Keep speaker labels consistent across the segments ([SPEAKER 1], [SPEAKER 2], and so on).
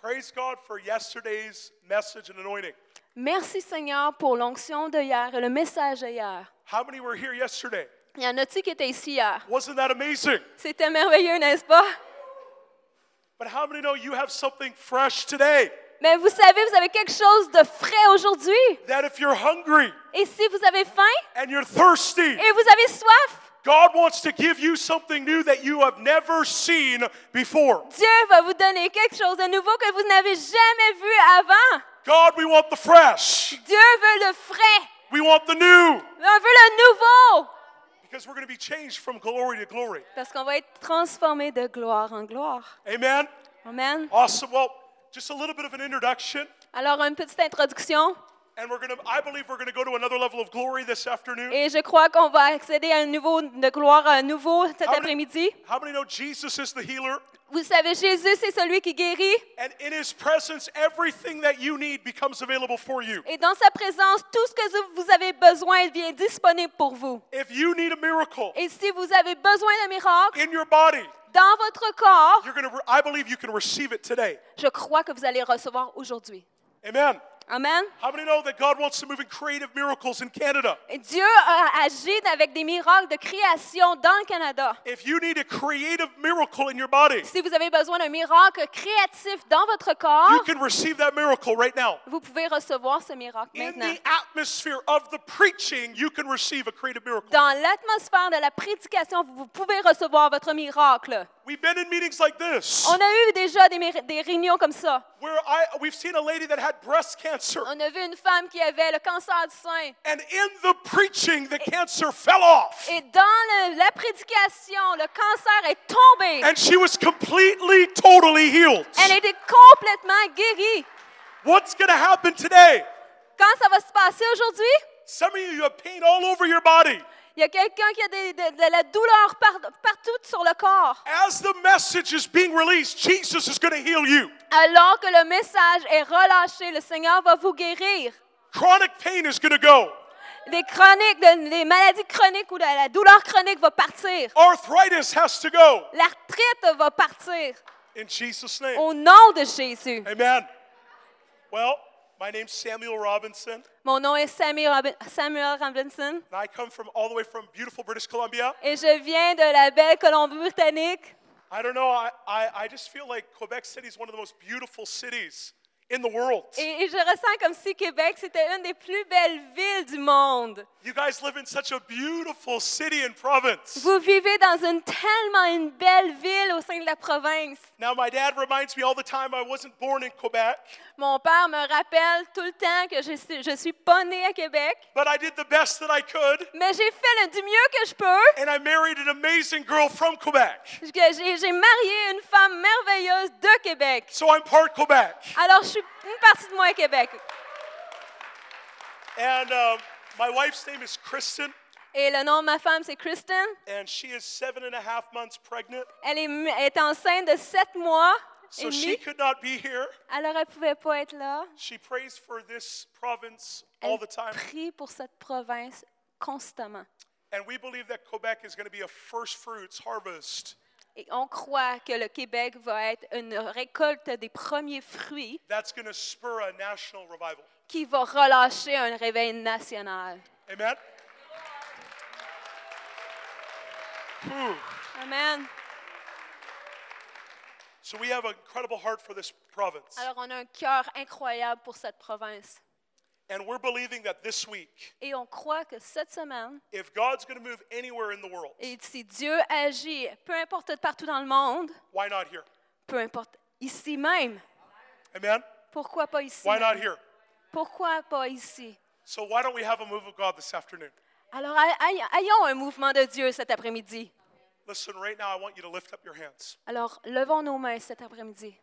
[SPEAKER 1] Praise God for yesterday's message and anointing.
[SPEAKER 2] Merci Seigneur pour l'onction de hier et le message de hier.
[SPEAKER 1] How many were here yesterday?
[SPEAKER 2] Il y en a-tu qui étaient ici hier?
[SPEAKER 1] Wasn't that amazing?
[SPEAKER 2] C'était merveilleux, n'est-ce pas?
[SPEAKER 1] But how many know you have something fresh today?
[SPEAKER 2] Mais vous savez, vous avez quelque chose de frais aujourd'hui.
[SPEAKER 1] That if you're hungry
[SPEAKER 2] Et si vous avez faim
[SPEAKER 1] and you're thirsty,
[SPEAKER 2] et vous avez soif,
[SPEAKER 1] God wants to give you something new that you have never seen before.
[SPEAKER 2] Dieu va vous donner quelque chose de nouveau que vous n'avez jamais vu avant.
[SPEAKER 1] God, we want the fresh.
[SPEAKER 2] Dieu veut le frais.
[SPEAKER 1] We want the new
[SPEAKER 2] On veut le nouveau.
[SPEAKER 1] because we're going to be changed from glory to glory.
[SPEAKER 2] Parce qu'on va être transformé de gloire en gloire.
[SPEAKER 1] Amen.
[SPEAKER 2] Amen.
[SPEAKER 1] Awesome. Well, just a little bit of an introduction
[SPEAKER 2] Alors, une petite introduction.
[SPEAKER 1] and we're going to I believe we're going to go to another level of glory this afternoon.
[SPEAKER 2] Et je crois qu'on va accéder à un niveau de gloire à un nouveau cet
[SPEAKER 1] How many-
[SPEAKER 2] après-midi.
[SPEAKER 1] How many know Jesus is the healer
[SPEAKER 2] Vous savez, Jésus, c'est celui qui guérit.
[SPEAKER 1] and in his presence everything that you need becomes available for you.
[SPEAKER 2] Et dans sa présence, tout ce que vous avez besoin devient disponible pour vous.
[SPEAKER 1] If you need a miracle
[SPEAKER 2] Et si vous avez besoin d'un miracle
[SPEAKER 1] in your body,
[SPEAKER 2] dans votre corps,
[SPEAKER 1] you're going to I believe you can receive it today.
[SPEAKER 2] je crois que vous allez recevoir aujourd'hui.
[SPEAKER 1] Amen.
[SPEAKER 2] Amen.
[SPEAKER 1] How many know that God wants to move in creative miracles in Canada?
[SPEAKER 2] Et Dieu a agi avec des miracles de création dans le Canada.
[SPEAKER 1] If you need a creative miracle in your body,
[SPEAKER 2] Si vous avez besoin d'un miracle créatif dans votre
[SPEAKER 1] you
[SPEAKER 2] corps,
[SPEAKER 1] can receive that miracle right now.
[SPEAKER 2] vous pouvez recevoir ce miracle
[SPEAKER 1] In
[SPEAKER 2] maintenant.
[SPEAKER 1] the atmosphere of the preaching, you can receive a creative miracle.
[SPEAKER 2] Dans l'atmosphère de la prédication, vous vous pouvez recevoir votre miracle.
[SPEAKER 1] We've been in meetings like this
[SPEAKER 2] On a eu déjà des, méri- des réunions comme ça.
[SPEAKER 1] where I, we've seen a lady that had breast cancer,
[SPEAKER 2] On a vu une femme qui avait le cancer du sein.
[SPEAKER 1] and in the preaching, the cancer fell off,
[SPEAKER 2] Et dans le- la prédication, le cancer est tombé.
[SPEAKER 1] and she was completely, totally healed.
[SPEAKER 2] Elle était complètement guérie.
[SPEAKER 1] What's going to happen today?
[SPEAKER 2] Quand ça va se passer aujourd'hui?
[SPEAKER 1] Some of you, you have pain all over your body.
[SPEAKER 2] Il y a quelqu'un qui a des- de, de la douleur par- partout sur le corps.
[SPEAKER 1] As the message is being released, Jesus is going to heal you.
[SPEAKER 2] Alors que le message est relâché, le Seigneur va vous guérir.
[SPEAKER 1] Chronic pain is going to go.
[SPEAKER 2] Les chroniques, de- les maladies chroniques ou la, la douleur chronique va partir.
[SPEAKER 1] Arthritis has to go.
[SPEAKER 2] L'arthrite va partir
[SPEAKER 1] In Jesus' name.
[SPEAKER 2] au nom de Jésus.
[SPEAKER 1] Amen. Well, my name's Samuel Robinson, and
[SPEAKER 2] Mon nom est Samuel, Robin- Samuel Robinson
[SPEAKER 1] I come from all the way from beautiful British Columbia.
[SPEAKER 2] et je viens de la belle Colombie-Britannique.
[SPEAKER 1] I don't know, I, I, I just feel like Quebec City is one of the most beautiful cities in the world.
[SPEAKER 2] Et, et je ressens comme si Québec, c'était une des plus belles villes du monde.
[SPEAKER 1] You guys live in such a beautiful city and province.
[SPEAKER 2] Vous vivez dans une tellement une belle ville au sein de la province.
[SPEAKER 1] Now, my dad reminds me all the time I wasn't born in Quebec,
[SPEAKER 2] Mon père me rappelle tout le temps que je suis, je suis pas née à Québec,
[SPEAKER 1] but I did the best that I could,
[SPEAKER 2] mais j'ai fait le du mieux que je peux.
[SPEAKER 1] and I married an amazing girl from Quebec.
[SPEAKER 2] Que J'ai j'ai marié une femme merveilleuse de Québec.
[SPEAKER 1] So I'm part Quebec.
[SPEAKER 2] Alors, je suis une partie de moi à Québec.
[SPEAKER 1] And um, my wife's name is Kristen,
[SPEAKER 2] Et le nom de ma femme, c'est Kristen.
[SPEAKER 1] and she is seven and a half months pregnant,
[SPEAKER 2] Elle est, m- est enceinte de sept mois et
[SPEAKER 1] so she
[SPEAKER 2] demi.
[SPEAKER 1] could not be here.
[SPEAKER 2] Alors, elle pouvait pas être là.
[SPEAKER 1] She prays for this province all
[SPEAKER 2] Elle
[SPEAKER 1] the time,
[SPEAKER 2] prie pour cette province constamment.
[SPEAKER 1] and we believe that Quebec is going to be a first fruits harvest
[SPEAKER 2] Et on croit que le Québec va être une récolte des premiers fruits
[SPEAKER 1] that's going to spur a national revival.
[SPEAKER 2] qui va relâcher un réveil national.
[SPEAKER 1] Amen. Whew.
[SPEAKER 2] Amen.
[SPEAKER 1] So we have an incredible heart for this province,
[SPEAKER 2] Alors, on a un cœur incroyable pour cette province.
[SPEAKER 1] and we're believing that this week,
[SPEAKER 2] Et on croit que cette semaine,
[SPEAKER 1] if God's going to move anywhere in the world,
[SPEAKER 2] et si Dieu agit, peu importe partout dans le monde,
[SPEAKER 1] why not here?
[SPEAKER 2] peu importe ici même,
[SPEAKER 1] Amen.
[SPEAKER 2] pourquoi pas ici?
[SPEAKER 1] Why not
[SPEAKER 2] même?
[SPEAKER 1] here?
[SPEAKER 2] Pourquoi pas ici?
[SPEAKER 1] So why don't we have a move of God this afternoon?
[SPEAKER 2] Alors, ay- ay- ayons un mouvement de Dieu cet après-midi.
[SPEAKER 1] Listen, right now I want you to lift up your hands.
[SPEAKER 2] Alors, levons nos mains cet après-midi.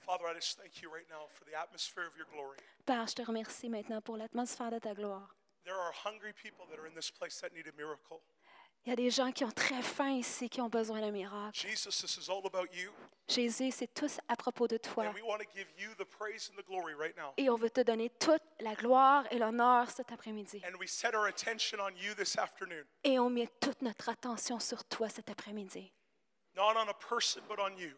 [SPEAKER 1] Father, I just thank you right now for the atmosphere of your glory.
[SPEAKER 2] Père, je te remercie maintenant pour l'atmosphère de ta gloire.
[SPEAKER 1] There are hungry people that are in this place that need a miracle.
[SPEAKER 2] Il y a des gens qui ont très faim ici, qui ont besoin d'un miracle.
[SPEAKER 1] Jesus, this is all about you,
[SPEAKER 2] Jésus, c'est tous à propos de toi.
[SPEAKER 1] and we want to give you the praise and the glory right now.
[SPEAKER 2] Et on veut te donner toute la gloire et l'honneur cet après-midi.
[SPEAKER 1] And we set our attention on you this afternoon.
[SPEAKER 2] Et on met toute notre attention sur toi cet après-midi.
[SPEAKER 1] not on a person, but on you.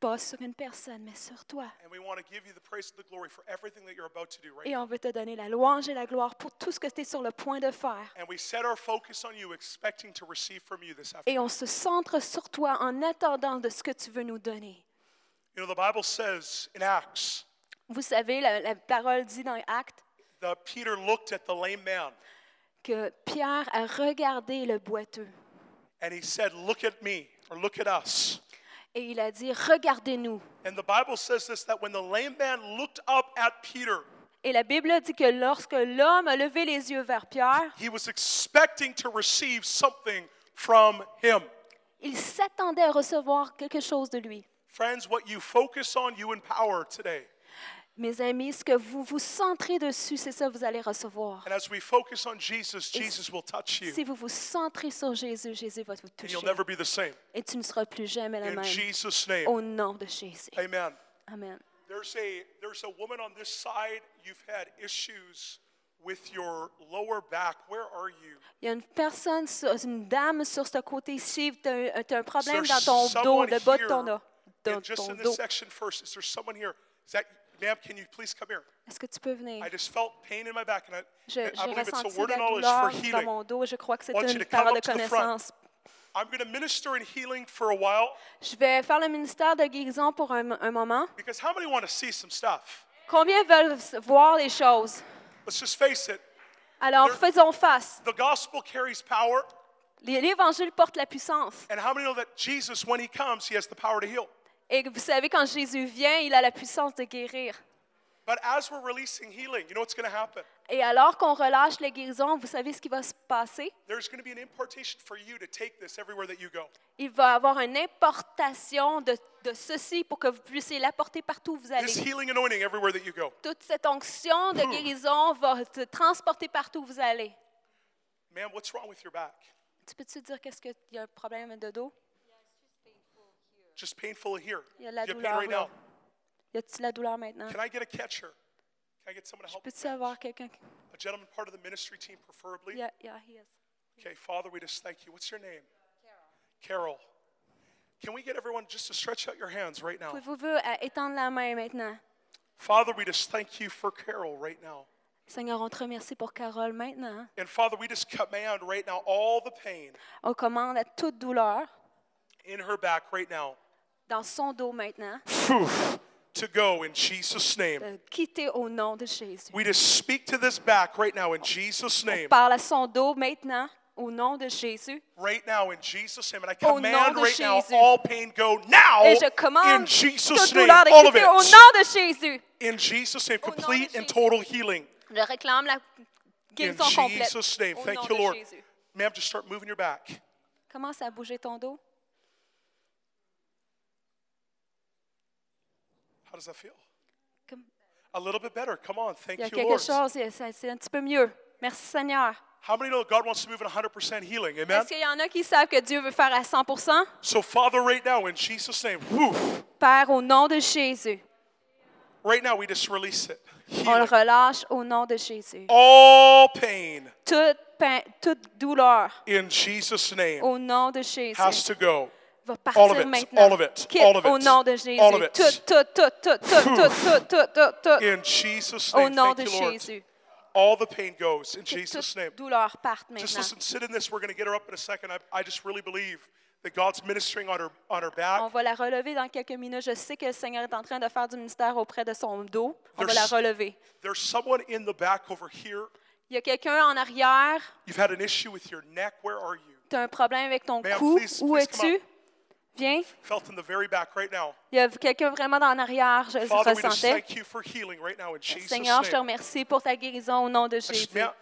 [SPEAKER 2] Pas sur une personne, mais sur toi.
[SPEAKER 1] And we want to give you the praise and the glory for everything that you're about to do right
[SPEAKER 2] Et
[SPEAKER 1] now.
[SPEAKER 2] on veut te donner la louange et la gloire pour tout ce que tu es sur le point de faire.
[SPEAKER 1] And we set our focus on you, expecting to receive from you this afternoon.
[SPEAKER 2] Et on se centre sur toi en attendant de ce que tu veux nous donner.
[SPEAKER 1] You know, the Bible says in Acts
[SPEAKER 2] Vous savez, la, la parole dit dans Actes
[SPEAKER 1] that Peter looked at the lame man
[SPEAKER 2] que Pierre a regardé le boiteux
[SPEAKER 1] and he said, Look at me, or look at us.
[SPEAKER 2] et il a dit, regardez-nous.
[SPEAKER 1] And the Bible says this that when the lame man looked up at Peter,
[SPEAKER 2] Et la Bible dit que lorsque l'homme a levé les yeux vers Pierre,
[SPEAKER 1] he was expecting to receive something from him.
[SPEAKER 2] il s'attendait à recevoir quelque chose de lui.
[SPEAKER 1] Friends, what you focus on, you empower today.
[SPEAKER 2] Mes amis, ce que vous vous centrez dessus, c'est ça que vous allez recevoir.
[SPEAKER 1] And as we focus on Jesus,
[SPEAKER 2] Et
[SPEAKER 1] Jesus will touch you.
[SPEAKER 2] Si vous vous centrez sur Jésus, Jésus va vous
[SPEAKER 1] And
[SPEAKER 2] toucher.
[SPEAKER 1] you'll never be the same.
[SPEAKER 2] Et tu ne seras plus jamais la
[SPEAKER 1] In
[SPEAKER 2] même.
[SPEAKER 1] Jesus' name.
[SPEAKER 2] Au nom de Jésus.
[SPEAKER 1] Amen.
[SPEAKER 2] Amen.
[SPEAKER 1] There's a there's a woman on this side. You've had issues with your lower back. Where are you?
[SPEAKER 2] Il y a une personne, sur- une dame sur ce côté-ci, tu as, un- t'as un problème
[SPEAKER 1] Is
[SPEAKER 2] dans
[SPEAKER 1] there
[SPEAKER 2] ton dos,
[SPEAKER 1] someone
[SPEAKER 2] le bas de
[SPEAKER 1] here-
[SPEAKER 2] ton, do-
[SPEAKER 1] Yeah,
[SPEAKER 2] dans
[SPEAKER 1] just
[SPEAKER 2] ton
[SPEAKER 1] in this
[SPEAKER 2] dos.
[SPEAKER 1] section first. Is there someone here? Is that ma'am? Can you please come here?
[SPEAKER 2] Est-ce que tu peux venir?
[SPEAKER 1] I just felt pain in my back, and I,
[SPEAKER 2] Je,
[SPEAKER 1] I
[SPEAKER 2] j'ai
[SPEAKER 1] believe it's
[SPEAKER 2] ressenti
[SPEAKER 1] a word
[SPEAKER 2] la
[SPEAKER 1] of knowledge for
[SPEAKER 2] douleur dans
[SPEAKER 1] healing.
[SPEAKER 2] mon dos. Je crois que c'est
[SPEAKER 1] want you
[SPEAKER 2] une
[SPEAKER 1] to come
[SPEAKER 2] parole de
[SPEAKER 1] up to the front.
[SPEAKER 2] connaissance.
[SPEAKER 1] I'm going to minister in healing for a while
[SPEAKER 2] Je vais faire le ministère de guérison pour un, un moment.
[SPEAKER 1] because how many want to see some stuff?
[SPEAKER 2] Combien veulent s- voir les choses?
[SPEAKER 1] Let's just face it.
[SPEAKER 2] Alors,
[SPEAKER 1] There-
[SPEAKER 2] faisons face.
[SPEAKER 1] The gospel carries power,
[SPEAKER 2] L'é- L'Évangile porte la puissance.
[SPEAKER 1] and how many know that Jesus, when he comes, he has the power to heal.
[SPEAKER 2] Et vous savez, quand Jésus vient, il a la puissance de guérir.
[SPEAKER 1] But as we're releasing healing, you know what's going to happen?
[SPEAKER 2] Et alors qu'on relâche la guérison, vous savez ce qui va se passer?
[SPEAKER 1] There's going to be an impartation for you to take this everywhere that you go.
[SPEAKER 2] Il va avoir une importation de, de ceci pour que vous puissiez l'apporter partout où vous
[SPEAKER 1] This Hmm.
[SPEAKER 2] allez.
[SPEAKER 1] healing anointing everywhere that you go.
[SPEAKER 2] Toute cette onction de guérison va se transporter partout où vous allez.
[SPEAKER 1] Ma'am, what's wrong with your back?
[SPEAKER 2] Tu peux-tu dire qu'est-ce qu'il y a un problème de dos?
[SPEAKER 1] Just painful here.
[SPEAKER 2] Il y a de la
[SPEAKER 1] you have pain
[SPEAKER 2] douleur.
[SPEAKER 1] right
[SPEAKER 2] Là.
[SPEAKER 1] now.
[SPEAKER 2] Y a-t-il la douleur maintenant?
[SPEAKER 1] Can I get a catcher? Can I get someone to help?
[SPEAKER 2] Peux-tu avoir quelqu'un? qui-
[SPEAKER 1] A gentleman part of the ministry team, preferably.
[SPEAKER 2] Yeah, yeah, he is.
[SPEAKER 1] Okay, Father, we just thank you. What's your name? Carol. Carol. Can we get everyone just to stretch out your hands right now?
[SPEAKER 2] Pouvez-vous euh, étendre la main maintenant?
[SPEAKER 1] Father, we just thank you for Carol right now.
[SPEAKER 2] Seigneur, on te remercie pour Carole maintenant.
[SPEAKER 1] And Father, we just command right now all the pain
[SPEAKER 2] On commande à toute douleur
[SPEAKER 1] in her back right now
[SPEAKER 2] dans son dos maintenant
[SPEAKER 1] phew, to go in Jesus' name.
[SPEAKER 2] de quitter au nom de Jésus.
[SPEAKER 1] We just speak to this back right now in Jesus'
[SPEAKER 2] On
[SPEAKER 1] name.
[SPEAKER 2] parle à son dos maintenant au nom de Jésus.
[SPEAKER 1] Right now in Jesus' name. And I
[SPEAKER 2] Au nom
[SPEAKER 1] command
[SPEAKER 2] de
[SPEAKER 1] right now
[SPEAKER 2] Jésus.
[SPEAKER 1] all pain go now
[SPEAKER 2] Et je
[SPEAKER 1] Oh, in
[SPEAKER 2] commande
[SPEAKER 1] Jesus'
[SPEAKER 2] toute
[SPEAKER 1] name.
[SPEAKER 2] douleur de
[SPEAKER 1] All of
[SPEAKER 2] quitter au
[SPEAKER 1] it.
[SPEAKER 2] nom de Jésus.
[SPEAKER 1] In Oh, Jesus' name.
[SPEAKER 2] Au nom de
[SPEAKER 1] Complete and
[SPEAKER 2] Jésus.
[SPEAKER 1] total healing.
[SPEAKER 2] Je réclame la
[SPEAKER 1] In
[SPEAKER 2] guérison complète
[SPEAKER 1] Oh, Jesus' name.
[SPEAKER 2] au
[SPEAKER 1] Thank
[SPEAKER 2] nom
[SPEAKER 1] you,
[SPEAKER 2] de
[SPEAKER 1] Lord.
[SPEAKER 2] Jésus.
[SPEAKER 1] Ma'am, just start moving your back.
[SPEAKER 2] Commence à bouger ton dos.
[SPEAKER 1] How does that feel?
[SPEAKER 2] Comme-
[SPEAKER 1] A little bit better. Come on. Thank
[SPEAKER 2] Il y a
[SPEAKER 1] you,
[SPEAKER 2] quelque
[SPEAKER 1] Lord.
[SPEAKER 2] chose, et ça- c'est un petit peu mieux. Merci Seigneur.
[SPEAKER 1] How many know God wants to move in 100% healing? Amen?
[SPEAKER 2] Est-ce qu'il y en a qui savent que Dieu veut faire à 100
[SPEAKER 1] So, Father, right now, in Jesus' name, whew,
[SPEAKER 2] Père, au nom de Jésus,
[SPEAKER 1] right now we just release it.
[SPEAKER 2] on le
[SPEAKER 1] Healing.
[SPEAKER 2] relâche au nom de Jésus.
[SPEAKER 1] All pain
[SPEAKER 2] Toute, pain- toute douleur
[SPEAKER 1] in Jesus' name
[SPEAKER 2] au nom de Jésus
[SPEAKER 1] has to go.
[SPEAKER 2] va
[SPEAKER 1] all of
[SPEAKER 2] partir
[SPEAKER 1] it,
[SPEAKER 2] maintenant.
[SPEAKER 1] all of it,
[SPEAKER 2] Quitte
[SPEAKER 1] all of
[SPEAKER 2] au
[SPEAKER 1] it,
[SPEAKER 2] nom de Jésus.
[SPEAKER 1] all of it.
[SPEAKER 2] Tout, tout, tout, tout, tout, tout, tout, tout, tout, tout.
[SPEAKER 1] In Jesus'
[SPEAKER 2] Au
[SPEAKER 1] name,
[SPEAKER 2] nom
[SPEAKER 1] thank
[SPEAKER 2] de
[SPEAKER 1] you, Lord.
[SPEAKER 2] Jésus.
[SPEAKER 1] All the pain goes in
[SPEAKER 2] Que
[SPEAKER 1] Jesus' name.
[SPEAKER 2] toute douleur parte
[SPEAKER 1] Just
[SPEAKER 2] maintenant.
[SPEAKER 1] listen, sit in this. We're going to get her up in a second. I, I just really believe that God's ministering on her on her
[SPEAKER 2] On
[SPEAKER 1] back.
[SPEAKER 2] va la relever dans quelques minutes. Je sais que le Seigneur est en train de faire du ministère auprès de son dos. On va la
[SPEAKER 1] There's-
[SPEAKER 2] relever.
[SPEAKER 1] There's someone in the back over here.
[SPEAKER 2] Il y a quelqu'un en arrière.
[SPEAKER 1] You've had an issue with your neck. Where are you?
[SPEAKER 2] Tu as un problème avec ton
[SPEAKER 1] Ma'am,
[SPEAKER 2] cou.
[SPEAKER 1] please-
[SPEAKER 2] Où
[SPEAKER 1] please come
[SPEAKER 2] es-tu?
[SPEAKER 1] up.
[SPEAKER 2] Viens.
[SPEAKER 1] Felt in the very back right now.
[SPEAKER 2] Il y a quelqu'un vraiment en arrière. Je le
[SPEAKER 1] Father, we just
[SPEAKER 2] ressentais.
[SPEAKER 1] thank you for healing right now in Jesus' name.
[SPEAKER 2] Seigneur, je te remercie pour ta guérison au nom de
[SPEAKER 1] I
[SPEAKER 2] Jésus.
[SPEAKER 1] just- ma'am,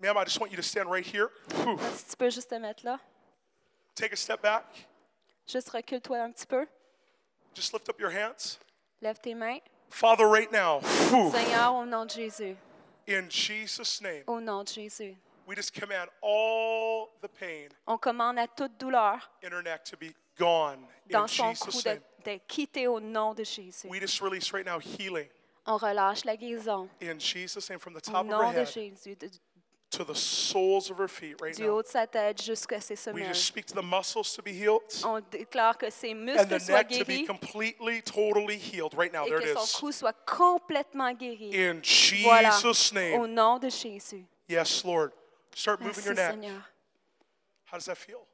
[SPEAKER 1] ma'am, I just want you to stand right here. Whew.
[SPEAKER 2] Si tu peux juste te mettre là.
[SPEAKER 1] Take a step back.
[SPEAKER 2] Juste recule-toi un petit peu.
[SPEAKER 1] Just lift up your hands.
[SPEAKER 2] Lève tes mains.
[SPEAKER 1] Father, right now, whew,
[SPEAKER 2] Seigneur, au nom de Jésus.
[SPEAKER 1] in Jesus' name,
[SPEAKER 2] Au nom de Jésus.
[SPEAKER 1] we just command all the pain
[SPEAKER 2] On commande à toute douleur
[SPEAKER 1] in her neck to be gone in
[SPEAKER 2] dans son cou
[SPEAKER 1] Jesus' name.
[SPEAKER 2] de, de quitter au nom de Jésus.
[SPEAKER 1] We just release right now healing
[SPEAKER 2] On relâche la guérison
[SPEAKER 1] in Jesus' name from the
[SPEAKER 2] au
[SPEAKER 1] top of her
[SPEAKER 2] nom de
[SPEAKER 1] head
[SPEAKER 2] Jésus, de-
[SPEAKER 1] to the soles of her feet right
[SPEAKER 2] du
[SPEAKER 1] now.
[SPEAKER 2] haut de sa tête jusqu'à ses
[SPEAKER 1] We
[SPEAKER 2] semelles.
[SPEAKER 1] just speak to the muscles to be healed
[SPEAKER 2] On déclare que ses
[SPEAKER 1] and the
[SPEAKER 2] muscles soient
[SPEAKER 1] neck to be
[SPEAKER 2] guéris
[SPEAKER 1] completely, totally healed. Right now,
[SPEAKER 2] et
[SPEAKER 1] there
[SPEAKER 2] que
[SPEAKER 1] it
[SPEAKER 2] son
[SPEAKER 1] is.
[SPEAKER 2] cou soit complètement guéri.
[SPEAKER 1] In
[SPEAKER 2] Voilà,
[SPEAKER 1] Jesus'
[SPEAKER 2] au
[SPEAKER 1] name.
[SPEAKER 2] nom de Jésus.
[SPEAKER 1] Yes, Lord. Start moving
[SPEAKER 2] Merci
[SPEAKER 1] your neck.
[SPEAKER 2] Seigneur.
[SPEAKER 1] How does that feel?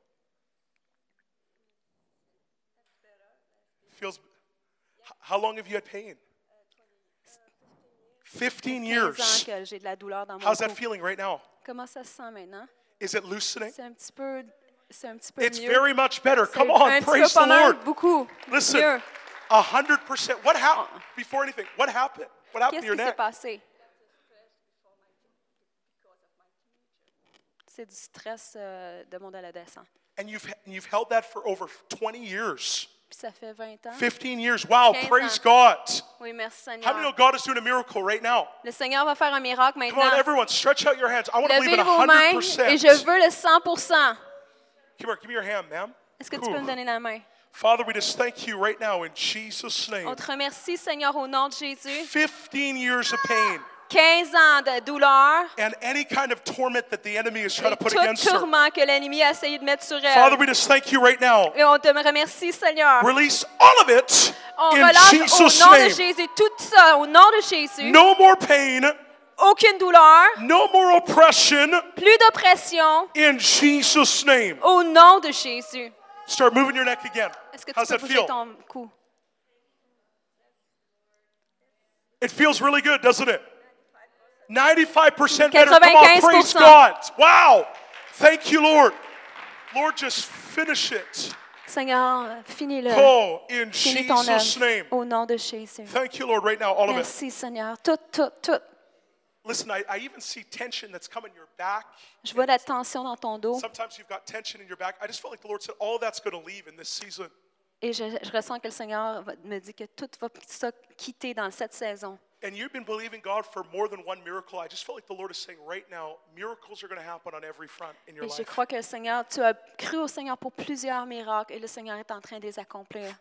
[SPEAKER 1] Feels. h- How long have you had pain? 15
[SPEAKER 2] 15 ans
[SPEAKER 1] years.
[SPEAKER 2] que j'ai de la douleur dans mon
[SPEAKER 1] How's that
[SPEAKER 2] cou.
[SPEAKER 1] feeling right now?
[SPEAKER 2] Comment ça se sent maintenant?
[SPEAKER 1] Is it loosening?
[SPEAKER 2] C'est un petit peu, c'est un petit peu
[SPEAKER 1] It's
[SPEAKER 2] mieux.
[SPEAKER 1] very much better.
[SPEAKER 2] C'est
[SPEAKER 1] Come
[SPEAKER 2] un
[SPEAKER 1] on,
[SPEAKER 2] petit peu
[SPEAKER 1] praise
[SPEAKER 2] pas
[SPEAKER 1] the
[SPEAKER 2] mal,
[SPEAKER 1] Lord.
[SPEAKER 2] beaucoup
[SPEAKER 1] Listen,
[SPEAKER 2] mieux.
[SPEAKER 1] a hundred percent. What happened before anything? What happened? What happened to
[SPEAKER 2] Qu'est-ce
[SPEAKER 1] your
[SPEAKER 2] qui s'est
[SPEAKER 1] neck?
[SPEAKER 2] passé? C'est du stress euh, de mon adolescent.
[SPEAKER 1] And you've and you've held that for over 20 years,
[SPEAKER 2] Puis ça fait 20 ans.
[SPEAKER 1] 15 years. Wow,
[SPEAKER 2] Quinze
[SPEAKER 1] praise
[SPEAKER 2] ans.
[SPEAKER 1] God.
[SPEAKER 2] Oui, merci
[SPEAKER 1] How many know
[SPEAKER 2] Seigneur.
[SPEAKER 1] God is doing a miracle right now?
[SPEAKER 2] Le Seigneur va faire un miracle
[SPEAKER 1] Come on,
[SPEAKER 2] maintenant.
[SPEAKER 1] everyone, stretch out your hands. I want to believe
[SPEAKER 2] Levez
[SPEAKER 1] in
[SPEAKER 2] vos mains et
[SPEAKER 1] 100%.
[SPEAKER 2] je veux le 100
[SPEAKER 1] Come here, give me your hand, ma'am.
[SPEAKER 2] Est-ce que tu
[SPEAKER 1] Cool.
[SPEAKER 2] peux me donner la main?
[SPEAKER 1] Father, we just thank you right now in Jesus' name.
[SPEAKER 2] On te remercie, Seigneur, au nom de Jésus.
[SPEAKER 1] 15 years of pain
[SPEAKER 2] 15 ans de douleur
[SPEAKER 1] and any kind of torment that the enemy is trying
[SPEAKER 2] et
[SPEAKER 1] to put
[SPEAKER 2] tout
[SPEAKER 1] against her.
[SPEAKER 2] tourment que l'ennemi a essayé de mettre sur
[SPEAKER 1] Father,
[SPEAKER 2] elle.
[SPEAKER 1] we just thank you right now.
[SPEAKER 2] Et on te remercie, Seigneur.
[SPEAKER 1] Release all of it
[SPEAKER 2] On
[SPEAKER 1] in
[SPEAKER 2] relâche au
[SPEAKER 1] Jesus'
[SPEAKER 2] nom de
[SPEAKER 1] name.
[SPEAKER 2] Jésus tout ça, au nom de Jésus.
[SPEAKER 1] No more pain,
[SPEAKER 2] Aucune douleur,
[SPEAKER 1] no more oppression
[SPEAKER 2] plus d'oppression,
[SPEAKER 1] in Jesus' name.
[SPEAKER 2] au nom de Jésus.
[SPEAKER 1] Start moving your neck again.
[SPEAKER 2] Est-ce que tu
[SPEAKER 1] How's
[SPEAKER 2] peux
[SPEAKER 1] that
[SPEAKER 2] bouger
[SPEAKER 1] feel?
[SPEAKER 2] ton cou?
[SPEAKER 1] It feels really good, doesn't it? 95% better. Come on,
[SPEAKER 2] 95%.
[SPEAKER 1] praise God. Wow. Thank you, Lord. Lord, just finish it.
[SPEAKER 2] Seigneur, finis-le.
[SPEAKER 1] Oh, in
[SPEAKER 2] Finis ton
[SPEAKER 1] Jesus' name.
[SPEAKER 2] œuvre au nom de Jésus.
[SPEAKER 1] Thank you, Lord, right now, all of it.
[SPEAKER 2] Merci, Seigneur. Tout, tout, tout.
[SPEAKER 1] Listen, I, I even see tension that's coming your back.
[SPEAKER 2] Je vois de la tension dans ton dos
[SPEAKER 1] Sometimes you've got tension in your back. I just felt like the Lord said, all that's going to leave in this season.
[SPEAKER 2] et je, je ressens que le Seigneur va- me dit que tout va ça quitter dans cette saison.
[SPEAKER 1] And you've been believing God for more than one miracle. I just felt like the Lord is saying right now, miracles are going to happen on every front in your
[SPEAKER 2] Et je
[SPEAKER 1] life.
[SPEAKER 2] crois que le Seigneur, tu as cru au Seigneur pour plusieurs miracles et le Seigneur est en train de les accomplir.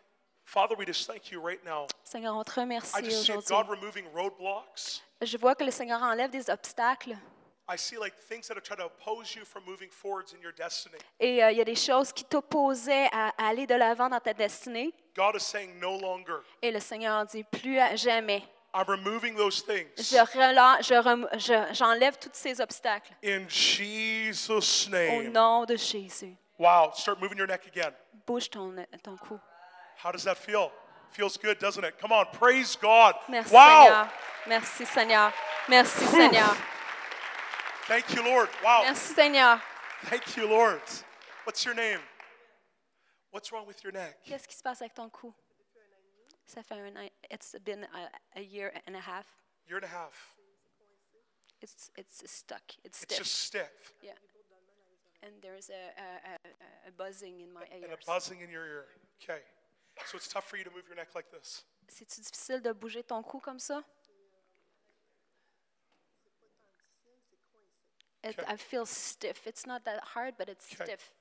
[SPEAKER 1] Father, we just thank you right now.
[SPEAKER 2] Seigneur, on te
[SPEAKER 1] I
[SPEAKER 2] remercie
[SPEAKER 1] just see
[SPEAKER 2] aujourd'hui.
[SPEAKER 1] God removing roadblocks.
[SPEAKER 2] Je vois que le Seigneur enlève des obstacles
[SPEAKER 1] I see like things that are trying to oppose you from moving forwards in your destiny.
[SPEAKER 2] et euh, il y a des choses qui t'opposaient à, à aller de l'avant dans ta destinée.
[SPEAKER 1] God is saying no longer.
[SPEAKER 2] Et le Seigneur dit, plus à jamais,
[SPEAKER 1] I'm removing those things
[SPEAKER 2] je relâ- je rem- je- j'enlève tous ces obstacles
[SPEAKER 1] in Jesus'
[SPEAKER 2] au
[SPEAKER 1] name.
[SPEAKER 2] nom de Jésus.
[SPEAKER 1] Wow, start moving your neck again.
[SPEAKER 2] Bouge ton, ton cou.
[SPEAKER 1] How does that feel? Feels good, doesn't it? Come on, praise God.
[SPEAKER 2] Merci
[SPEAKER 1] wow.
[SPEAKER 2] Seigneur. Merci Seigneur. Merci
[SPEAKER 1] Ouf.
[SPEAKER 2] Seigneur.
[SPEAKER 1] Thank you, Lord. Wow.
[SPEAKER 2] Merci Seigneur.
[SPEAKER 1] Thank you, Lord. What's your name? What's wrong with your neck?
[SPEAKER 2] Qu'est-ce qui se passe avec ton cou? Ça fait un an. It's been a, a year and a half.
[SPEAKER 1] Year and a half.
[SPEAKER 2] It's, it's stuck. It's
[SPEAKER 1] It's
[SPEAKER 2] stiff.
[SPEAKER 1] just stiff.
[SPEAKER 2] Yeah. And there's a, a, a, a buzzing in my
[SPEAKER 1] And
[SPEAKER 2] ears.
[SPEAKER 1] a buzzing in your ear. Okay. So it's tough for you to move your neck like this.
[SPEAKER 2] C'est-tu difficile de bouger ton cou comme ça? It,
[SPEAKER 1] Okay.
[SPEAKER 2] I feel stiff. It's not that hard, but it's
[SPEAKER 1] Okay.
[SPEAKER 2] stiff.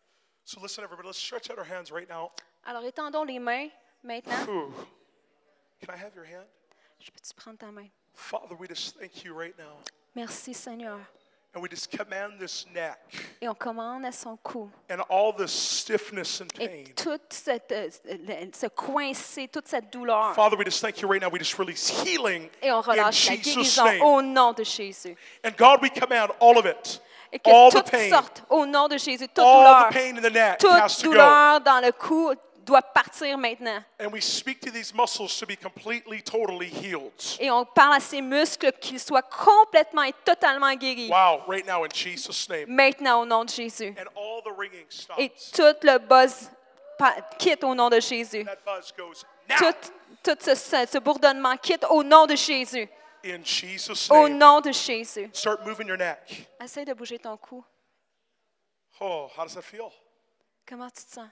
[SPEAKER 1] So listen, everybody, let's stretch out our hands right now.
[SPEAKER 2] Alors, étendons les mains maintenant.
[SPEAKER 1] Ooh. Can I have your hand?
[SPEAKER 2] Je peux-tu prendre ta main?
[SPEAKER 1] Father, we just thank you right now.
[SPEAKER 2] Merci, Seigneur.
[SPEAKER 1] And we just command this neck
[SPEAKER 2] Et on commande à son cou.
[SPEAKER 1] and all this stiffness and
[SPEAKER 2] Et
[SPEAKER 1] pain.
[SPEAKER 2] tout cette, euh, le- ce coincé, toute cette douleur.
[SPEAKER 1] Father, we just thank you right now. We just release healing
[SPEAKER 2] Et on
[SPEAKER 1] in
[SPEAKER 2] relâche la
[SPEAKER 1] Jesus'
[SPEAKER 2] guérison
[SPEAKER 1] name.
[SPEAKER 2] au nom de Jésus.
[SPEAKER 1] And God, we command all of it.
[SPEAKER 2] Et que
[SPEAKER 1] All the
[SPEAKER 2] toute
[SPEAKER 1] pain.
[SPEAKER 2] sorte au nom de Jésus. Toute
[SPEAKER 1] All the
[SPEAKER 2] douleur.
[SPEAKER 1] pain in the neck has
[SPEAKER 2] Toute
[SPEAKER 1] to go.
[SPEAKER 2] douleur dans le cou doit partir maintenant.
[SPEAKER 1] And we speak to these muscles to be completely, totally healed.
[SPEAKER 2] Et on parle à ces muscles qu'ils soient complètement et totalement guéris.
[SPEAKER 1] Wow, right now in Jesus' name.
[SPEAKER 2] Maintenant au nom de Jésus.
[SPEAKER 1] And all the ringing stops.
[SPEAKER 2] Et tout le buzz pa- quitte au nom de Jésus.
[SPEAKER 1] that buzz goes now
[SPEAKER 2] Tout, tout ce, ce bourdonnement quitte au nom de Jésus.
[SPEAKER 1] in Jesus'
[SPEAKER 2] Au
[SPEAKER 1] name.
[SPEAKER 2] nom de Jésus.
[SPEAKER 1] Start moving your neck.
[SPEAKER 2] Essaye de bouger ton cou.
[SPEAKER 1] Oh, how does that feel?
[SPEAKER 2] Comment tu te sens?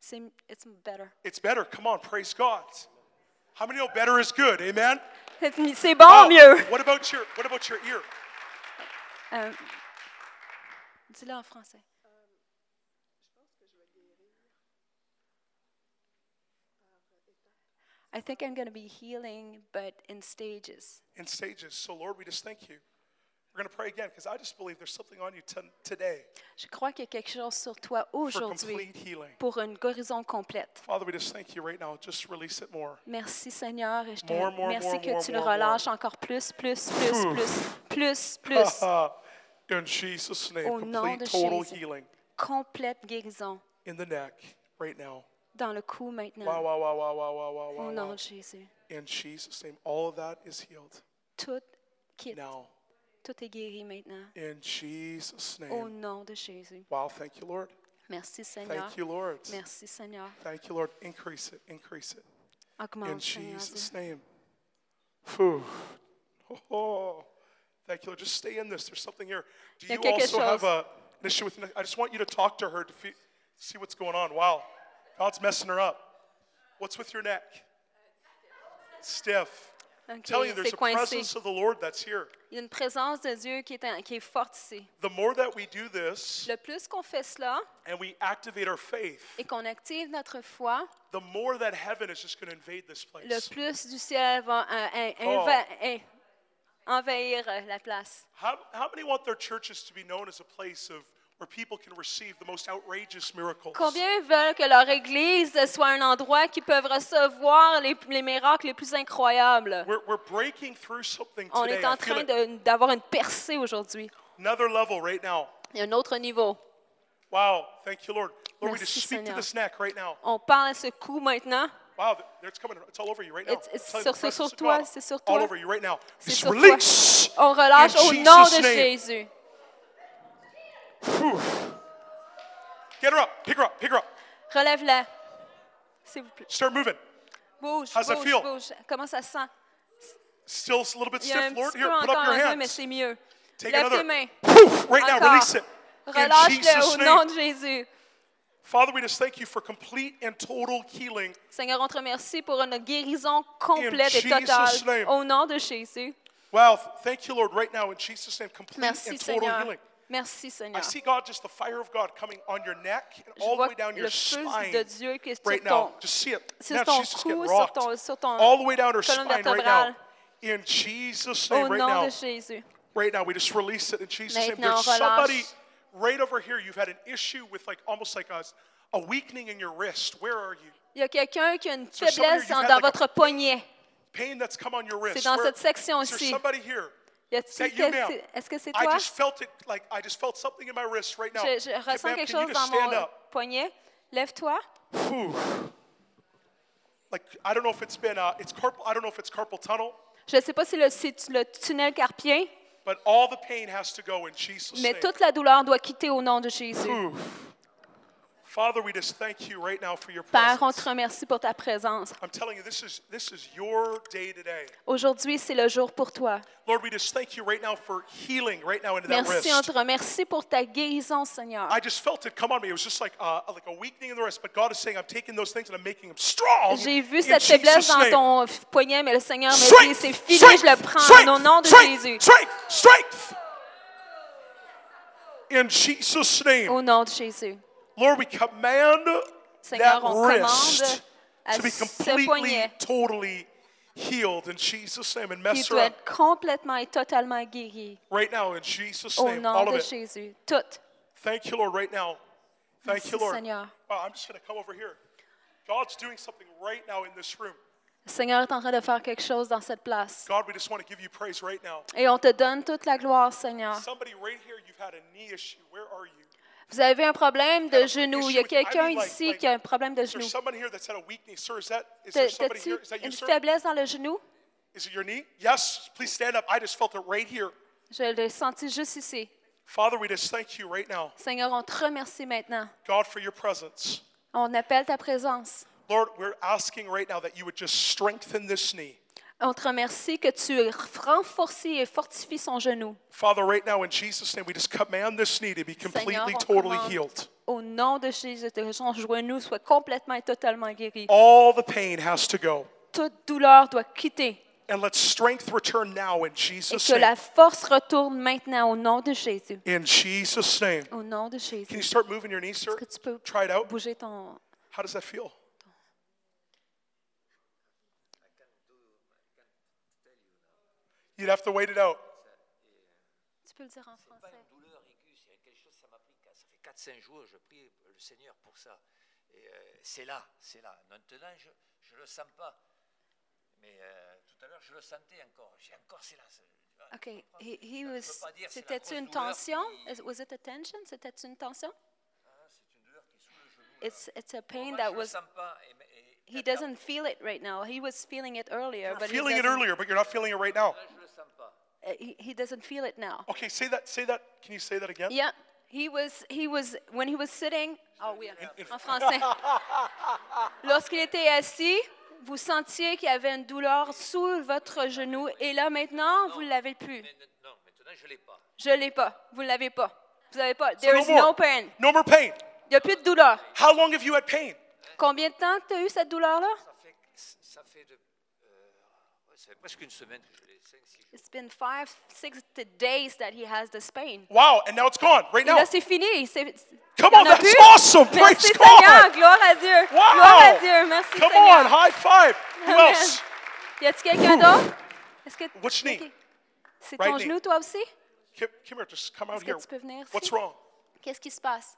[SPEAKER 2] C'est it's better.
[SPEAKER 1] It's better. Come on, praise God. How many know better is good? Amen.
[SPEAKER 2] C'est- C'est bon
[SPEAKER 1] Wow.
[SPEAKER 2] mieux.
[SPEAKER 1] What about your What about your ear?
[SPEAKER 2] Euh, Dis-le en français. I think I'm going to be healing, but in stages.
[SPEAKER 1] In stages. So Lord, we just thank you. We're going to pray again because I just believe there's something on you ton- today
[SPEAKER 2] Je crois qu'il y a quelque chose sur toi
[SPEAKER 1] for
[SPEAKER 2] aujourd'hui
[SPEAKER 1] complete healing.
[SPEAKER 2] pour une guérison complète.
[SPEAKER 1] Father, we just thank you right now. Just release it more.
[SPEAKER 2] Merci Seigneur et je te
[SPEAKER 1] More, more,
[SPEAKER 2] merci
[SPEAKER 1] more,
[SPEAKER 2] que
[SPEAKER 1] more,
[SPEAKER 2] tu le
[SPEAKER 1] more,
[SPEAKER 2] relâches encore plus, plus, plus,
[SPEAKER 1] Phew.
[SPEAKER 2] plus, plus, plus.
[SPEAKER 1] In Jesus' name,
[SPEAKER 2] Au nom
[SPEAKER 1] complete
[SPEAKER 2] de
[SPEAKER 1] total
[SPEAKER 2] Jésus.
[SPEAKER 1] healing
[SPEAKER 2] Complète guérison
[SPEAKER 1] in the neck right now.
[SPEAKER 2] dans le cou
[SPEAKER 1] Wow,
[SPEAKER 2] maintenant.
[SPEAKER 1] wow, wow, wow, wow, wow, wow, wow,
[SPEAKER 2] Au nom
[SPEAKER 1] wow.
[SPEAKER 2] de Jésus.
[SPEAKER 1] In Jesus' name, all of that is healed
[SPEAKER 2] Tout quitte.
[SPEAKER 1] now.
[SPEAKER 2] Tout est guéri maintenant.
[SPEAKER 1] In Jesus'
[SPEAKER 2] Au
[SPEAKER 1] name.
[SPEAKER 2] nom de Jésus.
[SPEAKER 1] Wow, thank you, Lord.
[SPEAKER 2] Merci Seigneur.
[SPEAKER 1] Thank you, Lord.
[SPEAKER 2] Merci Seigneur.
[SPEAKER 1] Thank you, Lord. Increase it, increase it. In
[SPEAKER 2] Augmente Seigneur. Dieu.
[SPEAKER 1] Jesus' name. Phew. Oh, thank you, Lord. Just stay in this. There's something here. Do
[SPEAKER 2] Y a
[SPEAKER 1] you
[SPEAKER 2] quelque
[SPEAKER 1] also have
[SPEAKER 2] chose.
[SPEAKER 1] a, an issue with? I just want you to talk to her to fe- see what's going on. Wow, God's messing her up. What's with your neck? Stiff.
[SPEAKER 2] Ok,
[SPEAKER 1] telling you, there's
[SPEAKER 2] C'est
[SPEAKER 1] a
[SPEAKER 2] coincé.
[SPEAKER 1] presence of the Lord that's here.
[SPEAKER 2] Il y a une présence de Dieu qui est, en- qui est forte ici.
[SPEAKER 1] The more that we do this
[SPEAKER 2] Le plus qu'on fait cela
[SPEAKER 1] and we activate our faith,
[SPEAKER 2] et qu'on active notre foi,
[SPEAKER 1] the more that heaven is just going to invade this
[SPEAKER 2] le
[SPEAKER 1] place.
[SPEAKER 2] plus du ciel va euh, in-
[SPEAKER 1] Oh.
[SPEAKER 2] inva- in- envahir euh, la place.
[SPEAKER 1] How, how many want their churches to be known as a place of where people can receive the most outrageous miracles?
[SPEAKER 2] Combien veulent que leur église soit un endroit qui peuvent recevoir les, les miracles les plus incroyables?
[SPEAKER 1] We're, we're breaking through something
[SPEAKER 2] On
[SPEAKER 1] today.
[SPEAKER 2] est en
[SPEAKER 1] I feel
[SPEAKER 2] train
[SPEAKER 1] it.
[SPEAKER 2] de- d'avoir une percée aujourd'hui.
[SPEAKER 1] Another level right now.
[SPEAKER 2] Il y a un autre niveau.
[SPEAKER 1] Wow, thank you, Lord. Lord, we
[SPEAKER 2] Merci,
[SPEAKER 1] just speak to
[SPEAKER 2] Seigneur.
[SPEAKER 1] this neck right now.
[SPEAKER 2] On parle à ce coup maintenant.
[SPEAKER 1] Wow, th- it's coming. It's all over you right now.
[SPEAKER 2] It's- it's
[SPEAKER 1] I'm telling you, the
[SPEAKER 2] sur- sur- sur
[SPEAKER 1] presence of
[SPEAKER 2] toi,
[SPEAKER 1] God
[SPEAKER 2] c'est sur
[SPEAKER 1] All
[SPEAKER 2] toi.
[SPEAKER 1] over you right now.
[SPEAKER 2] C'est
[SPEAKER 1] Just
[SPEAKER 2] sur toi. Oh.
[SPEAKER 1] release.
[SPEAKER 2] On relâche
[SPEAKER 1] In
[SPEAKER 2] au nom
[SPEAKER 1] Jesus'
[SPEAKER 2] de
[SPEAKER 1] name.
[SPEAKER 2] Jésus.
[SPEAKER 1] Whew. Get her up. Pick her up. Pick her up.
[SPEAKER 2] Relève-la. S'il vous plaît.
[SPEAKER 1] Start moving.
[SPEAKER 2] Bouge,
[SPEAKER 1] How's it
[SPEAKER 2] bouge,
[SPEAKER 1] feel?
[SPEAKER 2] bouge. Comment ça sent?
[SPEAKER 1] Still a little bit
[SPEAKER 2] Il y a un
[SPEAKER 1] stiff. Lord,
[SPEAKER 2] petit
[SPEAKER 1] here,
[SPEAKER 2] peu
[SPEAKER 1] put up
[SPEAKER 2] encore
[SPEAKER 1] your
[SPEAKER 2] un peu, mais
[SPEAKER 1] hands.
[SPEAKER 2] c'est mieux.
[SPEAKER 1] Take
[SPEAKER 2] Lève
[SPEAKER 1] another.
[SPEAKER 2] tes mains.
[SPEAKER 1] Whew. Right now,
[SPEAKER 2] Encore.
[SPEAKER 1] release it. In Jesus'
[SPEAKER 2] Relâche-le au nom
[SPEAKER 1] name.
[SPEAKER 2] de Jésus.
[SPEAKER 1] Father, we just thank you for complete and total healing.
[SPEAKER 2] Seigneur, on te remercie pour une guérison complète et
[SPEAKER 1] Jesus'
[SPEAKER 2] totale.
[SPEAKER 1] name.
[SPEAKER 2] Au nom de Jésus.
[SPEAKER 1] Wow, th- thank you, Lord, right now in Jesus' name. Complete
[SPEAKER 2] Merci,
[SPEAKER 1] and total
[SPEAKER 2] Seigneur.
[SPEAKER 1] healing.
[SPEAKER 2] Merci,
[SPEAKER 1] I
[SPEAKER 2] Seigneur.
[SPEAKER 1] see God, just the fire of God coming on your neck and
[SPEAKER 2] Je
[SPEAKER 1] all the
[SPEAKER 2] vois
[SPEAKER 1] way down your
[SPEAKER 2] le feu de
[SPEAKER 1] spine
[SPEAKER 2] Dieu qui est sur
[SPEAKER 1] right
[SPEAKER 2] ton,
[SPEAKER 1] now. Just see it.
[SPEAKER 2] sur
[SPEAKER 1] Man,
[SPEAKER 2] ton
[SPEAKER 1] she's just getting
[SPEAKER 2] cou, sur
[SPEAKER 1] rocked.
[SPEAKER 2] ton, sur ton-
[SPEAKER 1] All the way down her
[SPEAKER 2] colonne
[SPEAKER 1] spine right now.
[SPEAKER 2] vertébrale.
[SPEAKER 1] In Jesus'
[SPEAKER 2] au
[SPEAKER 1] name, right
[SPEAKER 2] nom
[SPEAKER 1] now.
[SPEAKER 2] de Jésus.
[SPEAKER 1] Right now, we just release it in Jesus' name.
[SPEAKER 2] Maintenant,
[SPEAKER 1] There's
[SPEAKER 2] on relâche.
[SPEAKER 1] somebody right over here. You've had an issue with like almost like a, a weakening in your wrist. Where are you?
[SPEAKER 2] Il y a quelqu'un qui a une
[SPEAKER 1] Sur somebody
[SPEAKER 2] faiblesse
[SPEAKER 1] you've
[SPEAKER 2] en-
[SPEAKER 1] had
[SPEAKER 2] dans
[SPEAKER 1] like a-
[SPEAKER 2] votre poignet.
[SPEAKER 1] Pain that's come on your wrist.
[SPEAKER 2] C'est dans
[SPEAKER 1] Where-
[SPEAKER 2] cette
[SPEAKER 1] is there
[SPEAKER 2] section-ci.
[SPEAKER 1] somebody here?
[SPEAKER 2] Y a-t-il
[SPEAKER 1] Is that you,
[SPEAKER 2] quel-
[SPEAKER 1] ma'am?
[SPEAKER 2] c'est- Est-ce que c'est
[SPEAKER 1] I
[SPEAKER 2] toi?
[SPEAKER 1] just felt it, like I just felt something in my wrist right now.
[SPEAKER 2] Je, je
[SPEAKER 1] Okay,
[SPEAKER 2] ressens
[SPEAKER 1] ma'am,
[SPEAKER 2] quelque
[SPEAKER 1] can you
[SPEAKER 2] chose
[SPEAKER 1] just
[SPEAKER 2] dans
[SPEAKER 1] stand
[SPEAKER 2] mon
[SPEAKER 1] up?
[SPEAKER 2] poignet. Lève-toi.
[SPEAKER 1] Whew. Like I don't know if it's been uh, it's carpal. I don't know if it's carpal tunnel,
[SPEAKER 2] Je ne sais pas si le- c'est le tunnel carpien,
[SPEAKER 1] but all the pain has to go in Jesus'
[SPEAKER 2] mais
[SPEAKER 1] name.
[SPEAKER 2] toute la douleur doit quitter au nom de Jésus.
[SPEAKER 1] Father, we just thank you right now for your
[SPEAKER 2] Père, on
[SPEAKER 1] presence.
[SPEAKER 2] te remercie pour ta présence.
[SPEAKER 1] I'm telling you, this is this is your day today.
[SPEAKER 2] Aujourd'hui, c'est le jour pour toi.
[SPEAKER 1] Lord, we just thank you right now for healing right now into that
[SPEAKER 2] Merci, on
[SPEAKER 1] wrist.
[SPEAKER 2] te remercie pour ta guérison, Seigneur.
[SPEAKER 1] I just felt it come on me. It was just like uh, like a weakening in the wrist, but God is saying, I'm taking those things and I'm making them strong.
[SPEAKER 2] J'ai vu
[SPEAKER 1] in
[SPEAKER 2] cette faiblesse
[SPEAKER 1] Jesus'
[SPEAKER 2] dans
[SPEAKER 1] name.
[SPEAKER 2] ton poignet, mais le Seigneur m'a dit,
[SPEAKER 1] Strength,
[SPEAKER 2] c'est fini,
[SPEAKER 1] strength,
[SPEAKER 2] je le prends
[SPEAKER 1] strength,
[SPEAKER 2] au nom de
[SPEAKER 1] strength,
[SPEAKER 2] Jésus.
[SPEAKER 1] Strength, strength. In Jesus' name,
[SPEAKER 2] Au nom de Jésus.
[SPEAKER 1] Lord, we command that
[SPEAKER 2] Seigneur, on
[SPEAKER 1] wrist
[SPEAKER 2] commande à
[SPEAKER 1] to be
[SPEAKER 2] ce
[SPEAKER 1] completely,
[SPEAKER 2] poignet
[SPEAKER 1] totally healed in Jesus' name. And
[SPEAKER 2] qui
[SPEAKER 1] mess her
[SPEAKER 2] doit
[SPEAKER 1] up
[SPEAKER 2] être complètement et totalement guéri.
[SPEAKER 1] right now in Jesus'
[SPEAKER 2] Au
[SPEAKER 1] name. All of
[SPEAKER 2] nom de
[SPEAKER 1] it.
[SPEAKER 2] Jésus. Tout.
[SPEAKER 1] Thank you, Lord, right now. Thank
[SPEAKER 2] Merci,
[SPEAKER 1] you, Lord.
[SPEAKER 2] Seigneur.
[SPEAKER 1] Wow, I'm just going to come over here. God's doing something right now in this room.
[SPEAKER 2] Le Seigneur est en train de faire quelque chose dans cette place.
[SPEAKER 1] God, we just want to give you praise right now.
[SPEAKER 2] Et on te donne toute la gloire, Seigneur.
[SPEAKER 1] Somebody right here, you've had a knee issue. Where are you?
[SPEAKER 2] Vous avez un problème de genou. Il y a quelqu'un ici qui a un problème de
[SPEAKER 1] Is there
[SPEAKER 2] genou.
[SPEAKER 1] someone here that's had a weakness, sir? Is that is there somebody
[SPEAKER 2] T'as-tu
[SPEAKER 1] here? Is that you,
[SPEAKER 2] une
[SPEAKER 1] sir?
[SPEAKER 2] faiblesse dans le genou?
[SPEAKER 1] Is it your knee? Yes. Please stand up. I just felt it right here.
[SPEAKER 2] Je l'ai senti juste ici.
[SPEAKER 1] Father, we just thank you right now,
[SPEAKER 2] Seigneur, on te remercie maintenant.
[SPEAKER 1] God, for your presence.
[SPEAKER 2] On appelle ta présence.
[SPEAKER 1] Lord, we're asking right now that you would just strengthen this knee.
[SPEAKER 2] On te remercie que tu renforces et fortifies son genou.
[SPEAKER 1] Father, right now in Jesus' name, we just command this knee to be completely,
[SPEAKER 2] on
[SPEAKER 1] totally
[SPEAKER 2] commande.
[SPEAKER 1] healed.
[SPEAKER 2] Au nom de Jésus, que son genou soit complètement et totalement guéri.
[SPEAKER 1] All the pain has to go.
[SPEAKER 2] Toute douleur doit quitter
[SPEAKER 1] And let strength return now in
[SPEAKER 2] et
[SPEAKER 1] Jesus'
[SPEAKER 2] que
[SPEAKER 1] name.
[SPEAKER 2] la force retourne maintenant au nom de Jésus.
[SPEAKER 1] In Jesus' name.
[SPEAKER 2] Au nom de
[SPEAKER 1] Can
[SPEAKER 2] Jésus.
[SPEAKER 1] you start moving your knee, sir?
[SPEAKER 2] Est-ce que tu peux
[SPEAKER 1] Try it out.
[SPEAKER 2] bouger ton...
[SPEAKER 1] How does that feel? You'd have to wait it out.
[SPEAKER 2] Tu peux le dire en
[SPEAKER 3] C'est pas
[SPEAKER 2] français.
[SPEAKER 3] une douleur aiguë, c'est quelque chose, ça m'a pris, quatre- ça fait 4-5 jours, je prie le Seigneur pour ça. Et euh, c'est là, c'est là. Maintenant, je ne le sens pas. Mais euh, tout à l'heure, je le sentais encore. J'ai encore, c'est là. c'est- tu vois,
[SPEAKER 2] OK.
[SPEAKER 3] tu comprends
[SPEAKER 2] He, he
[SPEAKER 3] Je peux
[SPEAKER 2] was,
[SPEAKER 3] pas dire, c'est la
[SPEAKER 2] c'était
[SPEAKER 3] grosse
[SPEAKER 2] une
[SPEAKER 3] douleur
[SPEAKER 2] tension?
[SPEAKER 3] qui-
[SPEAKER 2] Is- Was it a tension? C'était une tension?
[SPEAKER 3] Ah, c'est une douleur qui est sous le genou. là.
[SPEAKER 2] It's, it's a
[SPEAKER 3] Normal,
[SPEAKER 2] pain
[SPEAKER 3] je
[SPEAKER 2] that
[SPEAKER 3] le
[SPEAKER 2] was...
[SPEAKER 3] sens pas. Et- et-
[SPEAKER 2] He
[SPEAKER 3] peut-être
[SPEAKER 2] doesn't feel it right now. He was feeling it earlier, but he
[SPEAKER 1] Feeling it
[SPEAKER 2] doesn't,
[SPEAKER 1] earlier, but you're not feeling it right now.
[SPEAKER 3] Là, je le sens pas.
[SPEAKER 2] uh, he, he doesn't feel it now.
[SPEAKER 1] Okay, say that. Say that. Can you say that again?
[SPEAKER 2] Yeah, he was, he was, when he was sitting, ah oui, en français. Lorsqu'il était assis, vous sentiez qu'il y avait une douleur sous votre genou et là maintenant, vous ne l'avez plus.
[SPEAKER 3] Mais n- non, maintenant, je ne l'ai pas.
[SPEAKER 2] Je l'ai pas, vous ne l'avez pas. Vous n'avez pas.
[SPEAKER 1] So
[SPEAKER 2] There is no pain.
[SPEAKER 1] No more pain.
[SPEAKER 2] Il n'y a plus de douleur.
[SPEAKER 1] How long have you had pain?
[SPEAKER 2] Combien de temps tu as eu cette douleur-là?
[SPEAKER 3] Ça fait, ça fait, de, euh, ouais, ça fait presque une semaine que je l'ai, 5-6 jours.
[SPEAKER 2] It's been five, six days that he has this pain.
[SPEAKER 1] Wow, and now it's gone right
[SPEAKER 2] Et
[SPEAKER 1] now.
[SPEAKER 2] là, c'est fini. C'est-
[SPEAKER 1] Come
[SPEAKER 2] il y en
[SPEAKER 1] on,
[SPEAKER 2] a
[SPEAKER 1] that's
[SPEAKER 2] plus.
[SPEAKER 1] awesome. Praise
[SPEAKER 2] Merci Seigneur,
[SPEAKER 1] God.
[SPEAKER 2] gloire à Dieu. Gloire à
[SPEAKER 1] Wow.
[SPEAKER 2] Dieu, merci
[SPEAKER 1] Come
[SPEAKER 2] Seigneur.
[SPEAKER 1] on, high five. Who
[SPEAKER 2] Amen.
[SPEAKER 1] else?
[SPEAKER 2] Y a-t-il quelqu'un d'autre? Est-ce que
[SPEAKER 1] Which knee?
[SPEAKER 2] Ok. C'est
[SPEAKER 1] Right
[SPEAKER 2] ton
[SPEAKER 1] knee.
[SPEAKER 2] genou toi aussi?
[SPEAKER 1] Come, come here, just come out
[SPEAKER 2] Est-ce que
[SPEAKER 1] here.
[SPEAKER 2] tu peux venir
[SPEAKER 1] What's
[SPEAKER 2] ici?
[SPEAKER 1] wrong?
[SPEAKER 2] Qu'est-ce qui se passe?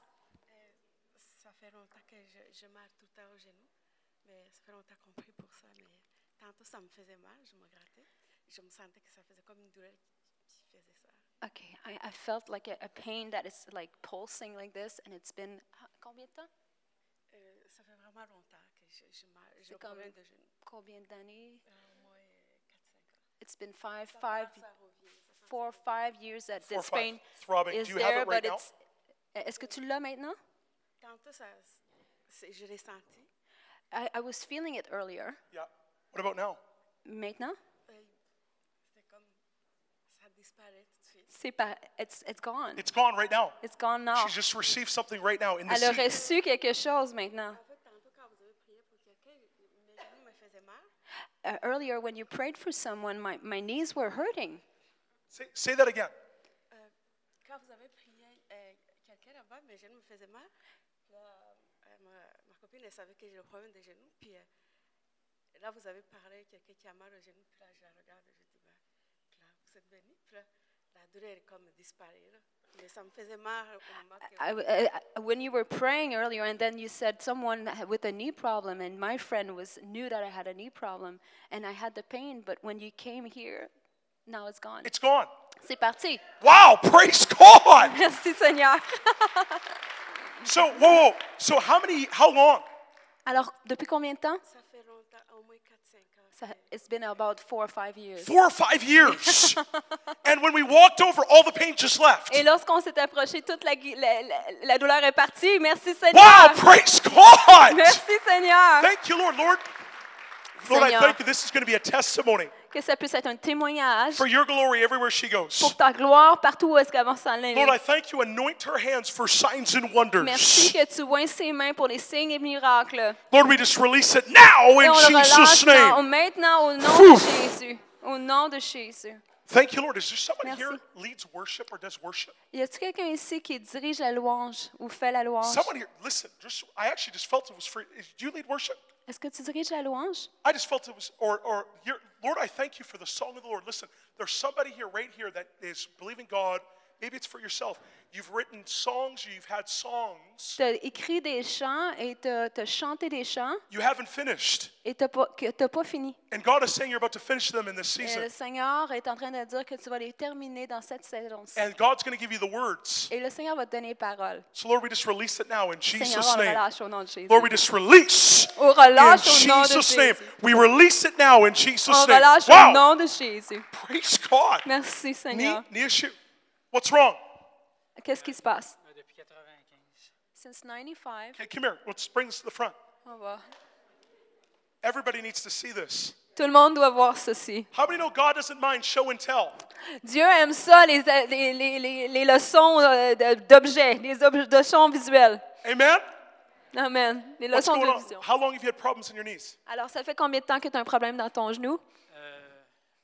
[SPEAKER 4] Ça fait longtemps que je, je marche tout le temps au genou, mais ça fait longtemps qu'on prie pour ça. Mais tantôt, ça me faisait mal, je me grattais. Je me sentais que ça faisait comme une douleur qui, qui faisait ça.
[SPEAKER 2] Ok, I, I felt like a, a pain that is like pulsing like this, and it's been ah, combien de temps?
[SPEAKER 4] Euh, ça fait vraiment longtemps que je, je marche. J'ai
[SPEAKER 2] C'est
[SPEAKER 4] un
[SPEAKER 2] comme-
[SPEAKER 4] problème de genou.
[SPEAKER 2] Combien d'années?
[SPEAKER 4] Euh, au moins 4-5 ans.
[SPEAKER 2] It's been five,
[SPEAKER 4] Ça
[SPEAKER 2] five,
[SPEAKER 4] commence à revenir, ça commence
[SPEAKER 2] four, five years that
[SPEAKER 1] Four,
[SPEAKER 2] this
[SPEAKER 1] five.
[SPEAKER 2] pain
[SPEAKER 1] Throbbing.
[SPEAKER 2] is
[SPEAKER 1] Do you have
[SPEAKER 2] there,
[SPEAKER 1] it right
[SPEAKER 2] but
[SPEAKER 1] now?
[SPEAKER 2] it's. Est-ce que tu l'as maintenant?
[SPEAKER 4] à- Tantôt, ça, c'est- je l'ai senti.
[SPEAKER 2] I, I was feeling it earlier.
[SPEAKER 1] Yeah. What about now?
[SPEAKER 2] Maintenant,
[SPEAKER 4] Euh, C'était comme ça disparaît tout de suite.
[SPEAKER 2] c'est pas. It's, it's gone.
[SPEAKER 1] It's gone right now.
[SPEAKER 2] It's gone now.
[SPEAKER 1] She just received something right now in this
[SPEAKER 2] Elle a
[SPEAKER 1] seat.
[SPEAKER 2] reçu quelque chose maintenant.
[SPEAKER 4] En fait, tantôt, quand vous avez prié pour quelqu'un, mes genoux me faisaient mal.
[SPEAKER 2] Uh, earlier, when you prayed for someone, my, my knees were hurting.
[SPEAKER 1] Say, say that again.
[SPEAKER 4] Euh, quand vous avez prié euh, quelqu'un là-bas, mes genoux me faisaient mal. Puis là, euh, ma, ma copine, elle savait que j'ai le problème des genoux. Puis euh, là, vous avez parlé à quelqu'un qui a mal aux genoux. Puis là, je la regarde et je dis, ben, là, vous êtes bénie. Puis là, la douleur est comme disparue. Là. Mais ça me faisait mal au moment que...
[SPEAKER 2] I, w- I- I- when you were praying earlier, and then you said someone ha- with a knee problem, and my friend was knew that I had a knee problem, and I had the pain. But when you came here, now it's gone.
[SPEAKER 1] It's gone.
[SPEAKER 2] C'est parti.
[SPEAKER 1] Wow, praise God.
[SPEAKER 2] Merci Seigneur.
[SPEAKER 1] So, whoa, whoa. So, how many, how long?
[SPEAKER 2] Alors, depuis combien de temps?
[SPEAKER 4] Ça fait longtemps, au moins 4-5 ans.
[SPEAKER 2] Ça- it's been about four or five years.
[SPEAKER 1] Four or five years. and when we walked over, all the pain just left.
[SPEAKER 2] Et lorsqu'on s'est approché, toute la, gui- la, la- la douleur est partie. Merci
[SPEAKER 1] Wow,
[SPEAKER 2] Seigneur.
[SPEAKER 1] praise God.
[SPEAKER 2] Merci Seigneur.
[SPEAKER 1] Thank you, Lord. Lord, Lord, I
[SPEAKER 2] Seigneur.
[SPEAKER 1] thank you. This is going to be a testimony
[SPEAKER 2] Que ça puisse être un témoignage
[SPEAKER 1] for your glory everywhere she goes.
[SPEAKER 2] pour ta gloire partout où est-ce qu'elle va s'en aller.
[SPEAKER 1] Lord, I thank you. Anoint her hands for signs and wonders.
[SPEAKER 2] Merci que tu oins ses mains pour les signes et miracles.
[SPEAKER 1] Lord, we just release it now
[SPEAKER 2] Et
[SPEAKER 1] in
[SPEAKER 2] on le relâche
[SPEAKER 1] Jesus'
[SPEAKER 2] dans- au-
[SPEAKER 1] name.
[SPEAKER 2] maintenant au nom de
[SPEAKER 1] Phew.
[SPEAKER 2] Jésus. Au nom de Jésus.
[SPEAKER 1] Thank you, Lord. Is there someone
[SPEAKER 2] Merci.
[SPEAKER 1] here leads worship or does worship?
[SPEAKER 2] Y a-t-il quelqu'un ici qui dirige la louange ou fait la louange?
[SPEAKER 1] Someone here, listen, just I actually just felt it was free. Do you lead worship?
[SPEAKER 2] Est-ce que tu diriges la louange?
[SPEAKER 1] I just felt it was, or, or here, Lord, I thank you for the song of the Lord. Listen, there's somebody here, right here, that is believing God. Maybe it's for yourself. You've written songs, you've had songs,
[SPEAKER 2] Tu as écrit des chants et tu as chanté des chants
[SPEAKER 1] you haven't finished.
[SPEAKER 2] et tu n'as pas fini.
[SPEAKER 1] And God is saying you're about to finish them in this
[SPEAKER 2] Et
[SPEAKER 1] season.
[SPEAKER 2] le Seigneur est en train de dire que tu vas les terminer dans cette saison-ci.
[SPEAKER 1] And God's going to give you the words.
[SPEAKER 2] Et le Seigneur va te donner parole.
[SPEAKER 1] So, Lord, we just release it now in
[SPEAKER 2] Seigneur,
[SPEAKER 1] Jesus'
[SPEAKER 2] on le
[SPEAKER 1] name.
[SPEAKER 2] relâche au nom de Jésus.
[SPEAKER 1] Lord, we just release.
[SPEAKER 2] Oh, On
[SPEAKER 1] In
[SPEAKER 2] relâche au nom de
[SPEAKER 1] Jesus' name.
[SPEAKER 2] Jésus.
[SPEAKER 1] We release it now in Jesus'
[SPEAKER 2] On
[SPEAKER 1] name.
[SPEAKER 2] relâche au
[SPEAKER 1] Wow.
[SPEAKER 2] nom de Jésus.
[SPEAKER 1] Praise God.
[SPEAKER 2] Merci
[SPEAKER 1] Knee,
[SPEAKER 2] Seigneur.
[SPEAKER 1] knee issue. What's wrong?
[SPEAKER 2] Qu'est-ce qui se passe?
[SPEAKER 5] Euh, depuis 95.
[SPEAKER 2] Since 95,
[SPEAKER 1] Okay, come here. Let's bring this to the front.
[SPEAKER 2] on va.
[SPEAKER 1] Everybody needs to see this.
[SPEAKER 2] Tout le monde doit voir ceci.
[SPEAKER 1] How many know God doesn't mind show and tell?
[SPEAKER 2] Dieu aime ça, les, les, les, les, les leçons euh, de- d'objets, les ob- leçons visuelles.
[SPEAKER 1] Amen?
[SPEAKER 2] Amen. Les
[SPEAKER 1] What's
[SPEAKER 2] leçons
[SPEAKER 1] going
[SPEAKER 2] de
[SPEAKER 1] on?
[SPEAKER 2] vision.
[SPEAKER 1] How long have you had problems in your knees?
[SPEAKER 2] Alors, ça fait combien de temps que tu as un problème dans ton genou?
[SPEAKER 5] Euh,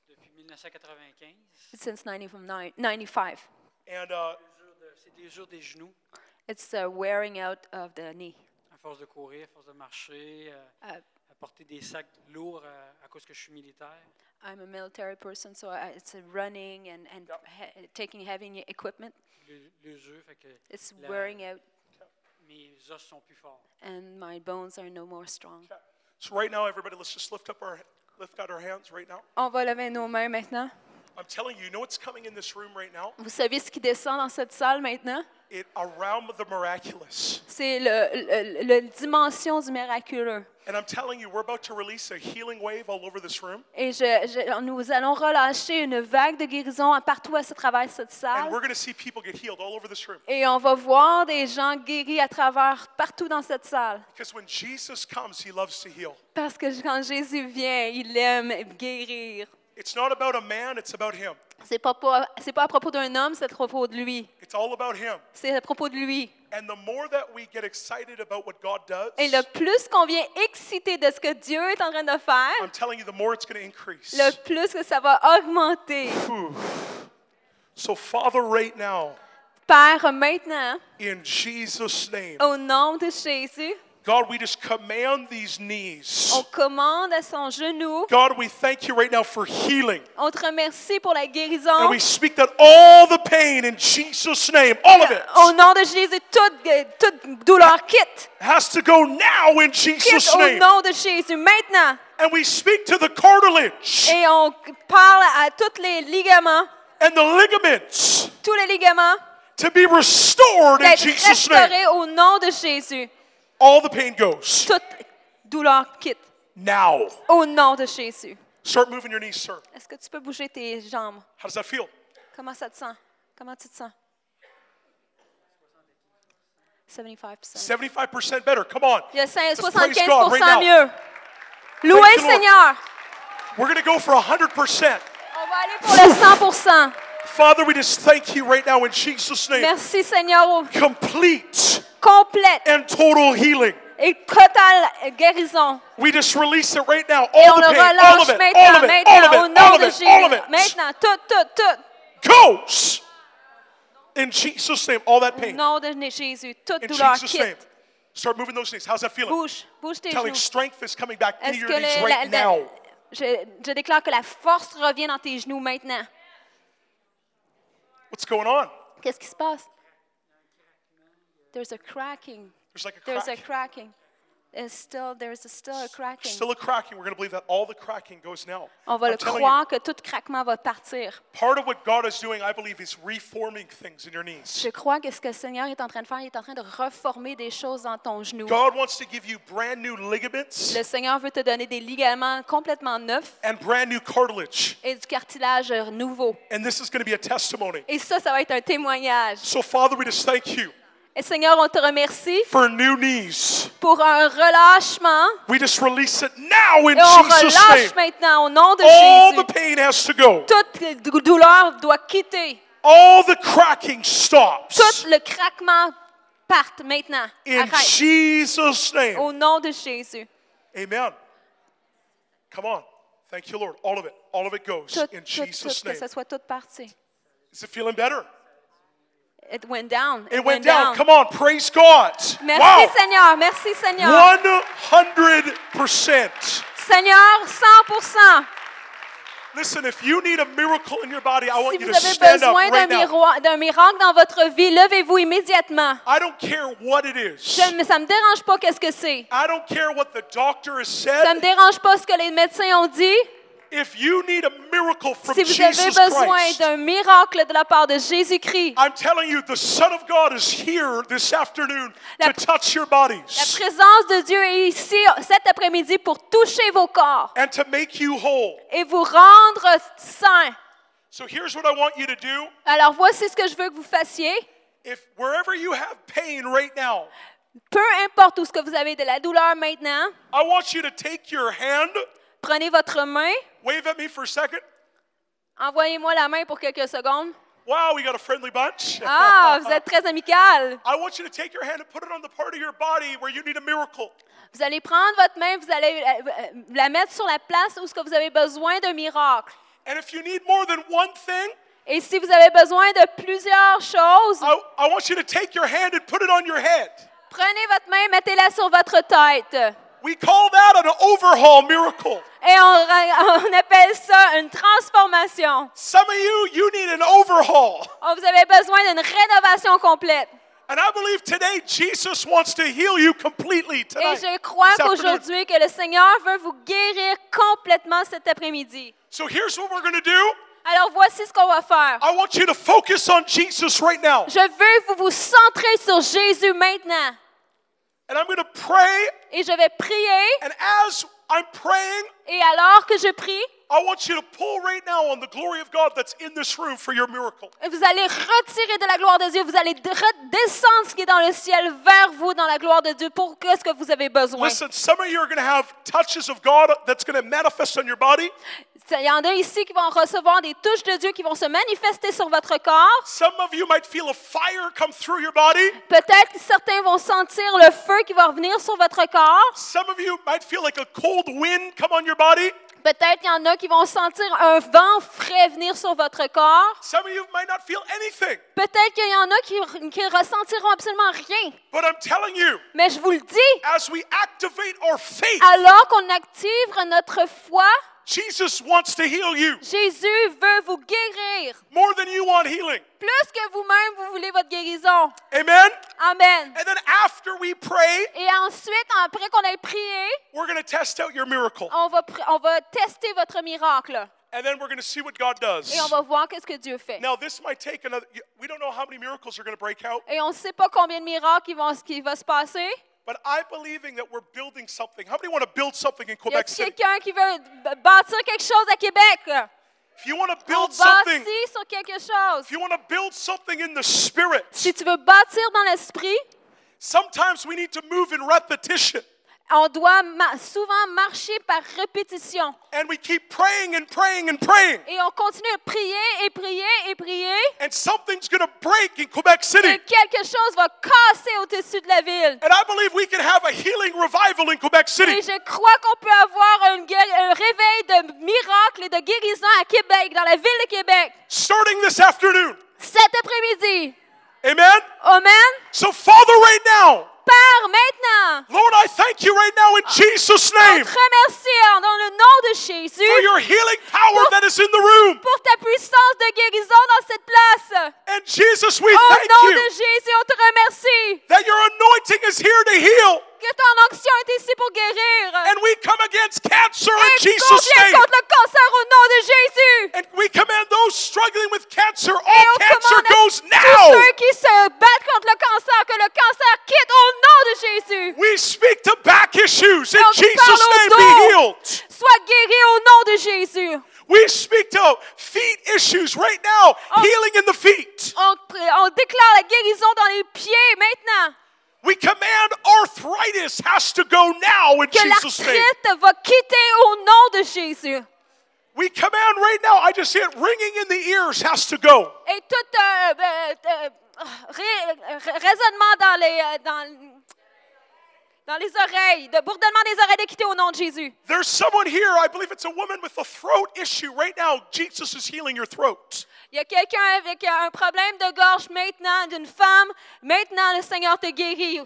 [SPEAKER 5] depuis 1995.
[SPEAKER 2] Since 95. 95.
[SPEAKER 1] And uh,
[SPEAKER 5] Les jours de- C'est des jours des genoux,
[SPEAKER 2] It's uh, wearing out of the knee.
[SPEAKER 5] à force de courir, à force de marcher, euh,
[SPEAKER 2] Euh,
[SPEAKER 5] à porter des sacs lourds euh, à cause que je suis militaire.
[SPEAKER 2] I'm a military person, so I, it's uh, running and, and
[SPEAKER 1] Yep.
[SPEAKER 2] he- taking heavy equipment.
[SPEAKER 5] Le, le jeu fait que
[SPEAKER 2] It's
[SPEAKER 5] La-
[SPEAKER 2] wearing out,
[SPEAKER 5] mes os sont plus forts.
[SPEAKER 2] and my bones are no more strong.
[SPEAKER 1] So right now, everybody, let's just lift up our lift out our hands right now.
[SPEAKER 2] On va lever nos mains maintenant.
[SPEAKER 1] I'm telling you, you know what's coming in this room right now?
[SPEAKER 2] Vous savez ce qui descend dans cette salle maintenant?
[SPEAKER 1] It a realm of the miraculous.
[SPEAKER 2] C'est le, le- le- la dimension du miraculeux.
[SPEAKER 1] And I'm telling you, we're about to release a healing wave all over this room.
[SPEAKER 2] Et je, je- nous allons relâcher une vague de guérison à- partout à ce travers cette
[SPEAKER 1] And we're
[SPEAKER 2] salle.
[SPEAKER 1] going to see people get healed all over this room.
[SPEAKER 2] Et on va voir des gens guéris à travers partout dans cette salle.
[SPEAKER 1] Because when Jesus comes, he loves to heal.
[SPEAKER 2] Parce que quand Jésus vient, il aime guérir.
[SPEAKER 1] It's not about a man, it's about him.
[SPEAKER 2] C'est pas, pas- c'est pas à propos d'un homme, c'est à propos de lui.
[SPEAKER 1] It's all about him.
[SPEAKER 2] C'est à propos de lui.
[SPEAKER 1] And the more that we get excited about what God does,
[SPEAKER 2] Et le plus qu'on vient excité de ce que Dieu est en train de
[SPEAKER 1] I'm
[SPEAKER 2] faire,
[SPEAKER 1] telling you, the more it's going to increase.
[SPEAKER 2] le plus que ça va augmenter.
[SPEAKER 1] Whew. So, Father, right now,
[SPEAKER 2] Père, maintenant,
[SPEAKER 1] in Jesus' name,
[SPEAKER 2] au nom de Jésus,
[SPEAKER 1] God, we just command these knees.
[SPEAKER 2] on commande à son genou.
[SPEAKER 1] God, we thank you right now for healing.
[SPEAKER 2] On te remercie pour la
[SPEAKER 1] And
[SPEAKER 2] guérison.
[SPEAKER 1] we speak that all the pain in Jesus' name, all of it,
[SPEAKER 2] Au nom de Jésus, toute, gue- toute douleur quitte.
[SPEAKER 1] has to go now in
[SPEAKER 2] Quitte
[SPEAKER 1] Jesus'
[SPEAKER 2] au
[SPEAKER 1] name.
[SPEAKER 2] nom de Jésus, maintenant.
[SPEAKER 1] And we speak to the cartilage
[SPEAKER 2] Et on parle à tous les ligaments,
[SPEAKER 1] and the ligaments
[SPEAKER 2] tous les ligaments,
[SPEAKER 1] to be restored in
[SPEAKER 2] d'être
[SPEAKER 1] Jesus' name.
[SPEAKER 2] restaurés au nom de Jésus.
[SPEAKER 1] All the pain goes
[SPEAKER 2] Toute douleur quitte.
[SPEAKER 1] now.
[SPEAKER 2] Au nom de Jésus.
[SPEAKER 1] Start moving your knees, sir.
[SPEAKER 2] Est-ce que tu peux bouger tes jambes?
[SPEAKER 1] How does that feel?
[SPEAKER 2] Comment ça te sent? Comment tu te sens? 75%.
[SPEAKER 1] 75% better. Come on.
[SPEAKER 2] Il y a cin-
[SPEAKER 1] Let's praise God
[SPEAKER 2] 75%
[SPEAKER 1] right now.
[SPEAKER 2] mieux. Louez
[SPEAKER 1] the
[SPEAKER 2] le
[SPEAKER 1] Lord.
[SPEAKER 2] Seigneur.
[SPEAKER 1] We're going to go for 100%.
[SPEAKER 2] On va aller pour le 100%.
[SPEAKER 1] Father, we just thank you right now in Jesus' name.
[SPEAKER 2] Merci Seigneur au
[SPEAKER 1] Complete
[SPEAKER 2] complète
[SPEAKER 1] and total healing.
[SPEAKER 2] et totale guérison.
[SPEAKER 1] We just release it right now.
[SPEAKER 2] Et
[SPEAKER 1] All
[SPEAKER 2] on
[SPEAKER 1] the
[SPEAKER 2] le
[SPEAKER 1] pain, all
[SPEAKER 2] relâche
[SPEAKER 1] of it, all of
[SPEAKER 2] maintenant,
[SPEAKER 1] it, all of it,
[SPEAKER 2] maintenant, au
[SPEAKER 1] all
[SPEAKER 2] nom
[SPEAKER 1] of
[SPEAKER 2] de
[SPEAKER 1] it, all of it.
[SPEAKER 2] Jésus. Maintenant, tout, tout, tout.
[SPEAKER 1] Goes in Jesus' name. All that
[SPEAKER 2] Au
[SPEAKER 1] pain
[SPEAKER 2] nom de Jésus, toute
[SPEAKER 1] in
[SPEAKER 2] douleur
[SPEAKER 1] Jesus' name.
[SPEAKER 2] quitte.
[SPEAKER 1] Start moving those knees. How's that feeling?
[SPEAKER 2] Bouge, bouge tes
[SPEAKER 1] Telling
[SPEAKER 2] genoux.
[SPEAKER 1] strength is coming back into
[SPEAKER 2] Est-ce
[SPEAKER 1] your
[SPEAKER 2] que
[SPEAKER 1] knees
[SPEAKER 2] le- la-
[SPEAKER 1] right
[SPEAKER 2] la-
[SPEAKER 1] now.
[SPEAKER 2] je, je déclare que la force revient dans tes genoux maintenant.
[SPEAKER 1] What's going on?
[SPEAKER 2] Qu'est-ce qui se passe? There's a cracking.
[SPEAKER 1] There's like a
[SPEAKER 2] There's a
[SPEAKER 1] crack.
[SPEAKER 2] cracking. There's still, there's still a cracking.
[SPEAKER 1] Still a cracking. We're going to believe that all the cracking goes now.
[SPEAKER 2] On va
[SPEAKER 1] I'm
[SPEAKER 2] le
[SPEAKER 1] telling you,
[SPEAKER 2] croire que tout craquement va partir.
[SPEAKER 1] part of what God is doing, I believe, is reforming things in your knees.
[SPEAKER 2] Je crois que ce que le Seigneur est en train de faire, il est en train de reformer des choses dans ton genou.
[SPEAKER 1] God wants to give you brand new ligaments
[SPEAKER 2] Le Seigneur veut te donner des ligaments complètement neufs
[SPEAKER 1] and brand new cartilage.
[SPEAKER 2] et du cartilage nouveau.
[SPEAKER 1] And this is going to be a testimony.
[SPEAKER 2] Et ça, ça va être un témoignage.
[SPEAKER 1] So, Father, we just thank you
[SPEAKER 2] Et Seigneur, on te remercie
[SPEAKER 1] for new knees.
[SPEAKER 2] pour un relâchement.
[SPEAKER 1] We just release it now in
[SPEAKER 2] Et on
[SPEAKER 1] Jesus' name.
[SPEAKER 2] relâche maintenant au nom de
[SPEAKER 1] All the
[SPEAKER 2] Jésus.
[SPEAKER 1] pain has to go.
[SPEAKER 2] Toute dou- douleur doit quitter.
[SPEAKER 1] All the cracking stops.
[SPEAKER 2] Tout le craquement parte maintenant.
[SPEAKER 1] In
[SPEAKER 2] Arrête.
[SPEAKER 1] Jesus' name.
[SPEAKER 2] Au nom de Jésus.
[SPEAKER 1] Amen. Come on. Thank you, Lord. All of it. All of it goes
[SPEAKER 2] Tout, tout,
[SPEAKER 1] in
[SPEAKER 2] tout,
[SPEAKER 1] Jesus'
[SPEAKER 2] que
[SPEAKER 1] name.
[SPEAKER 2] ce soit toute partie.
[SPEAKER 1] Is it feeling better?
[SPEAKER 2] It went down.
[SPEAKER 1] It went down. Come on. Praise God.
[SPEAKER 2] Merci
[SPEAKER 1] Wow.
[SPEAKER 2] Seigneur, merci Seigneur.
[SPEAKER 1] 100%.
[SPEAKER 2] Seigneur, 100%.
[SPEAKER 1] Listen, if you need a miracle in your body, I
[SPEAKER 2] Si
[SPEAKER 1] want you
[SPEAKER 2] vous
[SPEAKER 1] to
[SPEAKER 2] avez
[SPEAKER 1] stand up
[SPEAKER 2] besoin d'un
[SPEAKER 1] right now.
[SPEAKER 2] miroi- d'un miracle dans votre vie, levez-vous immédiatement.
[SPEAKER 1] I don't care what it is.
[SPEAKER 2] Je- mais ça ne me dérange pas qu'est-ce que c'est.
[SPEAKER 1] I don't care what the doctor has
[SPEAKER 2] Ça ne me
[SPEAKER 1] said.
[SPEAKER 2] dérange pas ce que les médecins ont dit.
[SPEAKER 1] If you need a miracle from
[SPEAKER 2] Si vous avez
[SPEAKER 1] Jesus
[SPEAKER 2] besoin
[SPEAKER 1] Christ,
[SPEAKER 2] d'un miracle de la part de Jésus-Christ,
[SPEAKER 1] I'm telling you, the Son of God is here this afternoon
[SPEAKER 2] La-
[SPEAKER 1] to touch your
[SPEAKER 2] la
[SPEAKER 1] bodies
[SPEAKER 2] présence de Dieu est ici cet après-midi pour toucher vos corps
[SPEAKER 1] and to make you whole.
[SPEAKER 2] et vous rendre sains.
[SPEAKER 1] So here's what I want you to do.
[SPEAKER 2] Alors voici ce que je veux que vous fassiez.
[SPEAKER 1] If wherever you have pain right now,
[SPEAKER 2] Peu importe où ce que vous avez de la douleur maintenant,
[SPEAKER 1] I want you to take your hand,
[SPEAKER 2] prenez votre main,
[SPEAKER 1] wave at me for a second.
[SPEAKER 2] envoyez-moi la main pour quelques secondes.
[SPEAKER 1] Wow, we got a friendly bunch.
[SPEAKER 2] Ah, vous êtes très amical.
[SPEAKER 1] I want you to take your hand and put it on the part of your body where you need a miracle.
[SPEAKER 2] Vous allez prendre votre main, vous allez euh, euh, la mettre sur la place où ce que vous avez besoin d'un miracle.
[SPEAKER 1] And if you need more than one thing,
[SPEAKER 2] Et si vous avez besoin de plusieurs choses,
[SPEAKER 1] I, I want you to take your hand and put it on your head.
[SPEAKER 2] prenez votre main, mettez-la sur votre tête.
[SPEAKER 1] We call that an overhaul miracle.
[SPEAKER 2] Et on, ra- on appelle ça une transformation.
[SPEAKER 1] Some of you, you need an overhaul.
[SPEAKER 2] Oh, vous avez besoin d'une rénovation complète.
[SPEAKER 1] And I believe today Jesus wants to heal you completely
[SPEAKER 2] Et
[SPEAKER 1] tonight.
[SPEAKER 2] je crois
[SPEAKER 1] this afternoon.
[SPEAKER 2] qu'aujourd'hui que le Seigneur veut vous guérir complètement cet après-midi.
[SPEAKER 1] So here's what we're going to do.
[SPEAKER 2] Alors voici ce qu'on va faire.
[SPEAKER 1] I want you to focus on Jesus right now.
[SPEAKER 2] Je veux que vous vous centrez sur Jésus maintenant.
[SPEAKER 1] And I'm going to pray.
[SPEAKER 2] Et je vais prier.
[SPEAKER 1] And as I'm praying,
[SPEAKER 2] Et alors que je prie,
[SPEAKER 1] I want you to pull right now on the glory of God that's in this room for your miracle.
[SPEAKER 2] vous allez retirer de la gloire de Dieu. Vous allez de- redescendre ce qui est dans le ciel vers vous dans la gloire de Dieu pour que ce que vous avez besoin.
[SPEAKER 1] Listen, some of you are going to have touches of God that's going to manifest on your body.
[SPEAKER 2] Il y en a ici qui vont recevoir des touches de Dieu qui vont se manifester sur votre corps.
[SPEAKER 1] Some of you might feel a fire come through your body.
[SPEAKER 2] Peut-être que certains vont sentir le feu qui va revenir sur votre corps.
[SPEAKER 1] Some of you might feel like a cold wind come on your body.
[SPEAKER 2] Peut-être qu'il y en a qui vont sentir un vent frais venir sur votre corps.
[SPEAKER 1] Some of you might not feel anything.
[SPEAKER 2] Peut-être qu'il y en a qui, qui ressentiront absolument rien.
[SPEAKER 1] But I'm telling you,
[SPEAKER 2] Mais je vous le dis,
[SPEAKER 1] as we activate our faith,
[SPEAKER 2] alors qu'on active notre foi,
[SPEAKER 1] Jesus wants to heal you
[SPEAKER 2] Jésus veut vous guérir.
[SPEAKER 1] more than you want healing.
[SPEAKER 2] Plus que vous-même, vous voulez votre guérison.
[SPEAKER 1] Amen?
[SPEAKER 2] Amen.
[SPEAKER 1] And then after we pray,
[SPEAKER 2] Et ensuite, après qu'on ait prié,
[SPEAKER 1] we're going to test out your miracle.
[SPEAKER 2] on va, pri- on va tester votre miracle.
[SPEAKER 1] And then we're going to see what God does.
[SPEAKER 2] Et on va voir qu'est-ce que Dieu fait.
[SPEAKER 1] Now, this might take another, we don't know how many miracles are going to break out,
[SPEAKER 2] Et on ne sait pas combien de miracles ils vont- qui va se passer.
[SPEAKER 1] but I'm believing that we're building something. How many want to build something in
[SPEAKER 2] Y a
[SPEAKER 1] Quebec City?
[SPEAKER 2] quelqu'un qui veut b- bâtir quelque chose à Québec?
[SPEAKER 1] If you want to
[SPEAKER 2] On
[SPEAKER 1] build something,
[SPEAKER 2] bâtit sur quelque chose.
[SPEAKER 1] if you want to build something in the spirit,
[SPEAKER 2] Si tu veux bâtir dans l'esprit,
[SPEAKER 1] sometimes we need to move in repetition.
[SPEAKER 2] on doit ma- souvent marcher par répétition.
[SPEAKER 1] And we keep praying and praying and praying.
[SPEAKER 2] Et on continue à prier et prier et prier.
[SPEAKER 1] And something's going to break in Quebec City.
[SPEAKER 2] Et
[SPEAKER 1] And
[SPEAKER 2] quelque chose va casser au-dessus de la ville.
[SPEAKER 1] I believe we can have a healing revival in Quebec
[SPEAKER 2] Et
[SPEAKER 1] City.
[SPEAKER 2] je crois qu'on peut avoir une guéri- un réveil de miracles et de guérison à Québec, dans la ville de Québec,
[SPEAKER 1] Starting this afternoon.
[SPEAKER 2] cet après-midi.
[SPEAKER 1] Amen?
[SPEAKER 2] Amen.
[SPEAKER 1] So, Father, right now,
[SPEAKER 2] Pars maintenant.
[SPEAKER 1] Lord, I thank you right now in Jesus'
[SPEAKER 2] On
[SPEAKER 1] name
[SPEAKER 2] te remercie dans le nom de
[SPEAKER 1] for
[SPEAKER 2] Jésus
[SPEAKER 1] your healing power that is in the room.
[SPEAKER 2] pour ta puissance de guérison dans cette place.
[SPEAKER 1] And Jesus, we
[SPEAKER 2] Au
[SPEAKER 1] thank
[SPEAKER 2] nom de
[SPEAKER 1] you
[SPEAKER 2] Jésus, on te remercie
[SPEAKER 1] that your anointing is here to heal.
[SPEAKER 2] que ton onction est ici pour guérir.
[SPEAKER 1] And we come against cancer in
[SPEAKER 2] Et
[SPEAKER 1] Jesus'
[SPEAKER 2] conviens
[SPEAKER 1] name.
[SPEAKER 2] contre le cancer au nom de Jésus.
[SPEAKER 1] And we command those struggling with cancer,
[SPEAKER 2] Et
[SPEAKER 1] all
[SPEAKER 2] oh, on
[SPEAKER 1] cancer
[SPEAKER 2] commande à
[SPEAKER 1] goes
[SPEAKER 2] tous
[SPEAKER 1] now.
[SPEAKER 2] ceux qui se battent contre le cancer, que le cancer quitte au nom de Jésus.
[SPEAKER 1] We speak to back issues in
[SPEAKER 2] Et on parle
[SPEAKER 1] Jesus'
[SPEAKER 2] au
[SPEAKER 1] name. Be
[SPEAKER 2] dos.
[SPEAKER 1] healed.
[SPEAKER 2] Sois guéri au nom de Jésus.
[SPEAKER 1] We speak to feet issues right now.
[SPEAKER 2] Oh.
[SPEAKER 1] Healing in the feet.
[SPEAKER 2] On, on déclare la guérison dans les pieds maintenant.
[SPEAKER 1] We command arthritis has to go now in
[SPEAKER 2] Que
[SPEAKER 1] Jesus' name.
[SPEAKER 2] l'arthrite va quitter au nom de Jésus.
[SPEAKER 1] We command right now. I just hear it ringing in the ears has to go.
[SPEAKER 2] Et tout euh, euh, euh, ré- euh, raisonnement dans les, euh, dans, dans les oreilles, de bourdonnement des oreilles est quitté au nom de Jésus.
[SPEAKER 1] There's someone here. I believe it's a woman with a throat issue right now. Jesus is healing your throat.
[SPEAKER 2] Il y a quelqu'un avec un problème de gorge maintenant, d'une femme. Maintenant, le Seigneur te guérit.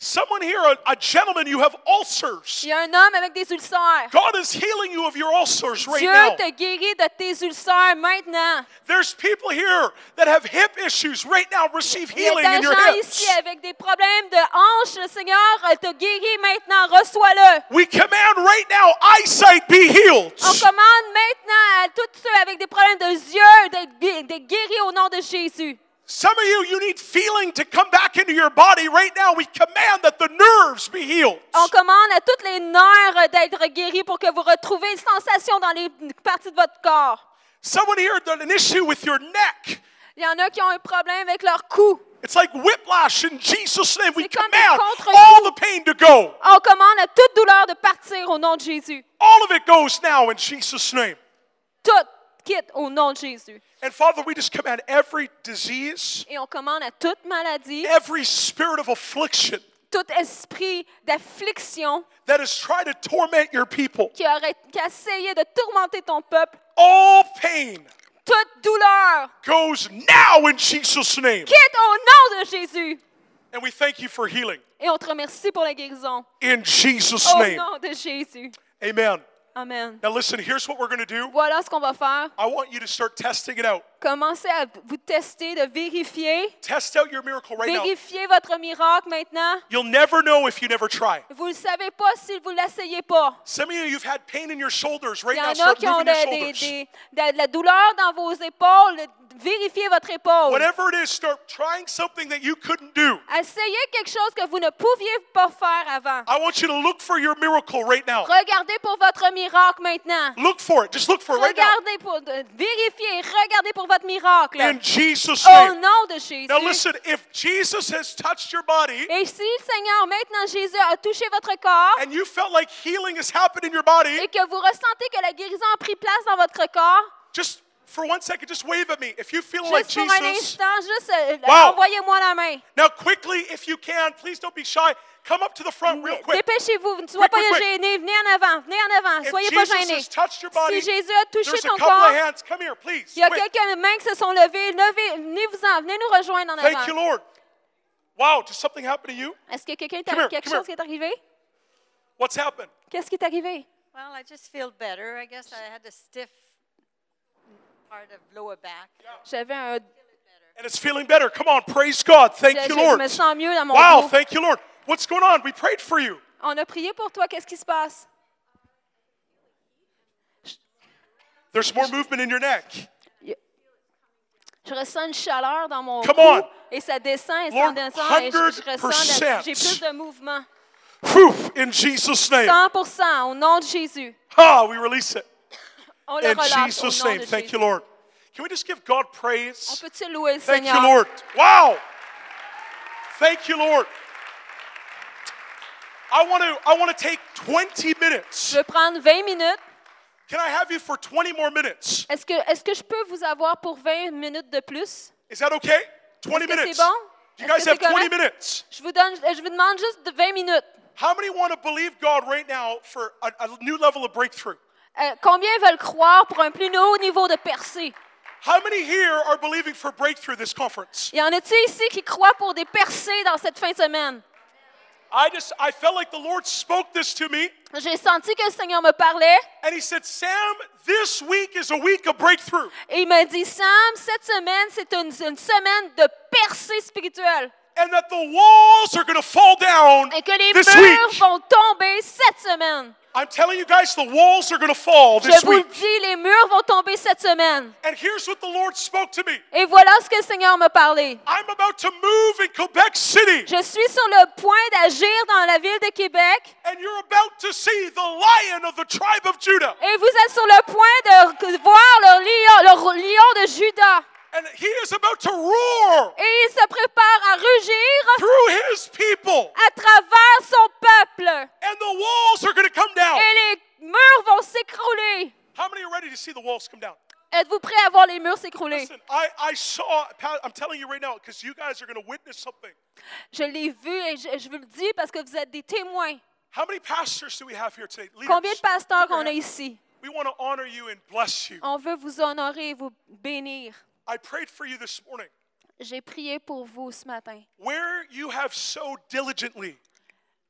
[SPEAKER 1] Someone here, a, a gentleman, you have ulcers.
[SPEAKER 2] Il y a un homme avec des ulcères.
[SPEAKER 1] God is healing you of your ulcers right
[SPEAKER 2] Dieu
[SPEAKER 1] now.
[SPEAKER 2] te guérit de tes ulcères maintenant.
[SPEAKER 1] There's people here that have hip issues right now. Receive
[SPEAKER 2] Il y a
[SPEAKER 1] healing in
[SPEAKER 2] des
[SPEAKER 1] your
[SPEAKER 2] gens
[SPEAKER 1] hips.
[SPEAKER 2] ici avec des problèmes de hanches. Le Seigneur euh, te guérit maintenant. Reçois-le.
[SPEAKER 1] We command right now eyesight be healed.
[SPEAKER 2] On commande maintenant à tous ceux avec des problèmes de yeux d'être gui- d'être guéris au nom de Jésus.
[SPEAKER 1] Some of you, you need feeling to come back into your body right now. We command that the nerves be healed.
[SPEAKER 2] On commande à tous les nerfs euh, d'être guéris pour que vous retrouviez une sensation dans les parties de votre corps.
[SPEAKER 1] Someone here, there's an issue with your neck.
[SPEAKER 2] Il y en a qui ont un problème avec leur cou.
[SPEAKER 1] It's like whiplash in Jesus' name. We
[SPEAKER 2] C'est comme des
[SPEAKER 1] command
[SPEAKER 2] contre-coups.
[SPEAKER 1] all the pain to go.
[SPEAKER 2] On commande à toute douleur de partir au nom de Jésus.
[SPEAKER 1] All of it goes now in Jesus' name.
[SPEAKER 2] Tout quitte au nom de Jésus.
[SPEAKER 1] And Father, we just command every disease,
[SPEAKER 2] Et on commande à toute maladie,
[SPEAKER 1] every spirit of affliction
[SPEAKER 2] tout esprit d'affliction
[SPEAKER 1] that has tried to torment your people,
[SPEAKER 2] qui, aurait, qui a essayé de tourmenter ton peuple,
[SPEAKER 1] all pain
[SPEAKER 2] toute douleur
[SPEAKER 1] goes now in Jesus' name.
[SPEAKER 2] quitte au nom de Jésus.
[SPEAKER 1] And we thank you for healing.
[SPEAKER 2] Et on te remercie pour la guérison.
[SPEAKER 1] In Jesus'
[SPEAKER 2] Au
[SPEAKER 1] name.
[SPEAKER 2] nom de Jésus.
[SPEAKER 1] Amen.
[SPEAKER 2] Amen.
[SPEAKER 1] Now listen, here's what we're going to do.
[SPEAKER 2] Voilà ce qu'on va faire.
[SPEAKER 1] I want you to start testing it out.
[SPEAKER 2] Commencez à vous tester, de vérifier.
[SPEAKER 1] Test out your miracle right now.
[SPEAKER 2] Vérifiez votre miracle maintenant.
[SPEAKER 1] You'll never know if you never try.
[SPEAKER 2] Vous ne le savez pas si vous ne l'essayez pas.
[SPEAKER 1] Some of you, you've had pain in your shoulders right
[SPEAKER 2] Il y
[SPEAKER 1] now.
[SPEAKER 2] en a
[SPEAKER 1] Start
[SPEAKER 2] qui ont
[SPEAKER 1] moving
[SPEAKER 2] des-
[SPEAKER 1] your
[SPEAKER 2] des-
[SPEAKER 1] shoulders.
[SPEAKER 2] des- de, de la douleur dans vos épaules. Vérifiez votre épaule.
[SPEAKER 1] Whatever it is, start trying something that you couldn't do.
[SPEAKER 2] Essayez quelque chose que vous ne pouviez pas faire avant.
[SPEAKER 1] I want you to look for your miracle right now.
[SPEAKER 2] Regardez pour votre miracle maintenant.
[SPEAKER 1] Look for it. Just look for it right now.
[SPEAKER 2] Regardez pour de- vérifiez, regardez pour votre miracle.
[SPEAKER 1] In Jesus'
[SPEAKER 2] Au
[SPEAKER 1] name.
[SPEAKER 2] nom de Jésus.
[SPEAKER 1] Now listen, if Jesus has touched your body
[SPEAKER 2] Et si le Seigneur, maintenant Jésus, a touché votre corps
[SPEAKER 1] and you felt like healing has happened in your body,
[SPEAKER 2] et que vous ressentez que la guérison a pris place dans votre corps,
[SPEAKER 1] just for one second, just wave at me. If you feel like
[SPEAKER 2] juste pour un
[SPEAKER 1] Oh, Jesus,
[SPEAKER 2] instant, juste euh,
[SPEAKER 1] Wow.
[SPEAKER 2] envoyez-moi la main.
[SPEAKER 1] now quickly, if you can, please don't be shy. Come up to the front real quick.
[SPEAKER 2] Dépêchez-vous, ne soyez pas
[SPEAKER 1] quick, quick.
[SPEAKER 2] gênés, venez en avant, venez en avant, soyez
[SPEAKER 1] If
[SPEAKER 2] pas
[SPEAKER 1] Jesus
[SPEAKER 2] gênés.
[SPEAKER 1] has touched your body,
[SPEAKER 2] Si Jésus a touché
[SPEAKER 1] there's a
[SPEAKER 2] ton
[SPEAKER 1] couple of
[SPEAKER 2] corps,
[SPEAKER 1] hands. Come here, please.
[SPEAKER 2] il y a
[SPEAKER 1] Quick.
[SPEAKER 2] quelques mains qui se sont levées, levez, venez vous en, venez nous rejoindre en
[SPEAKER 1] Thank you,
[SPEAKER 2] avant.
[SPEAKER 1] Lord. Wow, did something happen to you?
[SPEAKER 2] Est-ce que quelqu'un
[SPEAKER 1] Come here,
[SPEAKER 2] t'a quelque
[SPEAKER 1] come
[SPEAKER 2] chose qui est arrivé?
[SPEAKER 1] What's happened?
[SPEAKER 2] Qu'est-ce qui est arrivé?
[SPEAKER 6] Well, I just feel better. I guess I had a stiff part of lower back.
[SPEAKER 2] J'avais un
[SPEAKER 1] And it's feeling better. Come on, praise God. Thank
[SPEAKER 2] je,
[SPEAKER 1] you,
[SPEAKER 2] je
[SPEAKER 1] Lord.
[SPEAKER 2] me sens mieux dans mon
[SPEAKER 1] Wow,
[SPEAKER 2] dos.
[SPEAKER 1] thank you, Lord. What's going on? We prayed for you.
[SPEAKER 2] On a prié pour toi, qu'est-ce qui se passe?
[SPEAKER 1] There's more movement in your neck.
[SPEAKER 2] Je ressens une chaleur dans mon
[SPEAKER 1] Come
[SPEAKER 2] cou
[SPEAKER 1] on.
[SPEAKER 2] et ça descend et ça
[SPEAKER 1] Lord,
[SPEAKER 2] descend et je, je ressens, la-
[SPEAKER 1] 100%.
[SPEAKER 2] j'ai plus de mouvement.
[SPEAKER 1] Whew, in Jesus' name.
[SPEAKER 2] 100% au nom de Jésus.
[SPEAKER 1] Ha, we release it.
[SPEAKER 2] On le
[SPEAKER 1] In
[SPEAKER 2] relâche
[SPEAKER 1] Jesus'
[SPEAKER 2] au nom
[SPEAKER 1] name.
[SPEAKER 2] de
[SPEAKER 1] Thank
[SPEAKER 2] Jésus.
[SPEAKER 1] you, Lord. Can we just give God
[SPEAKER 2] On
[SPEAKER 1] praise?
[SPEAKER 2] peut-tu louer le
[SPEAKER 1] Thank you,
[SPEAKER 2] Seigneur?
[SPEAKER 1] Lord. Wow. Thank you, Lord. I want to I want to take 20 minutes.
[SPEAKER 2] Je vais prendre 20 minutes.
[SPEAKER 1] Can I have you for 20 more minutes?
[SPEAKER 2] Est-ce que, est-ce que je peux vous avoir pour 20 minutes de plus?
[SPEAKER 1] Is that okay? 20
[SPEAKER 2] Est-ce que
[SPEAKER 1] minutes.
[SPEAKER 2] c'est bon?
[SPEAKER 1] You
[SPEAKER 2] Est-ce
[SPEAKER 1] guys
[SPEAKER 2] que c'est
[SPEAKER 1] have 20
[SPEAKER 2] correct?
[SPEAKER 1] minutes.
[SPEAKER 2] Je vous, donne, je vous demande juste de 20 minutes.
[SPEAKER 1] How many want to believe God right now for a, a new level of breakthrough?
[SPEAKER 2] Euh, combien veulent croire pour un plus haut niveau de percée?
[SPEAKER 1] How many here are believing for breakthrough this conference?
[SPEAKER 2] Y en a-t-il ici qui croient pour des percées dans cette fin de semaine?
[SPEAKER 1] I just I felt like the Lord spoke this to me
[SPEAKER 2] J'ai senti que le Seigneur me parlait
[SPEAKER 1] and he said, "Sam, this week is a week of breakthrough."
[SPEAKER 2] et il m'a dit Sam, cette semaine, c'est une, une semaine de percée spirituelle
[SPEAKER 1] and that the walls are going to fall down
[SPEAKER 2] et que les
[SPEAKER 1] this
[SPEAKER 2] murs
[SPEAKER 1] week.
[SPEAKER 2] vont tomber cette semaine.
[SPEAKER 1] I'm telling you guys, the walls are going to fall
[SPEAKER 2] Je
[SPEAKER 1] this
[SPEAKER 2] vous le
[SPEAKER 1] week.
[SPEAKER 2] dis, les murs vont tomber cette semaine.
[SPEAKER 1] And here's what the Lord spoke to me
[SPEAKER 2] Et voilà ce que le Seigneur m'a parlé.
[SPEAKER 1] I'm about to move in Quebec City,
[SPEAKER 2] Je suis sur le point d'agir dans la ville de Québec
[SPEAKER 1] and you're about to see the lion of the tribe of Judah.
[SPEAKER 2] et vous êtes sur le point de voir le lion, le lion de Juda.
[SPEAKER 1] And he is about to roar
[SPEAKER 2] Et il se prépare à rugir
[SPEAKER 1] through his people,
[SPEAKER 2] à travers son peuple.
[SPEAKER 1] and the walls are going to come down.
[SPEAKER 2] Et les murs vont s'écrouler.
[SPEAKER 1] How many are ready to see the walls come down?
[SPEAKER 2] Êtes-vous prêts à voir les murs s'écrouler?
[SPEAKER 1] Listen, I, I saw, Pat, I'm telling you right now, because you guys are going to witness something.
[SPEAKER 2] Je l'ai vu et je, je vous le dis parce que vous êtes des témoins.
[SPEAKER 1] How many pastors do we have here today? Leaders,
[SPEAKER 2] Combien de pasteurs
[SPEAKER 1] Look
[SPEAKER 2] qu'on a
[SPEAKER 1] around.
[SPEAKER 2] ici?
[SPEAKER 1] We want to honor you and bless you.
[SPEAKER 2] On veut vous honorer et vous bénir.
[SPEAKER 1] I prayed for you this morning.
[SPEAKER 2] J'ai prié pour vous ce matin.
[SPEAKER 1] Where you have so diligently,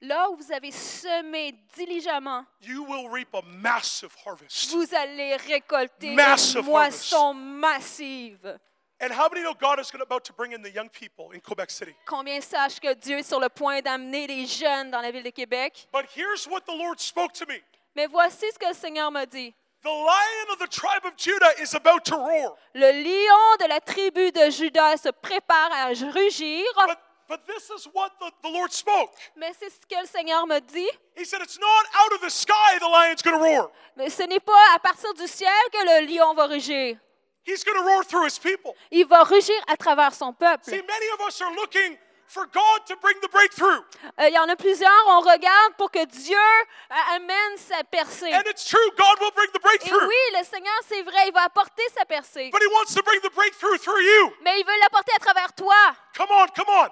[SPEAKER 2] Là où vous avez semé diligemment,
[SPEAKER 1] you will reap a massive harvest.
[SPEAKER 2] vous allez récolter
[SPEAKER 1] Massive
[SPEAKER 2] une moisson massive.
[SPEAKER 1] And how many know God is gonna- about to bring in the young people in Quebec City?
[SPEAKER 2] Combien sachent que Dieu est sur le point d'amener les jeunes dans la ville de Québec?
[SPEAKER 1] But here's what the Lord spoke to me
[SPEAKER 2] Mais voici ce que le Seigneur m'a dit.
[SPEAKER 1] The lion of the tribe of Judah is about to roar.
[SPEAKER 2] Le lion de la tribu de Juda se prépare à rugir,
[SPEAKER 1] But, but this is what the, the Lord spoke.
[SPEAKER 2] mais c'est ce que le Seigneur me dit.
[SPEAKER 1] He said, It's not out of the sky the lion's gonna roar,
[SPEAKER 2] Mais ce n'est pas à partir du ciel que le lion va rugir.
[SPEAKER 1] he's gonna roar through his people.
[SPEAKER 2] Il va rugir à travers son peuple.
[SPEAKER 1] See, many of us are looking for God to bring the breakthrough.
[SPEAKER 2] Euh, Il y en a plusieurs, on regarde pour que Dieu euh, amène sa percée.
[SPEAKER 1] And it's true, God will bring the
[SPEAKER 2] Et
[SPEAKER 1] breakthrough.
[SPEAKER 2] oui, le Seigneur, c'est vrai, il va apporter sa percée.
[SPEAKER 1] But he wants to bring the breakthrough through you.
[SPEAKER 2] Mais il veut l'apporter à travers toi.
[SPEAKER 1] Come on, come on.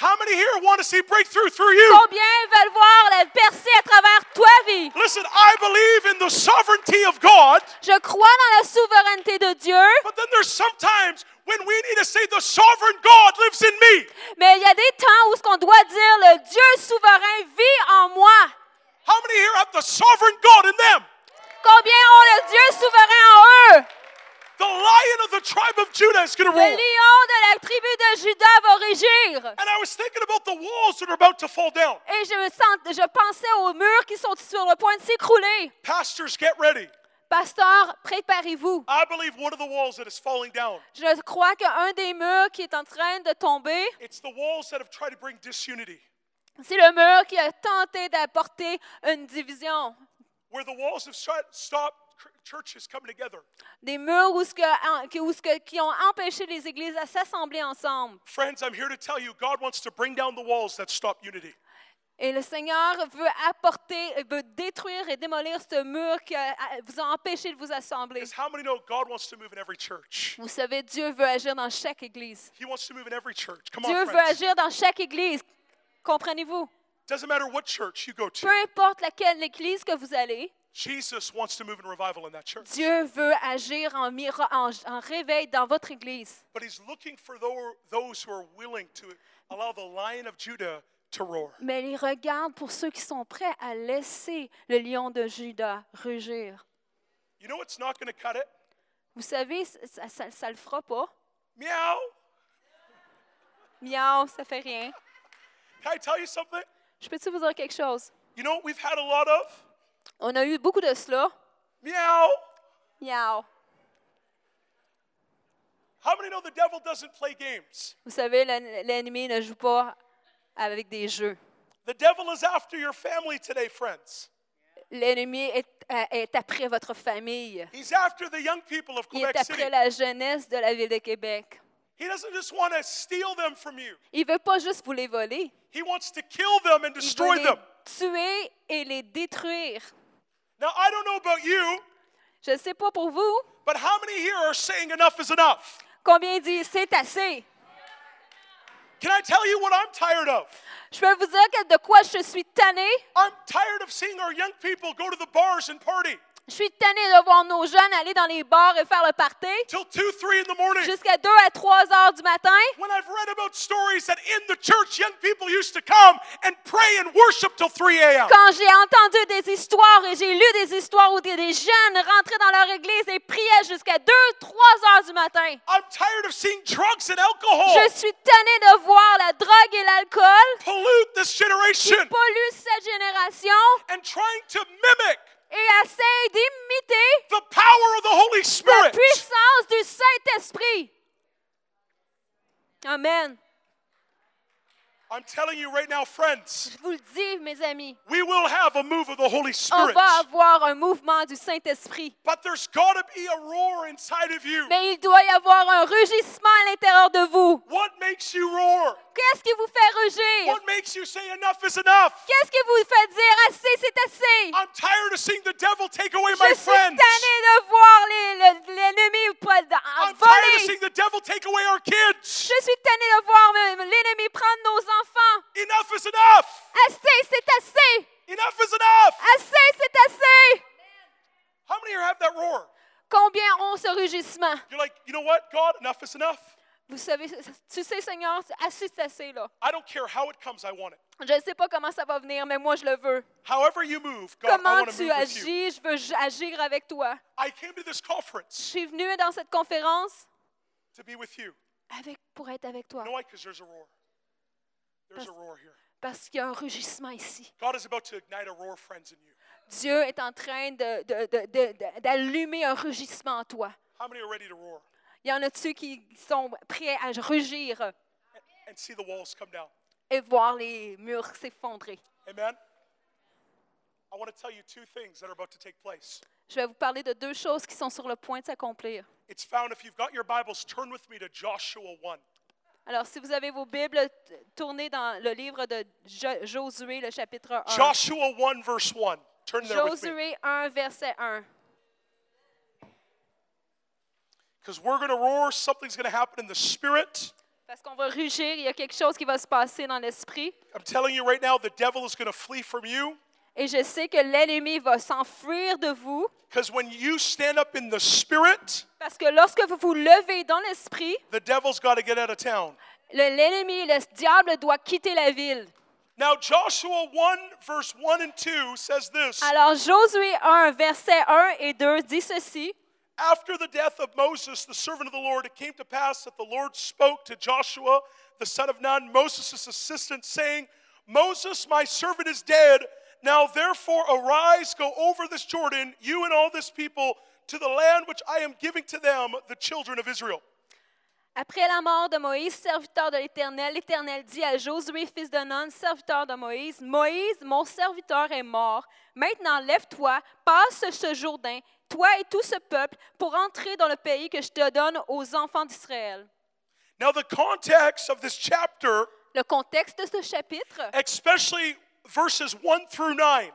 [SPEAKER 1] How many here want to see breakthrough through you?
[SPEAKER 2] Combien veulent voir la percée à travers toi, vie?
[SPEAKER 1] Listen, I believe in the sovereignty of God,
[SPEAKER 2] Je crois dans la souveraineté de Dieu,
[SPEAKER 1] but then there's sometimes when we need to say the sovereign God lives in me.
[SPEAKER 2] mais il y a des temps où ce qu'on doit dire, le Dieu souverain vit en moi.
[SPEAKER 1] How many here have the sovereign God in them?
[SPEAKER 2] Combien ont le Dieu souverain en eux?
[SPEAKER 1] The lion of the tribe of Judah is going to
[SPEAKER 2] Le lion
[SPEAKER 1] rule.
[SPEAKER 2] de la tribu de Juda va régir.
[SPEAKER 1] And I was thinking about the walls that are about to fall down.
[SPEAKER 2] Et je, me sens- je pensais aux murs qui sont sur le point de s'écrouler.
[SPEAKER 1] Pastors, get ready.
[SPEAKER 2] Pasteur, préparez-vous.
[SPEAKER 1] I believe one of the walls that is falling down,
[SPEAKER 2] Je crois qu'un des murs qui est en train de tomber,
[SPEAKER 1] it's the walls that have tried to bring disunity.
[SPEAKER 2] c'est le mur qui a tenté d'apporter une division.
[SPEAKER 1] Where the walls have shut, stopped cr- churches coming together.
[SPEAKER 2] Des murs où ce que- en- qui- où ce que- qui ont empêché les églises à s'assembler ensemble.
[SPEAKER 1] Friends, I'm here to tell you, God wants to bring down the walls that stop unity.
[SPEAKER 2] Et le Seigneur veut apporter, veut détruire et démolir ce mur qui a- a- vous a empêché de vous assembler.
[SPEAKER 1] Because how many know God wants to move in every church?
[SPEAKER 2] Vous savez, Dieu veut agir dans chaque église.
[SPEAKER 1] He wants to move in every church. Come
[SPEAKER 2] Dieu
[SPEAKER 1] on,
[SPEAKER 2] veut
[SPEAKER 1] friends.
[SPEAKER 2] agir dans chaque église. Comprenez-vous?
[SPEAKER 1] Doesn't matter what church you go to,
[SPEAKER 2] Peu importe laquelle église que vous allez,
[SPEAKER 1] Jesus wants to move in revival in that church.
[SPEAKER 2] Dieu veut agir en, mira- en- en réveil dans votre église.
[SPEAKER 1] But He's looking for tho- those who are willing to allow the Lion of Judah to roar.
[SPEAKER 2] Mais il regarde pour ceux qui sont prêts à laisser le lion de Juda rugir.
[SPEAKER 1] You know what's not going to cut it?
[SPEAKER 2] Vous savez, ça, ça, ça le fera pas.
[SPEAKER 1] Meow.
[SPEAKER 2] Miaou, ça fait rien.
[SPEAKER 1] Can I tell you something?
[SPEAKER 2] Je peux-tu vous dire quelque chose?
[SPEAKER 1] You know what we've had a lot of?
[SPEAKER 2] On a eu beaucoup de cela.
[SPEAKER 1] Meow.
[SPEAKER 2] Miaou.
[SPEAKER 1] How many know the devil doesn't play games?
[SPEAKER 2] Vous savez, l'en- l'ennemi ne joue pas avec des jeux.
[SPEAKER 1] The devil is after your family today, friends.
[SPEAKER 2] L'ennemi est, euh, est après votre famille.
[SPEAKER 1] He's after the young people of
[SPEAKER 2] Il est
[SPEAKER 1] Quebec City.
[SPEAKER 2] après la jeunesse de la ville de Québec.
[SPEAKER 1] He doesn't just want to steal them from you.
[SPEAKER 2] Il veut pas juste vous les voler.
[SPEAKER 1] He wants to kill them and
[SPEAKER 2] Il veut
[SPEAKER 1] destroy
[SPEAKER 2] les
[SPEAKER 1] them.
[SPEAKER 2] tuer et les détruire.
[SPEAKER 1] Now, I don't know about you,
[SPEAKER 2] Je ne sais pas pour vous
[SPEAKER 1] but how many here are saying enough is enough?
[SPEAKER 2] combien dit c'est assez.
[SPEAKER 1] Can I tell you what I'm tired of?
[SPEAKER 2] Je peux vous dire que de quoi je suis tannée.
[SPEAKER 1] I'm tired of seeing our young people go to the bars and party
[SPEAKER 2] Je suis tannée de voir nos jeunes aller dans les bars et faire le party
[SPEAKER 1] till 2, 3 in the morning.
[SPEAKER 2] jusqu'à 2 à 3 heures du matin.
[SPEAKER 1] When I've read about stories that in the church young people used to come and pray and worship till 3 a.m.
[SPEAKER 2] Quand j'ai entendu des histoires et j'ai lu des histoires où des, des jeunes rentraient dans leur église et priaient jusqu'à 2, 3 heures du matin.
[SPEAKER 1] I'm tired of seeing drugs and alcohol
[SPEAKER 2] Je suis tannée de voir la drogue et l'alcool
[SPEAKER 1] pollute this
[SPEAKER 2] qui
[SPEAKER 1] generation
[SPEAKER 2] polluent cette génération
[SPEAKER 1] and trying to mimic
[SPEAKER 2] et essaye d'imiter
[SPEAKER 1] the power of the Holy
[SPEAKER 2] la
[SPEAKER 1] Spirit.
[SPEAKER 2] puissance du Saint-Esprit. Amen.
[SPEAKER 1] I'm telling you right now, friends,
[SPEAKER 2] Je vous le dis, mes amis,
[SPEAKER 1] we will have a move of the Holy
[SPEAKER 2] on
[SPEAKER 1] Spirit.
[SPEAKER 2] va avoir un mouvement du Saint-Esprit.
[SPEAKER 1] But there's got to be a roar inside of you.
[SPEAKER 2] Mais il doit y avoir un rugissement à l'intérieur de vous.
[SPEAKER 1] What makes you roar?
[SPEAKER 2] Qu'est-ce qui vous fait rugir?
[SPEAKER 1] What makes you say enough is enough?
[SPEAKER 2] Qu'est-ce qui vous fait dire assez, c'est assez?
[SPEAKER 1] I'm tired of seeing the devil take away my
[SPEAKER 2] Je suis tannée
[SPEAKER 1] friends.
[SPEAKER 2] de voir les- le- l'ennemi pre- en
[SPEAKER 1] I'm tired of
[SPEAKER 2] voler.
[SPEAKER 1] seeing the devil take away our kids.
[SPEAKER 2] Je suis tannée de voir euh, l'ennemi prendre nos enfants.
[SPEAKER 1] Enough is enough.
[SPEAKER 2] Assez, c'est assez.
[SPEAKER 1] Enough is enough.
[SPEAKER 2] Assez, c'est assez.
[SPEAKER 1] How many here have that roar?
[SPEAKER 2] Combien ont ce rugissement?
[SPEAKER 1] You're like, you know what, God, enough is enough.
[SPEAKER 2] Vous savez, tu sais, Seigneur, c'est assez, c'est assez, là.
[SPEAKER 1] I don't care how it comes, I want it.
[SPEAKER 2] Je ne sais pas comment ça va venir, mais moi, je le veux.
[SPEAKER 1] However you move, God, I
[SPEAKER 2] Comment
[SPEAKER 1] want to
[SPEAKER 2] tu
[SPEAKER 1] move with you.
[SPEAKER 2] agis, je veux j- agir avec toi.
[SPEAKER 1] I came to this
[SPEAKER 2] Je
[SPEAKER 1] conference
[SPEAKER 2] suis venue dans cette conférence
[SPEAKER 1] to be with you.
[SPEAKER 2] avec, pour être avec toi,
[SPEAKER 1] You know why? Because there's a roar. There's a
[SPEAKER 2] Parce-
[SPEAKER 1] roar here.
[SPEAKER 2] parce qu'il y a un rugissement ici.
[SPEAKER 1] God is about to ignite a roar, friends, in you.
[SPEAKER 2] Dieu est en train de- de- de- de- de- d'allumer un rugissement en toi.
[SPEAKER 1] How many are ready to roar
[SPEAKER 2] Il y en a-tu qui sont prêts à rugir
[SPEAKER 1] and see the walls come down?
[SPEAKER 2] et voir les murs s'effondrer?
[SPEAKER 1] Amen? I want to tell you two things that are about to take place.
[SPEAKER 2] Je vais vous parler de deux choses qui sont sur le point de s'accomplir.
[SPEAKER 1] It's found, if you've got your Bibles, turn with me to Joshua 1.
[SPEAKER 2] Alors, si vous avez vos Bibles, t- tournez dans le livre de Jo- Josué, le chapitre 1.
[SPEAKER 1] Joshua 1, verse 1. Turn there with me.
[SPEAKER 2] Josué 1, verset 1.
[SPEAKER 1] Because we're going to roar, something's going to happen in the spirit.
[SPEAKER 2] Parce qu'on va rugir, il y a quelque chose qui va se passer dans l'esprit.
[SPEAKER 1] I'm telling you right now, the devil is going to flee from you.
[SPEAKER 2] Et je sais que l'ennemi va s'enfuir de vous
[SPEAKER 1] Because when you stand up in the spirit,
[SPEAKER 2] parce que lorsque vous vous levez dans l'esprit,
[SPEAKER 1] the devil's got to get out of town.
[SPEAKER 2] le- l'ennemi, le diable doit quitter la ville.
[SPEAKER 1] Now, Joshua 1, verse 1 and 2 says this
[SPEAKER 2] Alors Josué 1, versets 1 et 2 dit ceci.
[SPEAKER 1] After the death of Moses, the servant of the Lord, it came to pass that the Lord spoke to Joshua, the son of Nun, Moses' assistant, saying, Moses, my servant, is dead. Now, therefore, arise, go over this Jordan, you and all this people, to the land which I am giving to them, the children of Israel.
[SPEAKER 2] Après la mort de Moïse, serviteur de l'Éternel, l'Éternel dit à Josué, fils de Nun, serviteur de Moïse, Moïse, mon serviteur est mort. Maintenant, lève-toi, passe ce Jourdain, toi et tout ce peuple, pour entrer dans le pays que je te donne aux enfants d'Israël.
[SPEAKER 1] Now, the context of this chapter,
[SPEAKER 2] Le contexte de ce chapitre,
[SPEAKER 1] especially verses 1 through 9,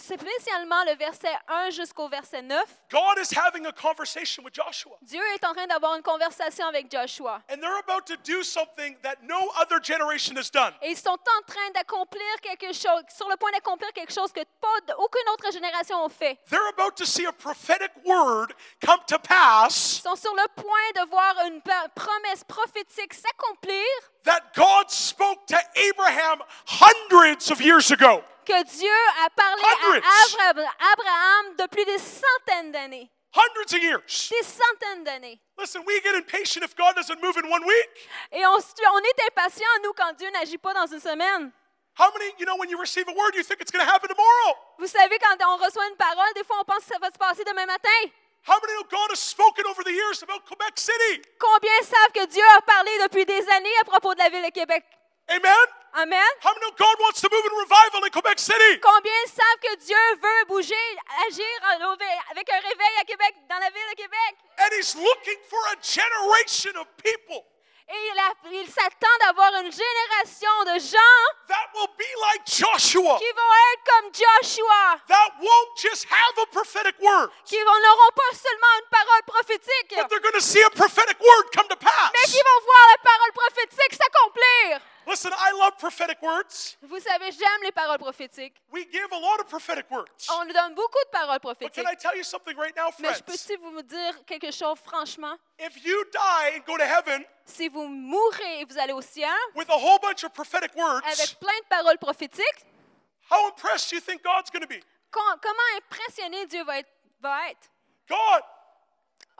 [SPEAKER 2] c'est spécialement le verset 1 jusqu'au verset 9.
[SPEAKER 1] God is having a conversation with Joshua.
[SPEAKER 2] Dieu est en train d'avoir une conversation avec Joshua.
[SPEAKER 1] And they're about to do something that no other generation has done.
[SPEAKER 2] Et ils sont en train d'accomplir quelque chose, sur le point d'accomplir quelque chose que pas, aucune autre génération n'a fait.
[SPEAKER 1] They're about to see a prophetic word come to pass
[SPEAKER 2] sont sur le point de voir une pa- promesse prophétique s'accomplir
[SPEAKER 1] that God spoke to Abraham hundreds of years ago.
[SPEAKER 2] que Dieu a parlé
[SPEAKER 1] Hundreds.
[SPEAKER 2] à Abra- Abraham de plus des centaines d'années.
[SPEAKER 1] Hundreds of years.
[SPEAKER 2] Des centaines d'années.
[SPEAKER 1] Listen, we get impatient if God doesn't move in one week.
[SPEAKER 2] Et on, se- on est impatients, nous, quand Dieu n'agit pas dans une semaine.
[SPEAKER 1] How many, you know, when you receive a word, you think it's going to happen tomorrow?
[SPEAKER 2] Vous savez, quand on reçoit une parole, des fois, on pense que ça va se passer demain matin.
[SPEAKER 1] How many know God has spoken over the years about Quebec City?
[SPEAKER 2] Combien savent que Dieu a parlé depuis des années à propos de la ville de Québec?
[SPEAKER 1] Amen?
[SPEAKER 2] Amen.
[SPEAKER 1] How many know God wants to move in revival in Quebec City?
[SPEAKER 2] Combien savent que Dieu veut bouger, agir en- avec un réveil à Québec, dans la ville de Québec?
[SPEAKER 1] And He's looking for a generation of people
[SPEAKER 2] Et il, a- il s'attend d'avoir une génération de gens
[SPEAKER 1] that will be like Joshua.
[SPEAKER 2] qui vont être comme Joshua,
[SPEAKER 1] that won't just have a prophetic word,
[SPEAKER 2] qui vont- n'auront pas seulement une parole prophétique,
[SPEAKER 1] but they're going to see a prophetic word come to
[SPEAKER 2] mais
[SPEAKER 1] pass.
[SPEAKER 2] qui vont voir la parole prophétique s'accomplir.
[SPEAKER 1] Listen, I love prophetic words.
[SPEAKER 2] Vous savez, j'aime les paroles prophétiques.
[SPEAKER 1] We give a lot of prophetic words.
[SPEAKER 2] On nous donne beaucoup de paroles
[SPEAKER 1] But
[SPEAKER 2] prophétiques.
[SPEAKER 1] can I tell you something right now,
[SPEAKER 2] Mais
[SPEAKER 1] friends?
[SPEAKER 2] je peux-tu vous dire quelque chose franchement?
[SPEAKER 1] If you die and go to heaven
[SPEAKER 2] Si vous mourrez et vous allez au ciel
[SPEAKER 1] with a whole bunch of prophetic words,
[SPEAKER 2] avec plein de paroles prophétiques,
[SPEAKER 1] how impressed do you think God's going to be?
[SPEAKER 2] com- comment impressionné Dieu va être? va être?
[SPEAKER 1] God,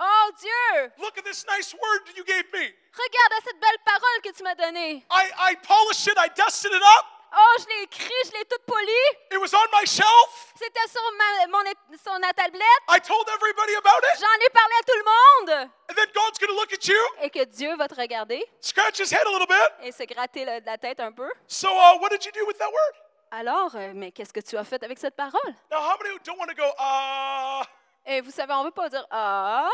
[SPEAKER 2] Oh Dieu,
[SPEAKER 1] look at this nice word you gave me.
[SPEAKER 2] regarde à cette belle parole que tu m'as donnée.
[SPEAKER 1] I, I polished it, I dusted it up,
[SPEAKER 2] Oh, je l'ai écrit, je l'ai toute polie.
[SPEAKER 1] it was on my shelf.
[SPEAKER 2] C'était sur ma, mon, é- sur ma tablette.
[SPEAKER 1] I told everybody about it.
[SPEAKER 2] J'en ai parlé à tout le monde.
[SPEAKER 1] And then God's going to look at you,
[SPEAKER 2] Et que Dieu va te regarder
[SPEAKER 1] scratch his head a little bit.
[SPEAKER 2] et se gratter le- la tête un peu.
[SPEAKER 1] So, uh, what did you do with that word?
[SPEAKER 2] Alors, euh, mais qu'est-ce que tu as fait avec cette parole?
[SPEAKER 1] Now, how many don't want to go, uh,
[SPEAKER 2] Et vous savez, on ne veut pas dire Ah,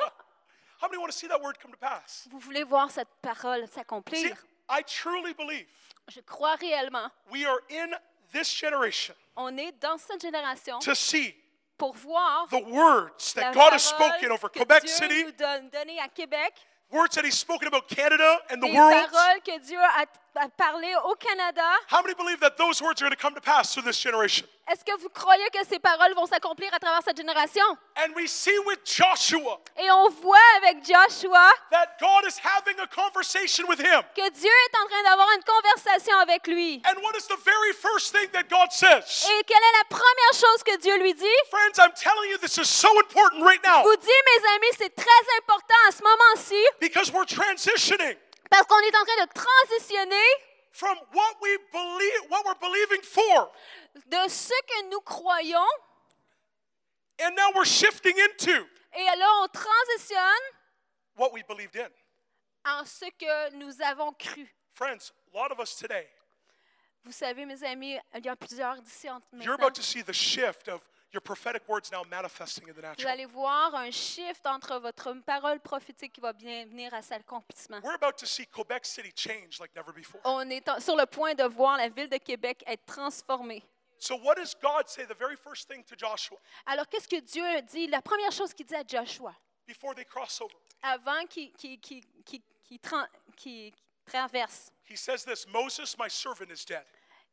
[SPEAKER 1] how many want to see that word come to pass?
[SPEAKER 2] vous voulez voir cette parole
[SPEAKER 1] See,
[SPEAKER 2] s'accomplir.
[SPEAKER 1] I truly believe
[SPEAKER 2] Je crois réellement.
[SPEAKER 1] we are in this generation
[SPEAKER 2] On est dans cette génération
[SPEAKER 1] to see
[SPEAKER 2] pour voir
[SPEAKER 1] the words
[SPEAKER 2] la
[SPEAKER 1] that God
[SPEAKER 2] parole
[SPEAKER 1] has spoken over
[SPEAKER 2] que
[SPEAKER 1] Quebec
[SPEAKER 2] Dieu
[SPEAKER 1] City,
[SPEAKER 2] nous donne, donnée à Québec,
[SPEAKER 1] words that He's spoken about Canada and the
[SPEAKER 2] les
[SPEAKER 1] world.
[SPEAKER 2] paroles que Dieu a, a parlées au Canada.
[SPEAKER 1] How many believe that those words are going to come to pass through this generation?
[SPEAKER 2] Est-ce que vous croyez que ces paroles vont s'accomplir à travers cette génération?
[SPEAKER 1] And we see with Joshua
[SPEAKER 2] Et on voit avec Joshua
[SPEAKER 1] that God is having a conversation with him.
[SPEAKER 2] que Dieu est en train d'avoir une conversation avec lui.
[SPEAKER 1] And what is the very first thing that God says?
[SPEAKER 2] Et quelle est la première chose que Dieu lui dit?
[SPEAKER 1] Friends, I'm telling you, this is so important right now
[SPEAKER 2] Vous dit, mes amis, c'est très important à ce moment-ci
[SPEAKER 1] because we're transitioning.
[SPEAKER 2] parce qu'on est en train de transitionner
[SPEAKER 1] from what we believe what we're believing for
[SPEAKER 2] de ce que nous croyons
[SPEAKER 1] and now we're shifting into
[SPEAKER 2] et alors on transitionne
[SPEAKER 1] what we believed in
[SPEAKER 2] en ce que nous avons cru.
[SPEAKER 1] friends a lot of us today
[SPEAKER 2] Vous savez, mes amis, il y a plusieurs d'ici en-
[SPEAKER 1] you're
[SPEAKER 2] maintenant.
[SPEAKER 1] about to see the shift of your prophetic words now manifesting in the
[SPEAKER 2] Vous
[SPEAKER 1] natural
[SPEAKER 2] allez voir un shift entre votre parole prophétique qui va bien venir à cet accomplissement.
[SPEAKER 1] we're about to see quebec city change like never before
[SPEAKER 2] On est en- sur le point de voir la ville de Québec être transformée.
[SPEAKER 1] so what does god say the very first thing to joshua
[SPEAKER 2] Alors, qu'est-ce que Dieu dit? La première chose qu'il dit à Joshua,
[SPEAKER 1] before they cross over
[SPEAKER 2] avant qu'il qu'il- qu'il- qu'il- qu'il tran- qu'il traverse,
[SPEAKER 1] he says this moses my servant is dead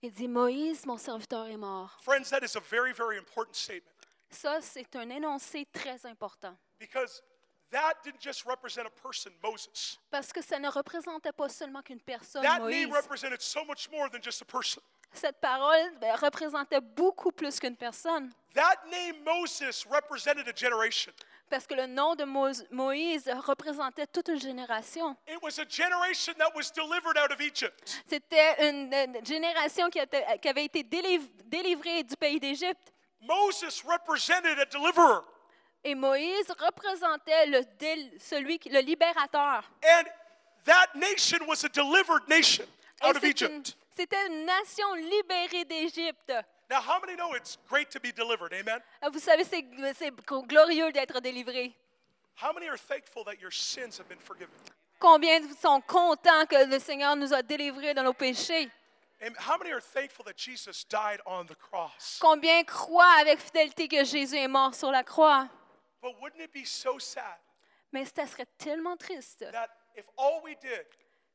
[SPEAKER 2] Il dit, Moïse, mon serviteur est mort.
[SPEAKER 1] Friends, that is a very, very important statement
[SPEAKER 2] Ça, c'est un énoncé très important.
[SPEAKER 1] because that didn't just represent a person, Moses.
[SPEAKER 2] Parce que ça ne représentait pas seulement qu'une personne,
[SPEAKER 1] That
[SPEAKER 2] Moïse.
[SPEAKER 1] name represented so much more than just a person.
[SPEAKER 2] Cette parole ben, représentait beaucoup plus qu'une personne.
[SPEAKER 1] That name, Moses, represented a generation.
[SPEAKER 2] Parce que le nom de Mo- Moïse représentait toute une génération.
[SPEAKER 1] It was a generation that was delivered out of Egypt.
[SPEAKER 2] C'était une, une génération qui, était- qui avait été déliv- délivrée du pays d'Égypte.
[SPEAKER 1] Moses represented a deliverer.
[SPEAKER 2] Et Moïse représentait le, dél- celui, qui- le libérateur.
[SPEAKER 1] And that nation was a delivered nation
[SPEAKER 2] Et
[SPEAKER 1] out of
[SPEAKER 2] c'est une-
[SPEAKER 1] Egypt.
[SPEAKER 2] C'était une nation libérée d'Égypte.
[SPEAKER 1] Now, how many know it's great to be delivered? Amen.
[SPEAKER 2] Ah, Vous savez, c'est c'est glorieux d'être délivré.
[SPEAKER 1] How many are thankful that your sins have been forgiven?
[SPEAKER 2] Combien de- sont contents que le Seigneur nous a délivrés de nos péchés?
[SPEAKER 1] And how many are thankful that Jesus died on the cross?
[SPEAKER 2] Combien croient avec fidélité que Jésus est mort sur la croix?
[SPEAKER 1] But wouldn't it be so sad
[SPEAKER 2] Mais ça serait tellement triste
[SPEAKER 1] that if all we did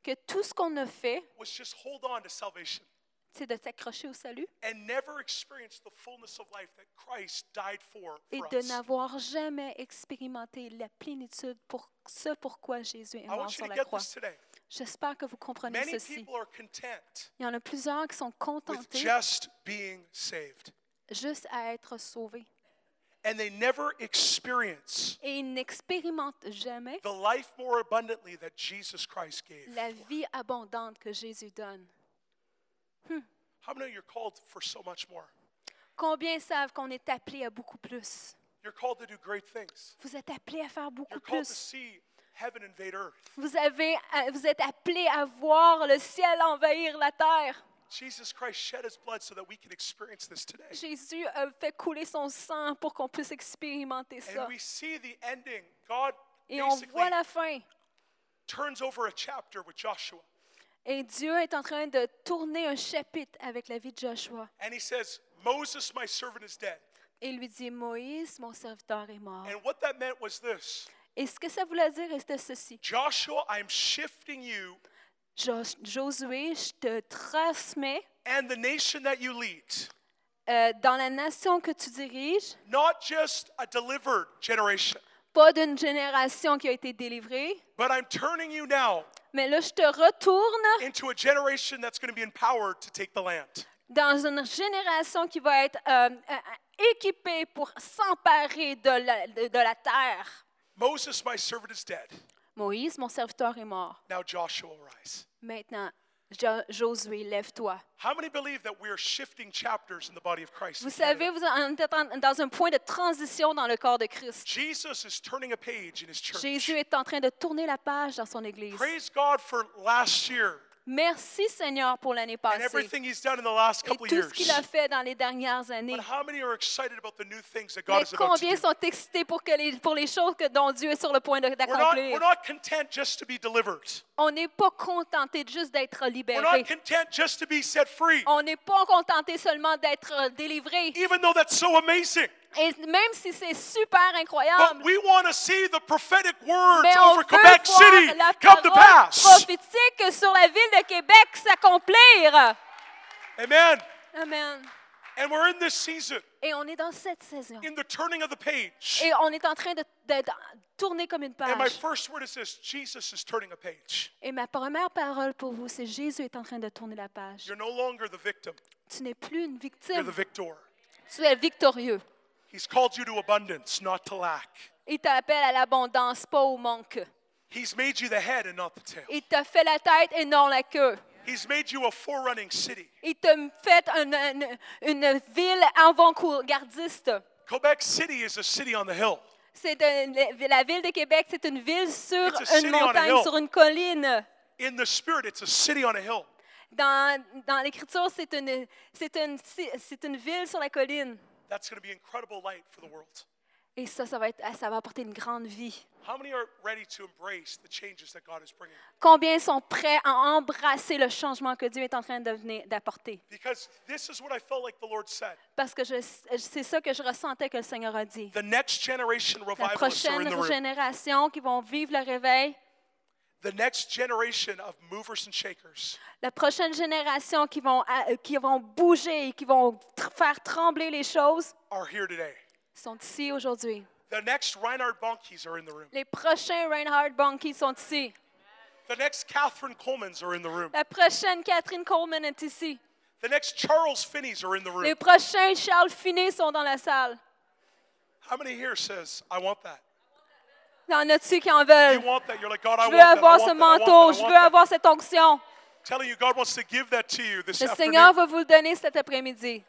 [SPEAKER 2] que tout ce qu'on a fait,
[SPEAKER 1] was just hold on to salvation
[SPEAKER 2] c'est de s'accrocher au salut
[SPEAKER 1] and never experience the fullness of life that Christ died for,
[SPEAKER 2] et
[SPEAKER 1] for
[SPEAKER 2] de
[SPEAKER 1] us?
[SPEAKER 2] n'avoir jamais expérimenté la plénitude pour ce pourquoi Jésus est
[SPEAKER 1] I
[SPEAKER 2] mort
[SPEAKER 1] want you
[SPEAKER 2] sur
[SPEAKER 1] to
[SPEAKER 2] la
[SPEAKER 1] get
[SPEAKER 2] croix.
[SPEAKER 1] this today.
[SPEAKER 2] J'espère que vous comprenez
[SPEAKER 1] Many
[SPEAKER 2] ceci.
[SPEAKER 1] people are content
[SPEAKER 2] Il y en a plusieurs qui sont
[SPEAKER 1] with
[SPEAKER 2] contentés
[SPEAKER 1] just being saved,
[SPEAKER 2] juste à être sauvés
[SPEAKER 1] and they never experience
[SPEAKER 2] et ils n'expérimentent jamais
[SPEAKER 1] the life more abundantly that Jesus Christ gave.
[SPEAKER 2] la vie abondante que Jésus donne.
[SPEAKER 1] How many of you are called for so much more?
[SPEAKER 2] Combien savent qu'on est appelé à beaucoup plus?
[SPEAKER 1] You're called to do great things.
[SPEAKER 2] Vous êtes appelé à faire beaucoup
[SPEAKER 1] You're called to
[SPEAKER 2] plus.
[SPEAKER 1] see heaven invade earth.
[SPEAKER 2] Vous, avez, à- vous êtes appelé à voir le ciel envahir la terre.
[SPEAKER 1] Jesus Christ shed his blood so that we can experience this today.
[SPEAKER 2] Jésus a fait couler son sang pour qu'on puisse expérimenter
[SPEAKER 1] And
[SPEAKER 2] ça.
[SPEAKER 1] we see the ending. God
[SPEAKER 2] Et on
[SPEAKER 1] basically
[SPEAKER 2] voit la fin.
[SPEAKER 1] turns over a chapter with Joshua.
[SPEAKER 2] Et Dieu est en train de tourner un chapitre avec la vie de Joshua.
[SPEAKER 1] And he says, Moses, my servant, is dead.
[SPEAKER 2] Et lui dit, Moïse, mon serviteur est mort.
[SPEAKER 1] And what that meant was this
[SPEAKER 2] Et ce que ça voulait dire était ceci.
[SPEAKER 1] Joshua, I'm shifting you
[SPEAKER 2] Jos- Josué, je te transmets
[SPEAKER 1] and the nation that you lead,
[SPEAKER 2] euh, dans la nation que tu diriges,
[SPEAKER 1] not just a delivered generation,
[SPEAKER 2] pas d'une génération qui a été délivrée,
[SPEAKER 1] but I'm turning you now
[SPEAKER 2] mais là, je te retourne
[SPEAKER 1] into a generation that's going to be empowered to take the land.
[SPEAKER 2] dans une génération qui va être euh, euh, équipée pour s'emparer de la, de- de la terre.
[SPEAKER 1] Moses, my servant, is dead.
[SPEAKER 2] Moïse, mon serviteur, est mort.
[SPEAKER 1] Now, Joshua, rise.
[SPEAKER 2] Maintenant, Jo- Josué, lève-toi.
[SPEAKER 1] How many believe that we're shifting chapters in the body of Christ?
[SPEAKER 2] Vous
[SPEAKER 1] in Canada?
[SPEAKER 2] savez, vous en- êtes en- dans un point de transition dans le corps de Christ.
[SPEAKER 1] Jesus is turning a page in his church.
[SPEAKER 2] Jésus est en train de tourner la page dans son Église.
[SPEAKER 1] Praise God for last year
[SPEAKER 2] Merci Seigneur pour l'année
[SPEAKER 1] and
[SPEAKER 2] passée
[SPEAKER 1] everything he's done in the last
[SPEAKER 2] Ah, et
[SPEAKER 1] couple of
[SPEAKER 2] tout ce qu'il
[SPEAKER 1] years.
[SPEAKER 2] a fait dans les dernières années.
[SPEAKER 1] But how many are excited about the new things that God
[SPEAKER 2] Mais
[SPEAKER 1] is about to
[SPEAKER 2] combien
[SPEAKER 1] do?
[SPEAKER 2] sont excités pour, que les, pour les choses que, dont Dieu est sur le point de-
[SPEAKER 1] We're not,
[SPEAKER 2] d'accomplir?
[SPEAKER 1] we're not content just to be delivered.
[SPEAKER 2] On n'est pas contenté de juste d'être
[SPEAKER 1] We're not
[SPEAKER 2] libéré.
[SPEAKER 1] content just to be set free,
[SPEAKER 2] On n'est pas contenté seulement d'être euh, délivré.
[SPEAKER 1] even though that's so amazing.
[SPEAKER 2] Et même si c'est super incroyable,
[SPEAKER 1] But we want to see the prophetic words
[SPEAKER 2] mais on
[SPEAKER 1] over
[SPEAKER 2] veut
[SPEAKER 1] Quebec
[SPEAKER 2] voir
[SPEAKER 1] City
[SPEAKER 2] la
[SPEAKER 1] come to
[SPEAKER 2] parole
[SPEAKER 1] pass.
[SPEAKER 2] prophétique sur la ville de Québec s'accomplir.
[SPEAKER 1] Amen.
[SPEAKER 2] Amen.
[SPEAKER 1] And we're in this season,
[SPEAKER 2] Et on est dans cette saison.
[SPEAKER 1] in the turning of the page.
[SPEAKER 2] Et on est en train de, de- de tourner comme une
[SPEAKER 1] And my
[SPEAKER 2] page.
[SPEAKER 1] first word is this Jesus is turning a page.
[SPEAKER 2] Et ma première parole pour vous, c'est Jésus est en train de tourner la page.
[SPEAKER 1] You're no longer the victim,
[SPEAKER 2] Tu n'es plus une
[SPEAKER 1] you're the
[SPEAKER 2] victime,
[SPEAKER 1] victor.
[SPEAKER 2] tu es victorieux.
[SPEAKER 1] He's called you to abundance, not to lack.
[SPEAKER 2] Il t'appelle à l'abondance, pas au manque.
[SPEAKER 1] He's made you the head and not the tail.
[SPEAKER 2] Il t'a fait la tête et non la queue.
[SPEAKER 1] He's made you a forerunning city.
[SPEAKER 2] Il t'a fait une, une- une ville avant-gardiste.
[SPEAKER 1] Quebec City is a city on the hill.
[SPEAKER 2] C'est un- la ville de Québec, c'est une ville sur
[SPEAKER 1] It's a
[SPEAKER 2] une
[SPEAKER 1] city on a
[SPEAKER 2] montagne,
[SPEAKER 1] hill.
[SPEAKER 2] sur une colline.
[SPEAKER 1] In the spirit, it's a city on a hill.
[SPEAKER 2] Dans, dans l'Écriture, c'est une, c'est une- c'est une ville sur la colline.
[SPEAKER 1] That's going to be incredible light for the world.
[SPEAKER 2] Et ça, ça va, être, ça va apporter une grande vie.
[SPEAKER 1] How many are ready to embrace the changes that God is bringing?
[SPEAKER 2] Combien sont prêts à embrasser le changement que Dieu est en train de venir- d'apporter?
[SPEAKER 1] Because this is what I felt like the Lord said.
[SPEAKER 2] Parce que je- c'est ça que je ressentais que le Seigneur a dit.
[SPEAKER 1] The next generation
[SPEAKER 2] La
[SPEAKER 1] revivalists are in
[SPEAKER 2] prochaine
[SPEAKER 1] the room.
[SPEAKER 2] génération qui vont vivre le réveil,
[SPEAKER 1] the next generation of movers and shakers.
[SPEAKER 2] La prochaine génération qui vont, a- euh, qui vont bouger et qui vont tr- faire trembler les choses
[SPEAKER 1] are here today.
[SPEAKER 2] sont ici aujourd'hui.
[SPEAKER 1] The next Reinhard Bonnke's are in the room.
[SPEAKER 2] Les prochains Reinhard Bonnke sont ici.
[SPEAKER 1] The next Catherine Coleman's are in the room.
[SPEAKER 2] La prochaine Catherine Coleman est ici.
[SPEAKER 1] The next Charles Finney's are in the
[SPEAKER 2] Les
[SPEAKER 1] room.
[SPEAKER 2] prochains Charles Finet sont dans la salle.
[SPEAKER 1] How many here says, I want that?
[SPEAKER 2] Il y en a-tu qui en
[SPEAKER 1] You
[SPEAKER 2] veulent?
[SPEAKER 1] want that. You're like, God, I
[SPEAKER 2] Je
[SPEAKER 1] want
[SPEAKER 2] veux
[SPEAKER 1] that. I
[SPEAKER 2] avoir
[SPEAKER 1] want
[SPEAKER 2] ce
[SPEAKER 1] that. I want that.
[SPEAKER 2] manteau.
[SPEAKER 1] I
[SPEAKER 2] Je
[SPEAKER 1] want
[SPEAKER 2] veux
[SPEAKER 1] that."
[SPEAKER 2] avoir cette onction.
[SPEAKER 1] Telling you, God wants to give that to you this
[SPEAKER 2] Le
[SPEAKER 1] afternoon.
[SPEAKER 2] Seigneur va vous le donner cet après-midi.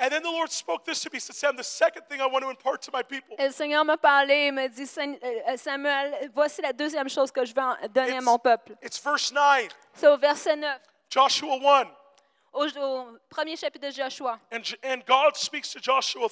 [SPEAKER 1] And then the Lord spoke this to me. He said, Sam, the second thing I want to impart to my people
[SPEAKER 2] Et le Seigneur m'a parlé et m'a dit, Sain- euh, Samuel, voici la deuxième chose que je vais en- donner à
[SPEAKER 1] It's-
[SPEAKER 2] mon peuple.
[SPEAKER 1] it's verse 9,
[SPEAKER 2] C'est au verset 9,
[SPEAKER 1] Joshua 1.
[SPEAKER 2] au, au premier chapitre de Joshua.
[SPEAKER 1] And, J- and God speaks to Joshua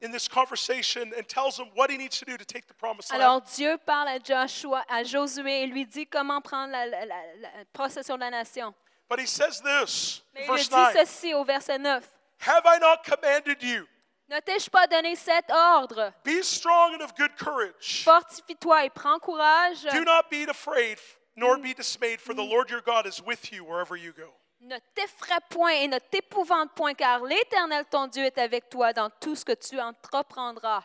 [SPEAKER 1] in this conversation and tells him what he needs to do to take the promised land.
[SPEAKER 2] Alors Dieu parle à Joshua, à Josué, et lui dit comment prendre la, la- la- la possession de la nation.
[SPEAKER 1] But he says this,
[SPEAKER 2] Mais il lui
[SPEAKER 1] verse
[SPEAKER 2] dit
[SPEAKER 1] 9
[SPEAKER 2] ceci au verset 9.
[SPEAKER 1] Have I not commanded you?
[SPEAKER 2] Ne t'ai-je pas donné cet ordre?
[SPEAKER 1] Be strong and of good courage.
[SPEAKER 2] Fortifie-toi et prends courage.
[SPEAKER 1] Do not be afraid, nor be dismayed, for the Lord your God is with you wherever you go.
[SPEAKER 2] Ne t'effraie point et ne t'épouvante point, car l'Éternel ton Dieu est avec toi dans tout ce que tu entreprendras.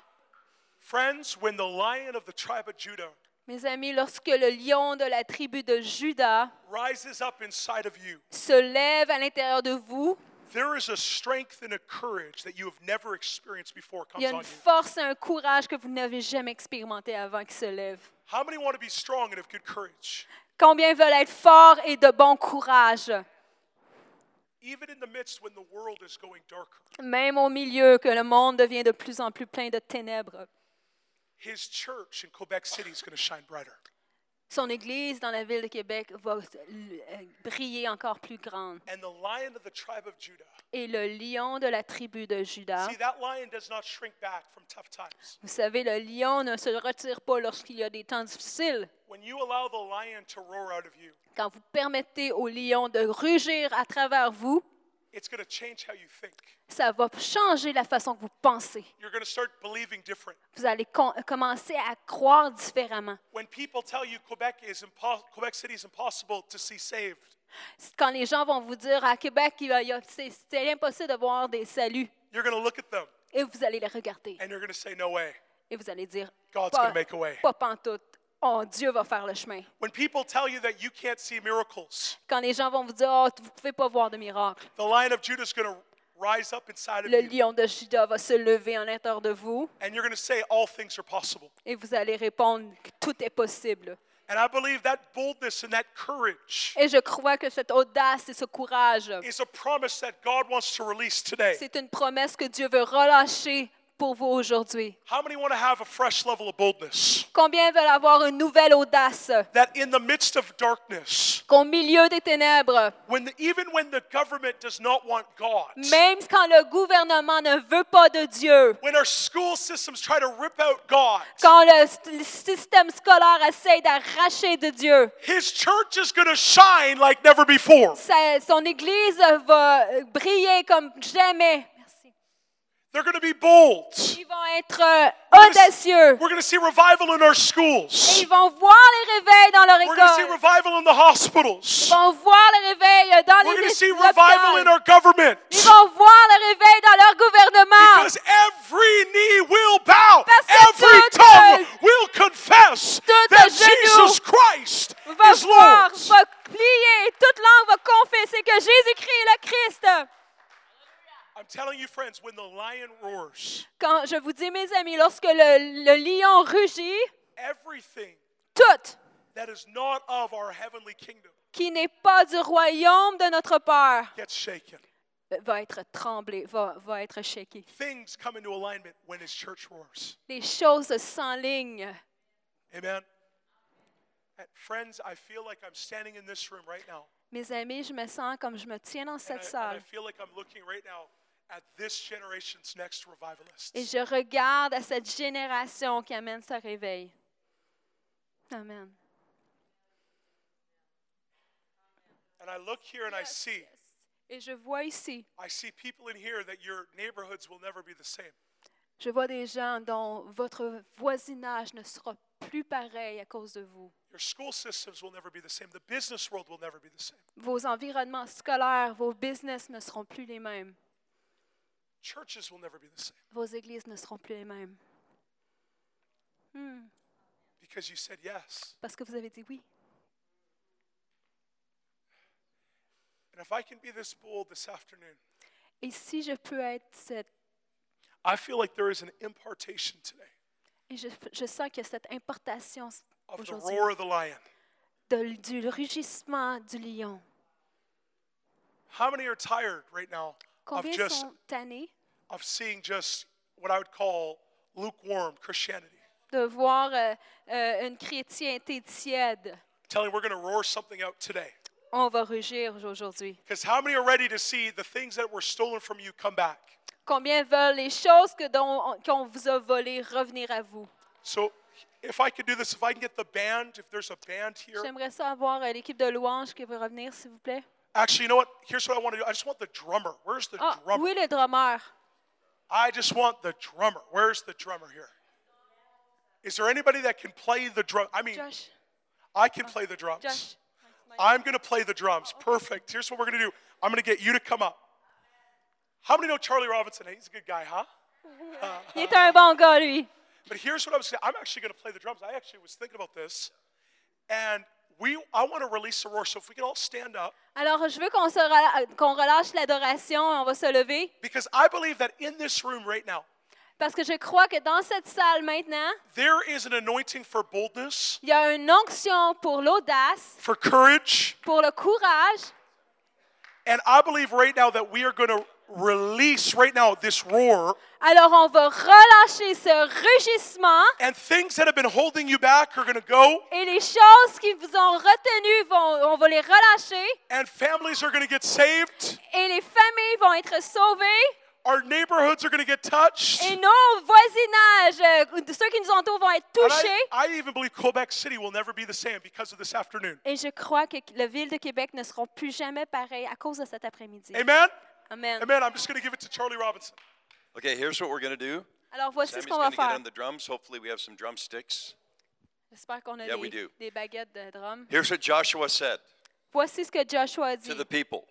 [SPEAKER 1] Friends, when the lion of the tribe of Judah
[SPEAKER 2] Mes amis, lorsque le lion de la tribu de Juda
[SPEAKER 1] rises up inside of you,
[SPEAKER 2] se lève à l'intérieur de vous,
[SPEAKER 1] there is a strength and a courage that you have never experienced before
[SPEAKER 2] il
[SPEAKER 1] comes
[SPEAKER 2] y a
[SPEAKER 1] on you.
[SPEAKER 2] une force et un courage que vous n'avez jamais expérimenté avant qui se lève.
[SPEAKER 1] How many want to be strong and of good courage?
[SPEAKER 2] Combien veulent être forts et de bon courage,
[SPEAKER 1] Even in the midst when the world is going darker,
[SPEAKER 2] même au milieu que le monde devient de plus en plus plein de ténèbres.
[SPEAKER 1] his church in Quebec City is going to shine brighter.
[SPEAKER 2] Son église dans la ville de Québec va euh, briller encore plus grande.
[SPEAKER 1] And the lion of the tribe of Judah,
[SPEAKER 2] Et le lion de la tribu de Juda,
[SPEAKER 1] see, that lion does not shrink back from tough times.
[SPEAKER 2] vous savez, le lion ne se retire pas lorsqu'il y a des temps difficiles.
[SPEAKER 1] When you allow the lion to roar out of you,
[SPEAKER 2] Quand vous permettez au lion de rugir à travers vous,
[SPEAKER 1] it's going to change how you think.
[SPEAKER 2] ça va changer la façon que vous pensez.
[SPEAKER 1] You're going to start believing different.
[SPEAKER 2] Vous allez con- commencer à croire différemment.
[SPEAKER 1] When people tell you Quebec is impo- Quebec City is impossible to see saved,
[SPEAKER 2] C'est Quand les gens vont vous dire à Québec, il y a- il y a- c'est c'est impossible de voir des saluts,
[SPEAKER 1] you're going to look at them
[SPEAKER 2] et vous allez les regarder
[SPEAKER 1] and you're going to say, "No way,
[SPEAKER 2] et vous allez dire,
[SPEAKER 1] God's
[SPEAKER 2] pas,
[SPEAKER 1] going to make a way."
[SPEAKER 2] pas pantoute, oh, Dieu va faire le chemin.
[SPEAKER 1] When people tell you that you can't see miracles,
[SPEAKER 2] Quand les gens vont vous dire, oh, vous ne pouvez pas voir de miracle,
[SPEAKER 1] the Lion of Judah is going to rise up inside of
[SPEAKER 2] le
[SPEAKER 1] you,
[SPEAKER 2] lion de Juda va se lever en l'intérieur de vous
[SPEAKER 1] and you're going to say, "All things are possible."
[SPEAKER 2] et vous allez répondre que tout est possible.
[SPEAKER 1] And I believe that boldness and that courage
[SPEAKER 2] Et je crois que cette audace et ce courage,
[SPEAKER 1] is a promise that God wants to release today.
[SPEAKER 2] c'est une promesse que Dieu veut relâcher pour vous aujourd'hui.
[SPEAKER 1] How many want to have a fresh level of boldness?
[SPEAKER 2] Combien veulent avoir une nouvelle audace
[SPEAKER 1] That in the midst of darkness,
[SPEAKER 2] qu'au milieu des ténèbres,
[SPEAKER 1] when the, even when the government does not want God,
[SPEAKER 2] même quand le gouvernement ne veut pas de Dieu,
[SPEAKER 1] when our school systems try to rip out God,
[SPEAKER 2] quand le, st- le système scolaire essaie d'arracher de Dieu,
[SPEAKER 1] His church is going to shine like never before.
[SPEAKER 2] sa- son Église va briller comme jamais. Merci.
[SPEAKER 1] They're going to be bold.
[SPEAKER 2] Ils vont être euh, audacieux.
[SPEAKER 1] We're going to see revival in our
[SPEAKER 2] Et
[SPEAKER 1] schools.
[SPEAKER 2] ils vont voir les réveils dans leur
[SPEAKER 1] We're going to see
[SPEAKER 2] école.
[SPEAKER 1] revival in the hospitals.
[SPEAKER 2] Ils vont voir les réveils dans
[SPEAKER 1] We're
[SPEAKER 2] les
[SPEAKER 1] going to see
[SPEAKER 2] hôpitaux.
[SPEAKER 1] revival in our government.
[SPEAKER 2] Ils vont voir le réveil dans leur gouvernement.
[SPEAKER 1] Because every knee will bow,
[SPEAKER 2] Parce que
[SPEAKER 1] every
[SPEAKER 2] tout,
[SPEAKER 1] tongue
[SPEAKER 2] euh,
[SPEAKER 1] will confess
[SPEAKER 2] tout
[SPEAKER 1] that
[SPEAKER 2] genou
[SPEAKER 1] Jesus Christ
[SPEAKER 2] va
[SPEAKER 1] is
[SPEAKER 2] voir,
[SPEAKER 1] Lord.
[SPEAKER 2] va plier, et toute langue va confesser que Jésus-Christ est le Christ.
[SPEAKER 1] I'm telling you, friends, when the lion roars,
[SPEAKER 2] Quand je vous dis, mes amis, lorsque le, le lion rugit,
[SPEAKER 1] everything
[SPEAKER 2] tout
[SPEAKER 1] that is not of our heavenly kingdom
[SPEAKER 2] qui n'est pas du royaume de notre Père
[SPEAKER 1] gets shaken.
[SPEAKER 2] va être tremblé, va, va être shaké.
[SPEAKER 1] Things come into alignment when his church roars.
[SPEAKER 2] Les choses s'enlignent.
[SPEAKER 1] Amen. And friends, I feel like I'm standing in this room right now.
[SPEAKER 2] Mes amis, je me sens comme je me tiens dans
[SPEAKER 1] And
[SPEAKER 2] cette
[SPEAKER 1] I, and I
[SPEAKER 2] salle.
[SPEAKER 1] feel like I'm looking right now at this generation's next revivalists.
[SPEAKER 2] Et je regarde à cette génération qui amène ce réveil. Amen.
[SPEAKER 1] And I look here and I see,
[SPEAKER 2] Et je vois ici,
[SPEAKER 1] I see people in here that your neighborhoods will never be the same.
[SPEAKER 2] je vois des gens dont votre voisinage ne sera plus pareil à cause de vous.
[SPEAKER 1] Your school systems will never be the same. The business world will never be the same.
[SPEAKER 2] Vos environnements scolaires, vos business ne seront plus les mêmes.
[SPEAKER 1] Churches will never be the same
[SPEAKER 2] Vos églises ne seront plus les mêmes. Hmm,
[SPEAKER 1] because you said yes.
[SPEAKER 2] parce que vous avez dit oui.
[SPEAKER 1] And if I can be this bold this afternoon,
[SPEAKER 2] Et si je peux être cette...
[SPEAKER 1] I feel like there is an impartation today
[SPEAKER 2] Et je, je sens que cette importation
[SPEAKER 1] of the
[SPEAKER 2] Aujourd'hui.
[SPEAKER 1] roar of the lion.
[SPEAKER 2] de- du rugissement du lion.
[SPEAKER 1] How many are tired right now of
[SPEAKER 2] Combien
[SPEAKER 1] just
[SPEAKER 2] sont tannés
[SPEAKER 1] of seeing just what I would call lukewarm Christianity?
[SPEAKER 2] de voir euh, euh, une chrétienté tiède?
[SPEAKER 1] Telling we're going to roar something out today.
[SPEAKER 2] On va rugir aujourd'hui.
[SPEAKER 1] Because how many are ready to see the things that were stolen from you come back?
[SPEAKER 2] Combien veulent les choses que dont- qu'on vous a volées revenir à vous?
[SPEAKER 1] So, if I could do this, if I can get the band, if there's a band here.
[SPEAKER 2] J'aimerais ça avoir euh, l'équipe de louanges qui veut revenir, s'il vous plaît.
[SPEAKER 1] Actually, you know what? Here's what I want to do. I just want the drummer. Where's the
[SPEAKER 2] Ah,
[SPEAKER 1] drummer?
[SPEAKER 2] oui, le drummer.
[SPEAKER 1] I just want the drummer. Where's the drummer here? Is there anybody that can play the drum? I mean,
[SPEAKER 2] Josh,
[SPEAKER 1] I can play the drums.
[SPEAKER 2] Josh.
[SPEAKER 1] I'm going to play the drums. Perfect. Here's what we're going to do I'm going to get you to come up. How many know Charlie Robinson? He's a good guy, huh?
[SPEAKER 2] Il est un bon gars, lui.
[SPEAKER 1] But here's what I was saying. I'm actually going to play the drums. I actually was thinking about this. And we, I want to release the roar. So if we can all stand up,
[SPEAKER 2] Alors, je veux qu'on se rela- qu'on relâche l'adoration et on va se lever.
[SPEAKER 1] because I believe that in this room right now,
[SPEAKER 2] Parce que je crois que dans cette salle maintenant,
[SPEAKER 1] there is an anointing for boldness,
[SPEAKER 2] il y a une onction pour l'audace,
[SPEAKER 1] for courage.
[SPEAKER 2] pour le courage.
[SPEAKER 1] And I believe right now that we are going to release right now this roar.
[SPEAKER 2] Alors, on va relâcher ce rugissement
[SPEAKER 1] And things that have been holding you back are going to go.
[SPEAKER 2] et les choses qui vous ont retenu, vont, on va les relâcher
[SPEAKER 1] And families are going to get saved.
[SPEAKER 2] et les familles vont être sauvées
[SPEAKER 1] Our neighborhoods are going to get touched.
[SPEAKER 2] et
[SPEAKER 1] And
[SPEAKER 2] nos voisinages, euh, ceux qui nous entourent, vont être
[SPEAKER 1] I,
[SPEAKER 2] touchés.
[SPEAKER 1] I even believe Quebec City will never be the same because of this afternoon.
[SPEAKER 2] Et je crois que la ville de Québec ne seront plus jamais pareilles à cause de cet après-midi.
[SPEAKER 1] Amen?
[SPEAKER 2] Amen.
[SPEAKER 1] Amen. I'm just going to give it to Charlie Robinson.
[SPEAKER 7] Okay, here's what we're going to do.
[SPEAKER 2] Alors voici
[SPEAKER 7] Sammy's
[SPEAKER 2] ce qu'on va
[SPEAKER 7] going to get
[SPEAKER 2] faire.
[SPEAKER 7] on the drums. Hopefully, we have some drumsticks.
[SPEAKER 2] J'espère qu'on a
[SPEAKER 7] Yeah, we
[SPEAKER 2] des,
[SPEAKER 7] do.
[SPEAKER 2] des baguettes de drum.
[SPEAKER 7] Here's what Joshua said
[SPEAKER 2] Voici ce que Joshua a dit,
[SPEAKER 7] to the people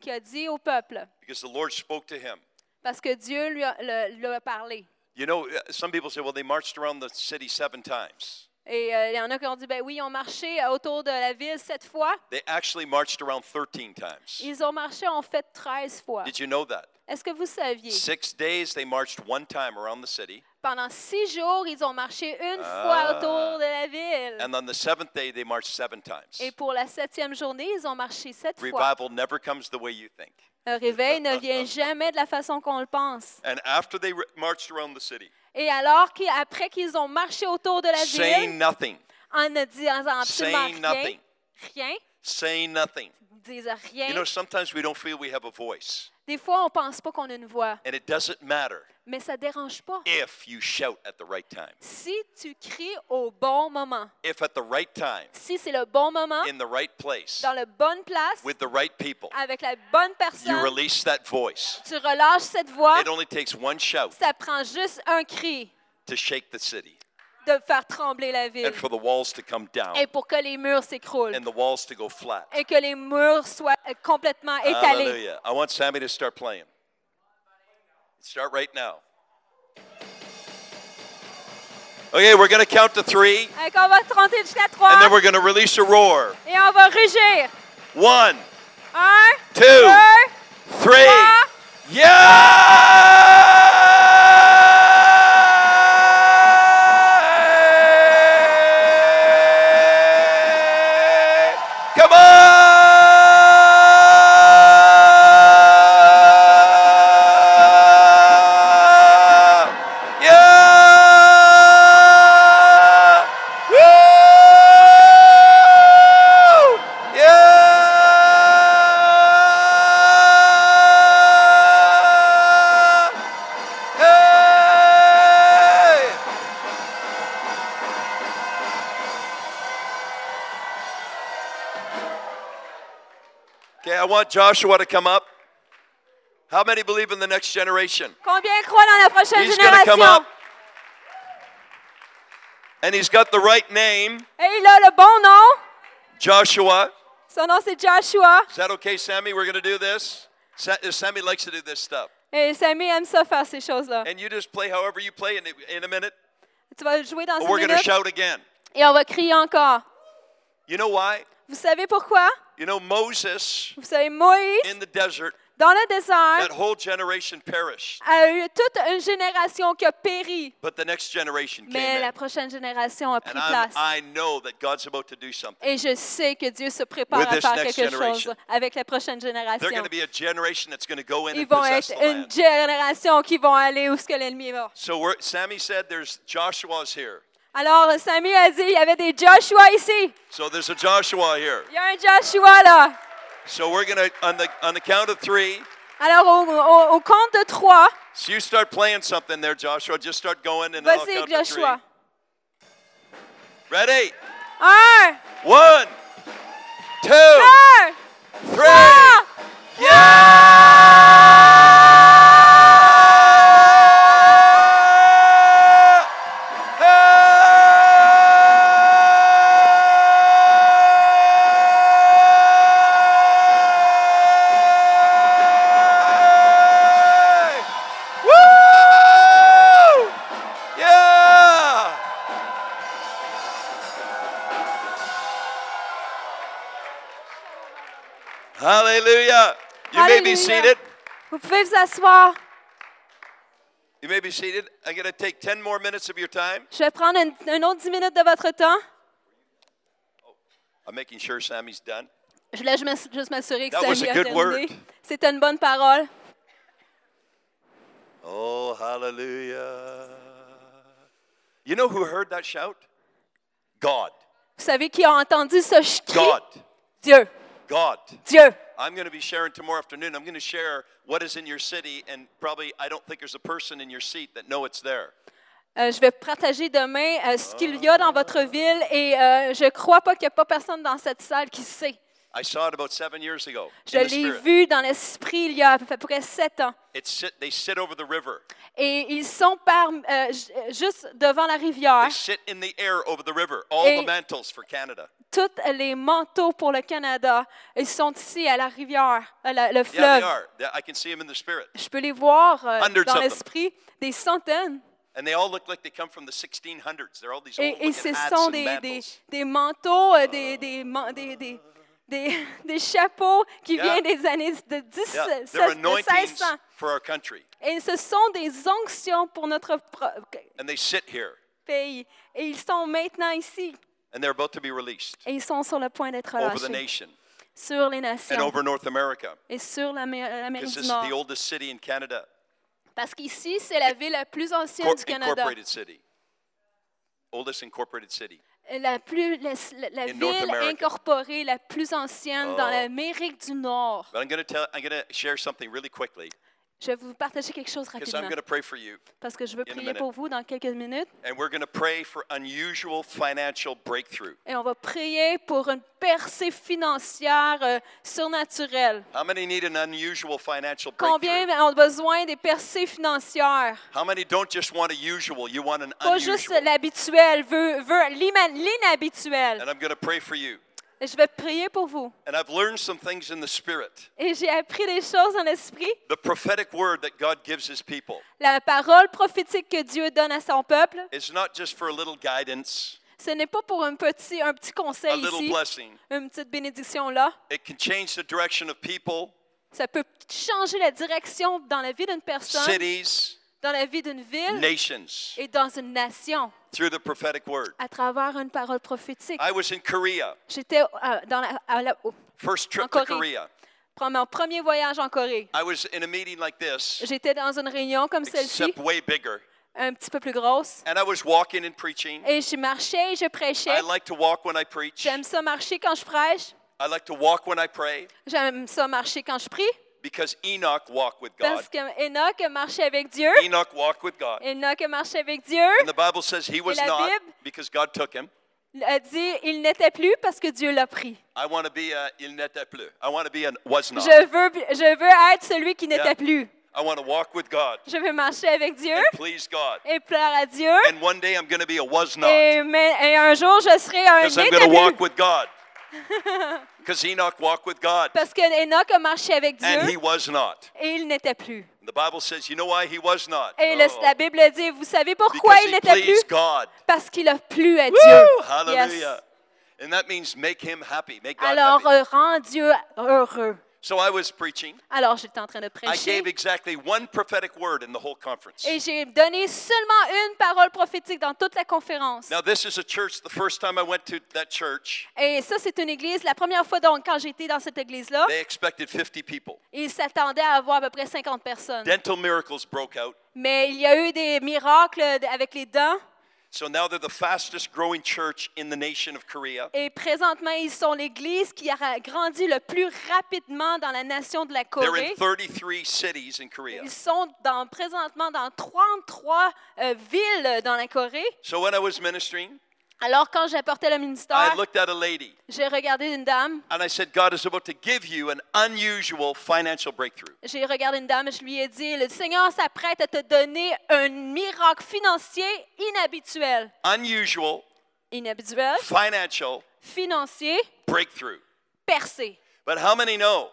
[SPEAKER 2] qui a dit au peuple,
[SPEAKER 7] because the Lord spoke to him.
[SPEAKER 2] parce que Dieu lui a, le- lui a parlé.
[SPEAKER 7] You know, uh, some people say, well, they marched around the city seven times.
[SPEAKER 2] Et euh, il y en a qui ont dit, ben oui, ils ont marché autour de la ville sept fois.
[SPEAKER 7] They actually marched around 13 times.
[SPEAKER 2] Ils ont marché en fait 13 fois.
[SPEAKER 7] Did you know that?
[SPEAKER 2] Est-ce que vous saviez?
[SPEAKER 7] Six days they marched one time around the city,
[SPEAKER 2] Pendant six jours, ils ont marché une
[SPEAKER 7] Ah.
[SPEAKER 2] fois autour de la ville.
[SPEAKER 7] and on the seventh day they marched seven times.
[SPEAKER 2] Et pour la septième journée, ils ont marché sept fois.
[SPEAKER 7] Revival never comes the way you think.
[SPEAKER 2] Un réveil ne vient jamais de la façon qu'on le pense.
[SPEAKER 7] And after they re- marched around the city,
[SPEAKER 2] Et alors qu'après qu'ils ont marché autour de la
[SPEAKER 7] saying
[SPEAKER 2] ville,
[SPEAKER 7] nothing,
[SPEAKER 2] en ne disant absolument
[SPEAKER 7] saying
[SPEAKER 2] rien,
[SPEAKER 7] nothing,
[SPEAKER 2] rien,
[SPEAKER 7] saying nothing.
[SPEAKER 2] ils disent
[SPEAKER 7] You know,
[SPEAKER 2] rien.
[SPEAKER 7] sometimes we don't feel we have a voice,
[SPEAKER 2] Des fois, on pense pas qu'on a une voix,
[SPEAKER 7] and it doesn't matter
[SPEAKER 2] mais ça dérange pas.
[SPEAKER 7] if you shout at the right time.
[SPEAKER 2] Si tu cries au bon moment,
[SPEAKER 7] If at the right time,
[SPEAKER 2] si c'est le bon moment,
[SPEAKER 7] in the right place,
[SPEAKER 2] dans la bonne place,
[SPEAKER 7] with the right people,
[SPEAKER 2] avec la bonne
[SPEAKER 7] you
[SPEAKER 2] personne,
[SPEAKER 7] release that voice.
[SPEAKER 2] tu relâches cette voix,
[SPEAKER 7] It only takes one shout
[SPEAKER 2] ça prend juste un cri
[SPEAKER 7] to shake the city
[SPEAKER 2] de faire trembler la ville
[SPEAKER 7] and for the walls to come down
[SPEAKER 2] et pour que les murs s'écroulent
[SPEAKER 7] and the walls to go flat.
[SPEAKER 2] et que les murs soient euh, complètement étalés.
[SPEAKER 7] Hallelujah. I want Sammy to start playing. Start right now. Okay, we're going to count to three,
[SPEAKER 2] Donc, on va compter jusqu'à trois
[SPEAKER 7] and then we're going to release a roar.
[SPEAKER 2] et on va rugir.
[SPEAKER 7] One,
[SPEAKER 2] Un,
[SPEAKER 7] Two.
[SPEAKER 2] deux,
[SPEAKER 7] three.
[SPEAKER 2] trois.
[SPEAKER 7] Yeah! Come on! Yeah! Woo! Yeah! Hey! Okay, I want Joshua to come up. How many believe in the next generation?
[SPEAKER 2] Combien croient dans la prochaine
[SPEAKER 7] He's going to come
[SPEAKER 2] génération?
[SPEAKER 7] up. and he's got the right name,
[SPEAKER 2] Et il a le bon nom.
[SPEAKER 7] Joshua.
[SPEAKER 2] Son nom, c'est Joshua.
[SPEAKER 7] Is that okay, Sammy? We're going to do this. Sa- uh, Sammy likes to do this stuff.
[SPEAKER 2] Et Sammy aime ça faire ces choses-là.
[SPEAKER 7] And you just play however you play in, in a minute,
[SPEAKER 2] Tu vas jouer dans
[SPEAKER 7] but
[SPEAKER 2] une
[SPEAKER 7] we're going to
[SPEAKER 2] minute
[SPEAKER 7] shout again.
[SPEAKER 2] et on va crier encore.
[SPEAKER 7] You know why?
[SPEAKER 2] Vous savez pourquoi?
[SPEAKER 7] You know, Moses
[SPEAKER 2] Vous savez, Moïse,
[SPEAKER 7] in the desert,
[SPEAKER 2] dans le désert,
[SPEAKER 7] that whole generation perished,
[SPEAKER 2] a eu toute une génération qui a péri,
[SPEAKER 7] but the next generation came
[SPEAKER 2] mais
[SPEAKER 7] in.
[SPEAKER 2] la prochaine génération a pris
[SPEAKER 7] And I'm,
[SPEAKER 2] place.
[SPEAKER 7] I know that God's about to do something.
[SPEAKER 2] Et je sais que Dieu se prépare
[SPEAKER 7] With
[SPEAKER 2] à
[SPEAKER 7] this
[SPEAKER 2] faire
[SPEAKER 7] next
[SPEAKER 2] quelque
[SPEAKER 7] generation.
[SPEAKER 2] chose avec la prochaine
[SPEAKER 7] They're going
[SPEAKER 2] génération.
[SPEAKER 7] to be a generation that's going to go in
[SPEAKER 2] Ils
[SPEAKER 7] and
[SPEAKER 2] vont
[SPEAKER 7] possess
[SPEAKER 2] être
[SPEAKER 7] the
[SPEAKER 2] une
[SPEAKER 7] land.
[SPEAKER 2] génération qui vont aller où ce que l'ennemi est mort.
[SPEAKER 7] So we're, Sammy said there's Joshua's here.
[SPEAKER 2] Alors, Samuel a dit, il y avait des Joshua ici.
[SPEAKER 7] So there's a Joshua here.
[SPEAKER 2] Il y a un Joshua là.
[SPEAKER 7] So we're going to, on the, on the count of three,
[SPEAKER 2] Alors, au, au- au compte de trois,
[SPEAKER 7] so you start playing something there, Joshua. Just start going and then I'll
[SPEAKER 2] vas-y,
[SPEAKER 7] count
[SPEAKER 2] Joshua.
[SPEAKER 7] to three. Ready?
[SPEAKER 2] Un,
[SPEAKER 7] One, two,
[SPEAKER 2] deux,
[SPEAKER 7] three.
[SPEAKER 2] trois.
[SPEAKER 7] Yeah! Hey! Woo! Yeah! Hallelujah. You may be
[SPEAKER 2] Hallelujah.
[SPEAKER 7] seated.
[SPEAKER 2] Vous pouvez vous asseoir.
[SPEAKER 7] You may be seated. I'm going to take 10 more minutes of your time.
[SPEAKER 2] Je vais prendre une, une autre dix minutes de votre temps.
[SPEAKER 7] I'm making sure Sammy's done.
[SPEAKER 2] Je voulais juste m'ass- juste m'assurer que
[SPEAKER 7] That was
[SPEAKER 2] Samuel
[SPEAKER 7] a
[SPEAKER 2] a
[SPEAKER 7] good
[SPEAKER 2] terminé.
[SPEAKER 7] word.
[SPEAKER 2] C'était une bonne parole.
[SPEAKER 7] Oh, hallelujah. You know who heard that shout? God.
[SPEAKER 2] Vous savez qui a entendu ce ch- cri?
[SPEAKER 7] God.
[SPEAKER 2] Dieu.
[SPEAKER 7] God.
[SPEAKER 2] Dieu.
[SPEAKER 7] I'm going to be sharing tomorrow afternoon. I'm going to share what is in your city, and probably I don't think there's a person in your seat that know it's there.
[SPEAKER 2] Euh, je vais partager demain euh, ce qu'il y a dans votre ville et euh, je ne crois pas qu'il n'y a pas personne dans cette salle qui sait.
[SPEAKER 7] I saw it about seven years ago.
[SPEAKER 2] Je
[SPEAKER 7] In the
[SPEAKER 2] l'ai
[SPEAKER 7] spirit.
[SPEAKER 2] vu dans l'esprit il y a à peu près sept ans.
[SPEAKER 7] It's sit, they sit over the river.
[SPEAKER 2] Et ils sont par, euh, j- juste devant la rivière.
[SPEAKER 7] They sit in the air over the river. All
[SPEAKER 2] Et-
[SPEAKER 7] the mantles for Canada.
[SPEAKER 2] Tous les manteaux pour le Canada, ils sont ici à la rivière, à la- le
[SPEAKER 7] Yeah, they
[SPEAKER 2] fleuve.
[SPEAKER 7] are. They- I can see them in the spirit.
[SPEAKER 2] Je peux les voir euh,
[SPEAKER 7] Hundreds of
[SPEAKER 2] dans
[SPEAKER 7] them.
[SPEAKER 2] l'esprit, des centaines.
[SPEAKER 7] And they all look like they come from the 1600s. They're all these old
[SPEAKER 2] Et, et
[SPEAKER 7] looking
[SPEAKER 2] ce
[SPEAKER 7] hats
[SPEAKER 2] sont
[SPEAKER 7] and
[SPEAKER 2] des, des,
[SPEAKER 7] mantles.
[SPEAKER 2] des manteaux, euh,
[SPEAKER 7] Ah.
[SPEAKER 2] des, des, man- des, des, des- des chapeaux qui
[SPEAKER 7] Yeah.
[SPEAKER 2] viennent des années de, 10,
[SPEAKER 7] Yeah,
[SPEAKER 2] de
[SPEAKER 7] they're
[SPEAKER 2] 1600.
[SPEAKER 7] anointings for our country.
[SPEAKER 2] Et ce sont des onctions pour notre pro-
[SPEAKER 7] And they sit here
[SPEAKER 2] pays. Et ils sont maintenant ici.
[SPEAKER 7] and they're about to be released
[SPEAKER 2] Et ils sont sur le point d'être
[SPEAKER 7] over the
[SPEAKER 2] relâchés
[SPEAKER 7] nation
[SPEAKER 2] sur les
[SPEAKER 7] and
[SPEAKER 2] nations
[SPEAKER 7] over North America
[SPEAKER 2] et sur l'Amé- euh, l'Amérique
[SPEAKER 7] because
[SPEAKER 2] du
[SPEAKER 7] this is the
[SPEAKER 2] Nord.
[SPEAKER 7] oldest city in Canada,
[SPEAKER 2] Parce qu'ici, c'est la ville la plus ancienne
[SPEAKER 7] cor-
[SPEAKER 2] du Canada.
[SPEAKER 7] incorporated city. Oldest incorporated city.
[SPEAKER 2] La, plus, la, la
[SPEAKER 7] In North
[SPEAKER 2] ville
[SPEAKER 7] America.
[SPEAKER 2] incorporée la plus ancienne
[SPEAKER 7] Oh.
[SPEAKER 2] dans l'Amérique du Nord.
[SPEAKER 7] But I'm going to tell I'm going to share something really quickly
[SPEAKER 2] Je vais vous partager quelque chose
[SPEAKER 7] because I'm
[SPEAKER 2] rapidement
[SPEAKER 7] going to pray for you
[SPEAKER 2] parce que je veux
[SPEAKER 7] in a
[SPEAKER 2] prier
[SPEAKER 7] minute.
[SPEAKER 2] pour vous dans quelques minutes
[SPEAKER 7] and we're going to pray for unusual financial breakthrough.
[SPEAKER 2] et on va prier pour une percée financière euh, surnaturelle.
[SPEAKER 7] How many need an unusual financial
[SPEAKER 2] Combien
[SPEAKER 7] breakthrough?
[SPEAKER 2] ont besoin des percées financières?
[SPEAKER 7] How many don't just want a usual, you want an
[SPEAKER 2] Pas juste
[SPEAKER 7] unusual?
[SPEAKER 2] l'habituel, veut, veut l'ima- l'inhabituel.
[SPEAKER 7] And I'm going to pray for you.
[SPEAKER 2] Et Je vais prier pour vous.
[SPEAKER 7] And I've learned some things in the spirit.
[SPEAKER 2] Et j'ai appris des choses dans l'esprit.
[SPEAKER 7] The prophetic word that God gives his people
[SPEAKER 2] La parole prophétique que Dieu donne à son peuple,
[SPEAKER 7] is not just for a little guidance,
[SPEAKER 2] ce n'est pas pour un petit, un petit
[SPEAKER 7] a
[SPEAKER 2] conseil
[SPEAKER 7] little
[SPEAKER 2] ici,
[SPEAKER 7] blessing.
[SPEAKER 2] une petite bénédiction là.
[SPEAKER 7] It can change the direction of people,
[SPEAKER 2] Ça peut changer la direction dans la vie d'une personne,
[SPEAKER 7] cities,
[SPEAKER 2] dans la vie d'une ville
[SPEAKER 7] nations
[SPEAKER 2] et dans une nation
[SPEAKER 7] through the prophetic word.
[SPEAKER 2] à travers une parole prophétique.
[SPEAKER 7] I was in Korea,
[SPEAKER 2] J'étais euh, dans la- à la- au-
[SPEAKER 7] first trip
[SPEAKER 2] En
[SPEAKER 7] to
[SPEAKER 2] Corée.
[SPEAKER 7] Korea.
[SPEAKER 2] pour mon premier voyage en Corée.
[SPEAKER 7] I was in a meeting like this,
[SPEAKER 2] J'étais dans une réunion comme celle-ci,
[SPEAKER 7] except way bigger.
[SPEAKER 2] un petit peu plus grosse,
[SPEAKER 7] And I was walking and preaching.
[SPEAKER 2] et je marchais et je prêchais.
[SPEAKER 7] I like to walk when I preach.
[SPEAKER 2] J'aime ça marcher quand je prêche.
[SPEAKER 7] I like to walk when I pray
[SPEAKER 2] J'aime ça marcher quand je prie,
[SPEAKER 7] because Enoch walked with God.
[SPEAKER 2] parce que Enoch marchait avec Dieu.
[SPEAKER 7] Enoch walked with God.
[SPEAKER 2] Enoch marchait avec Dieu.
[SPEAKER 7] And the Bible says he was
[SPEAKER 2] la
[SPEAKER 7] not
[SPEAKER 2] Bible-
[SPEAKER 7] because God took him.
[SPEAKER 2] Il a dit, il n'était plus parce que Dieu l'a pris.
[SPEAKER 7] I want to be a il n'était plus. I want to be an was not.
[SPEAKER 2] Je veux, je veux être celui qui n'était
[SPEAKER 7] Yeah.
[SPEAKER 2] plus.
[SPEAKER 7] I want to walk with God
[SPEAKER 2] Je vais marcher avec Dieu
[SPEAKER 7] and please God.
[SPEAKER 2] et plaire à Dieu.
[SPEAKER 7] And one day I'm going to be a was not
[SPEAKER 2] Et, mais- et un jour, je serai un
[SPEAKER 7] because I'm going to
[SPEAKER 2] détenu.
[SPEAKER 7] walk with God. Because Enoch walked with God
[SPEAKER 2] Parce que Enoch a marché avec
[SPEAKER 7] and he
[SPEAKER 2] Dieu
[SPEAKER 7] was not.
[SPEAKER 2] et il n'était plus.
[SPEAKER 7] And the Bible says, you know why he was not?
[SPEAKER 2] Et le-
[SPEAKER 7] Oh,
[SPEAKER 2] la Bible dit, vous savez pourquoi
[SPEAKER 7] because
[SPEAKER 2] il
[SPEAKER 7] he
[SPEAKER 2] n'était plus?
[SPEAKER 7] pleased God.
[SPEAKER 2] Parce qu'il a plu à Dieu.
[SPEAKER 7] Woo!
[SPEAKER 2] Yes.
[SPEAKER 7] Hallelujah. And that means make him happy, make God
[SPEAKER 2] Alors,
[SPEAKER 7] happy.
[SPEAKER 2] euh, rends Dieu heureux.
[SPEAKER 7] So I was preaching.
[SPEAKER 2] Alors, j'étais en train de
[SPEAKER 7] I
[SPEAKER 2] prêcher
[SPEAKER 7] gave exactly one prophetic word in the whole conference.
[SPEAKER 2] et j'ai donné seulement une parole prophétique dans toute la conférence.
[SPEAKER 7] Now, this is a church, the first time I went to that church,
[SPEAKER 2] Et ça, c'est une église. La première fois, donc, quand j'étais dans cette église-là,
[SPEAKER 7] they expected 50 people.
[SPEAKER 2] ils s'attendaient à avoir à peu près 50 personnes.
[SPEAKER 7] Dental miracles broke out.
[SPEAKER 2] Mais il y a eu des miracles d- avec les dents.
[SPEAKER 7] So now they're the fastest growing church in the nation of Korea.
[SPEAKER 2] Et présentement, ils sont l'église qui a grandi le plus rapidement dans la nation de la
[SPEAKER 7] They're
[SPEAKER 2] Corée.
[SPEAKER 7] in 33 cities in Korea.
[SPEAKER 2] Ils sont dans, présentement dans 33 euh, villes dans la Corée.
[SPEAKER 7] So when I was ministering,
[SPEAKER 2] Alors, quand j'apportais le ministère,
[SPEAKER 7] I looked at a lady
[SPEAKER 2] j'ai regardé une dame.
[SPEAKER 7] and I said, God is about to give you an unusual financial breakthrough.
[SPEAKER 2] J'ai regardé une dame et je lui ai dit, le Seigneur s'apprête à te donner un miracle financier inhabituel.
[SPEAKER 7] Unusual
[SPEAKER 2] Inhabituel,
[SPEAKER 7] financial
[SPEAKER 2] financier,
[SPEAKER 7] breakthrough.
[SPEAKER 2] percé.
[SPEAKER 7] But how many know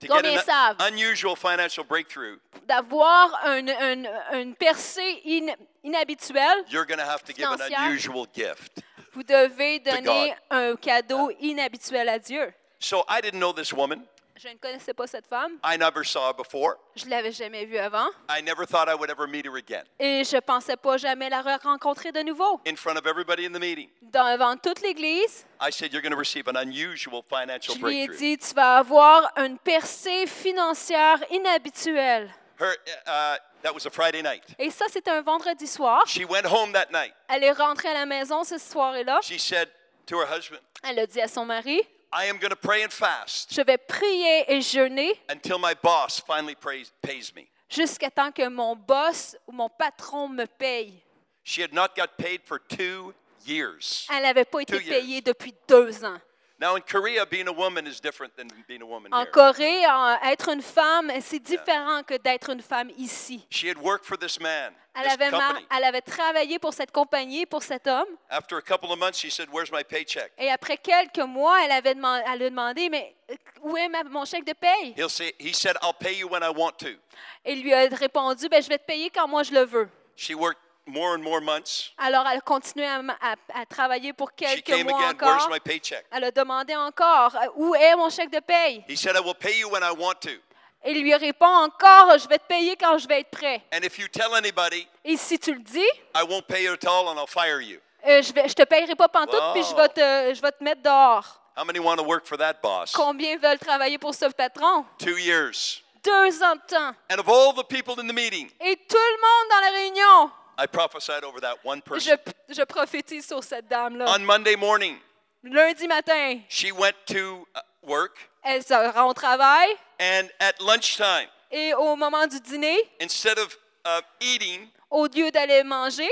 [SPEAKER 7] to get
[SPEAKER 2] Combien
[SPEAKER 7] an
[SPEAKER 2] savent?
[SPEAKER 7] unusual financial breakthrough,
[SPEAKER 2] D'avoir un- un- une percée in- inhabituelle,
[SPEAKER 7] you're going to have to give an
[SPEAKER 2] Financière.
[SPEAKER 7] unusual gift?
[SPEAKER 2] vous devez
[SPEAKER 7] God. Ah.
[SPEAKER 2] donner un cadeau inhabituel à Dieu.
[SPEAKER 7] So I didn't know this woman.
[SPEAKER 2] Je ne connaissais pas cette femme.
[SPEAKER 7] I never saw her before.
[SPEAKER 2] Je l'avais jamais vue avant.
[SPEAKER 7] I never thought I would ever meet her again
[SPEAKER 2] Et je pensais pas jamais la re- rencontrer de nouveau.
[SPEAKER 7] in front of everybody in the meeting.
[SPEAKER 2] Dans- Devant toute l'Église,
[SPEAKER 7] I said, You're going to receive an unusual financial
[SPEAKER 2] je lui ai
[SPEAKER 7] breakthrough.
[SPEAKER 2] dit, tu vas avoir une percée financière inhabituelle.
[SPEAKER 7] Her, uh, that was a Friday night.
[SPEAKER 2] Et ça, c'était un vendredi soir.
[SPEAKER 7] She went home that night.
[SPEAKER 2] Elle est rentrée à la maison cette soirée-là.
[SPEAKER 7] She said to her husband,
[SPEAKER 2] Elle a dit à son mari,
[SPEAKER 7] I am going to pray and fast
[SPEAKER 2] je vais prier et jeûner
[SPEAKER 7] until my boss finally prays, pays me.
[SPEAKER 2] jusqu'à temps que mon boss ou mon patron me paye.
[SPEAKER 7] She had not got paid for two years.
[SPEAKER 2] Elle n'avait pas été
[SPEAKER 7] Two years.
[SPEAKER 2] payée depuis deux ans.
[SPEAKER 7] Now, in Korea, being a woman is different than being a woman
[SPEAKER 2] En
[SPEAKER 7] here.
[SPEAKER 2] Corée, en- être une femme, c'est différent que d'être une femme ici.
[SPEAKER 7] She had worked for this man,
[SPEAKER 2] Elle
[SPEAKER 7] this
[SPEAKER 2] avait, mar-
[SPEAKER 7] company.
[SPEAKER 2] elle avait travaillé pour cette compagnie, pour cet homme,
[SPEAKER 7] After a couple of months, she said, Where's my paycheck?
[SPEAKER 2] et après quelques mois, elle, avait deman- elle lui a demandé, mais euh, où est ma- mon chèque de paye?
[SPEAKER 7] He'll say, he said, I'll pay you when I want to.
[SPEAKER 2] Et lui a répondu, ben, je vais te payer quand moi je le veux.
[SPEAKER 7] She worked more and more months.
[SPEAKER 2] Alors, elle continuait à, m- à- à travailler pour
[SPEAKER 7] She
[SPEAKER 2] quelques
[SPEAKER 7] came
[SPEAKER 2] mois
[SPEAKER 7] again, Where's
[SPEAKER 2] encore.
[SPEAKER 7] my paycheck?
[SPEAKER 2] Elle a demandé encore, euh, où est mon chèque de paye?
[SPEAKER 7] He said, I will pay you when I want to.
[SPEAKER 2] Et lui répond encore, je vais te payer quand je vais être prêt.
[SPEAKER 7] And if you tell anybody,
[SPEAKER 2] Et si tu le dis,
[SPEAKER 7] I won't pay you at all and I'll fire you.
[SPEAKER 2] euh, je, vais, je te payerai pas pantoute, puis je vais, te, je vais te mettre dehors.
[SPEAKER 7] How many want to work for that boss?
[SPEAKER 2] Combien veulent travailler pour ce patron?
[SPEAKER 7] Two years.
[SPEAKER 2] Deux ans de temps.
[SPEAKER 7] And of all the people in the meeting,
[SPEAKER 2] Et tout le monde dans la réunion,
[SPEAKER 7] I prophesied over that one
[SPEAKER 2] je,
[SPEAKER 7] person.
[SPEAKER 2] je prophétise sur cette dame-là.
[SPEAKER 7] On Monday morning,
[SPEAKER 2] Lundi matin,
[SPEAKER 7] she went to uh, work,
[SPEAKER 2] elle se rend au travail
[SPEAKER 7] and at lunchtime,
[SPEAKER 2] et au moment du dîner,
[SPEAKER 7] instead of uh, eating,
[SPEAKER 2] au lieu d'aller manger,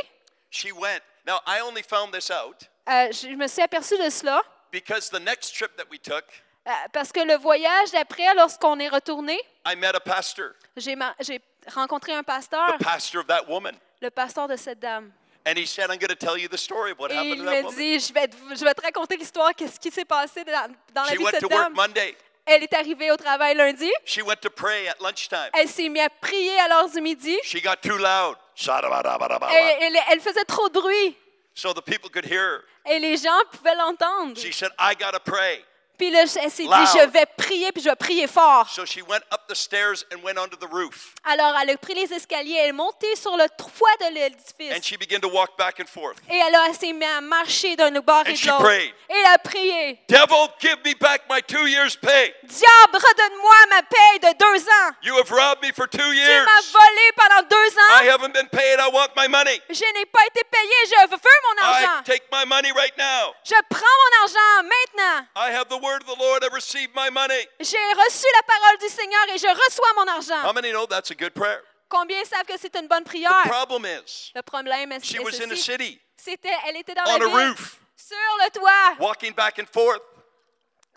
[SPEAKER 7] she went. Now, I only found this out
[SPEAKER 2] euh, je me suis aperçue de cela
[SPEAKER 7] because the next trip that we took,
[SPEAKER 2] euh, parce que le voyage d'après, lorsqu'on est retourné,
[SPEAKER 7] I met a pastor,
[SPEAKER 2] j'ai ma- j'ai rencontré un
[SPEAKER 7] the
[SPEAKER 2] pasteur,
[SPEAKER 7] pastor of that woman.
[SPEAKER 2] le pasteur de cette dame.
[SPEAKER 7] And he said, I'm going to tell you the story of what
[SPEAKER 2] Et
[SPEAKER 7] happened
[SPEAKER 2] il
[SPEAKER 7] to that
[SPEAKER 2] me
[SPEAKER 7] woman.
[SPEAKER 2] dit, je vais, te, je vais te raconter l'histoire, qu'est-ce qui s'est passé dans, dans la
[SPEAKER 7] She
[SPEAKER 2] vie de
[SPEAKER 7] went to
[SPEAKER 2] cette
[SPEAKER 7] work
[SPEAKER 2] dame.
[SPEAKER 7] Monday.
[SPEAKER 2] Elle est arrivée au travail lundi,
[SPEAKER 7] She went to pray at lunchtime.
[SPEAKER 2] elle s'est mise à prier à l'heure du midi,
[SPEAKER 7] She got too loud. Ah
[SPEAKER 2] et elle, elle faisait trop de bruit,
[SPEAKER 7] So the people could hear her.
[SPEAKER 2] et les gens pouvaient l'entendre.
[SPEAKER 7] She said, I got to pray.
[SPEAKER 2] Puis là, elle s'est dit,
[SPEAKER 7] Loud.
[SPEAKER 2] je vais prier, puis je vais prier fort.
[SPEAKER 7] So she went up the stairs and went onto the roof.
[SPEAKER 2] Alors, elle a pris les escaliers, elle est montée sur le toit de
[SPEAKER 7] And
[SPEAKER 2] l'édifice.
[SPEAKER 7] she began to walk back and forth.
[SPEAKER 2] Et elle a- elle s'est mise à marcher d'un bord
[SPEAKER 7] And
[SPEAKER 2] et de
[SPEAKER 7] she
[SPEAKER 2] l'autre.
[SPEAKER 7] prayed.
[SPEAKER 2] Et elle a prié.
[SPEAKER 7] Devil, give me back my two years' pay.
[SPEAKER 2] Diable, redonne-moi ma paye de deux ans.
[SPEAKER 7] You have robbed me for two
[SPEAKER 2] Tu
[SPEAKER 7] years.
[SPEAKER 2] m'as volé pendant deux
[SPEAKER 7] I
[SPEAKER 2] ans.
[SPEAKER 7] haven't been paid. I want my money.
[SPEAKER 2] Je n'ai pas été payé. Je veux mon
[SPEAKER 7] I
[SPEAKER 2] argent.
[SPEAKER 7] take my money right now.
[SPEAKER 2] Je prends mon argent maintenant.
[SPEAKER 7] I have the word of the Lord. I receive my money.
[SPEAKER 2] J'ai reçu la parole du Seigneur et je reçois mon
[SPEAKER 7] How
[SPEAKER 2] argent.
[SPEAKER 7] many know that's a good prayer?
[SPEAKER 2] Combien savent que c'est une bonne
[SPEAKER 7] Um, The
[SPEAKER 2] prière?
[SPEAKER 7] problem is,
[SPEAKER 2] Le problème est
[SPEAKER 7] she
[SPEAKER 2] est
[SPEAKER 7] was in a
[SPEAKER 2] ceci.
[SPEAKER 7] city,
[SPEAKER 2] C'était, elle était dans la
[SPEAKER 7] on a
[SPEAKER 2] ville,
[SPEAKER 7] roof,
[SPEAKER 2] sur le toit,
[SPEAKER 7] walking back and forth.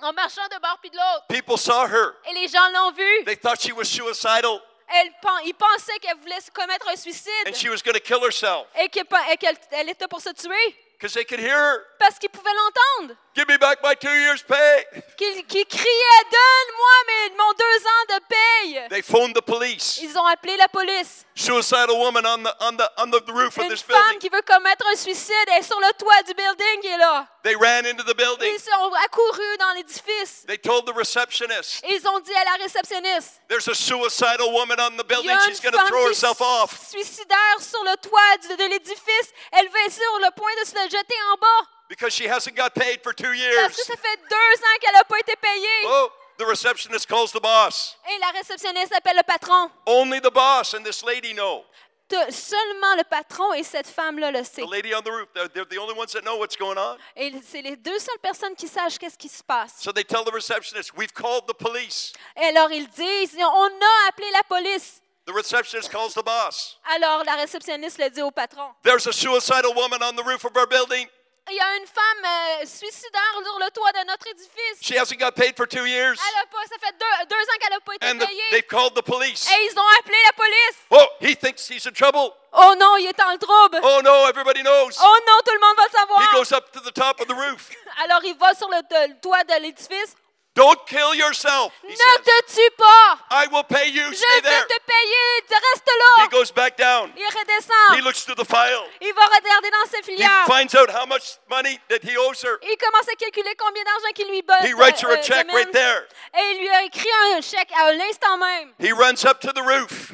[SPEAKER 2] en marchant de bord puis de l'autre.
[SPEAKER 7] People saw her.
[SPEAKER 2] Et les gens l'ont vue.
[SPEAKER 7] They thought she was suicidal.
[SPEAKER 2] elle pen- il pensait qu'elle voulait se commettre un suicide
[SPEAKER 7] and she was going to kill herself
[SPEAKER 2] et qu'elle pen- et qu'elle- elle était pour se tuer
[SPEAKER 7] because they could hear her.
[SPEAKER 2] parce qu'il pouvait l'entendre.
[SPEAKER 7] Give me back my two years' pay.
[SPEAKER 2] Qu'il qu'il criait Donne-moi mes- mon deux ans de paye.
[SPEAKER 7] They phoned the police.
[SPEAKER 2] Ils ont appelé la police.
[SPEAKER 7] Suicidal woman on the on the on the roof of
[SPEAKER 2] Une
[SPEAKER 7] this
[SPEAKER 2] femme
[SPEAKER 7] building.
[SPEAKER 2] qui veut commettre un suicide elle est sur le toit du building qui est là.
[SPEAKER 7] They ran into the building.
[SPEAKER 2] Ils sont accourus dans l'édifice.
[SPEAKER 7] They told the receptionist,
[SPEAKER 2] Et Ils ont dit à la réceptionniste
[SPEAKER 7] "There's a suicidal woman on
[SPEAKER 2] Il y
[SPEAKER 7] the building.
[SPEAKER 2] a une
[SPEAKER 7] She's going to
[SPEAKER 2] femme
[SPEAKER 7] throw
[SPEAKER 2] qui
[SPEAKER 7] herself
[SPEAKER 2] est
[SPEAKER 7] off
[SPEAKER 2] suicidaire sur le toit du- de l'édifice. Elle va être sur le point de se le jeter en bas
[SPEAKER 7] because she hasn't got paid for two
[SPEAKER 2] parce
[SPEAKER 7] years."
[SPEAKER 2] que ça fait deux ans qu'elle n'a pas été payée.
[SPEAKER 7] Oh, the receptionist calls the boss.
[SPEAKER 2] Et la réceptionniste appelle le patron.
[SPEAKER 7] Only the boss and this lady know.
[SPEAKER 2] Te- Seulement le patron et cette femme-là le sait.
[SPEAKER 7] The lady on the roof. They're, they're the only ones that know what's going on.
[SPEAKER 2] Et c'est les deux seules personnes qui sachent qu'est-ce qui se passe.
[SPEAKER 7] So they tell the receptionist, "We've called the police."
[SPEAKER 2] Et alors ils disent, on a appelé la police.
[SPEAKER 7] The receptionist calls the boss.
[SPEAKER 2] Alors la réceptionniste le dit au patron.
[SPEAKER 7] There's a suicidal woman on the roof of our building.
[SPEAKER 2] Il y a une femme euh, suicidaire sur le toit de notre édifice.
[SPEAKER 7] She hasn't got paid for two years.
[SPEAKER 2] Elle a pas, ça fait deux, deux ans qu'elle n'a pas été
[SPEAKER 7] And the,
[SPEAKER 2] payée.
[SPEAKER 7] they've called the police.
[SPEAKER 2] Et ils ont appelé la police.
[SPEAKER 7] Oh, he thinks he's in trouble.
[SPEAKER 2] Oh non, il est dans le trouble.
[SPEAKER 7] Oh no, everybody knows.
[SPEAKER 2] Oh non, tout le monde va le
[SPEAKER 7] He
[SPEAKER 2] savoir.
[SPEAKER 7] goes up to the top of the roof.
[SPEAKER 2] Alors il va sur le, to- le toit de l'édifice.
[SPEAKER 7] Don't kill yourself. He
[SPEAKER 2] Ne
[SPEAKER 7] says.
[SPEAKER 2] te tue pas.
[SPEAKER 7] I will pay you. Stay
[SPEAKER 2] Je
[SPEAKER 7] there.
[SPEAKER 2] vais te payer. Tu restes
[SPEAKER 7] He
[SPEAKER 2] là.
[SPEAKER 7] goes back down.
[SPEAKER 2] Il
[SPEAKER 7] He
[SPEAKER 2] redescend.
[SPEAKER 7] looks through the file.
[SPEAKER 2] Il va regarder dans ses
[SPEAKER 7] He
[SPEAKER 2] filières.
[SPEAKER 7] finds out how much money that he owes her.
[SPEAKER 2] Il commence à calculer combien d'argent qu'il lui donne.
[SPEAKER 7] He writes
[SPEAKER 2] uh,
[SPEAKER 7] her a check right there.
[SPEAKER 2] Et il lui a écrit un chèque à l'instant même.
[SPEAKER 7] He runs up to the roof.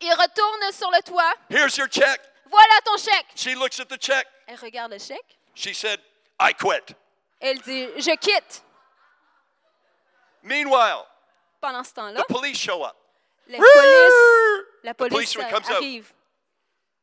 [SPEAKER 2] Il retourne sur le toit.
[SPEAKER 7] Here's your check.
[SPEAKER 2] Voilà ton chèque.
[SPEAKER 7] She looks at the check.
[SPEAKER 2] Elle regarde le chèque.
[SPEAKER 7] She said, I quit.
[SPEAKER 2] Elle dit Je quitte.
[SPEAKER 7] Meanwhile,
[SPEAKER 2] Pendant ce temps-là,
[SPEAKER 7] the police show up.
[SPEAKER 2] la police, la
[SPEAKER 7] The
[SPEAKER 2] police uh,
[SPEAKER 7] policeman comes out.
[SPEAKER 2] arrive.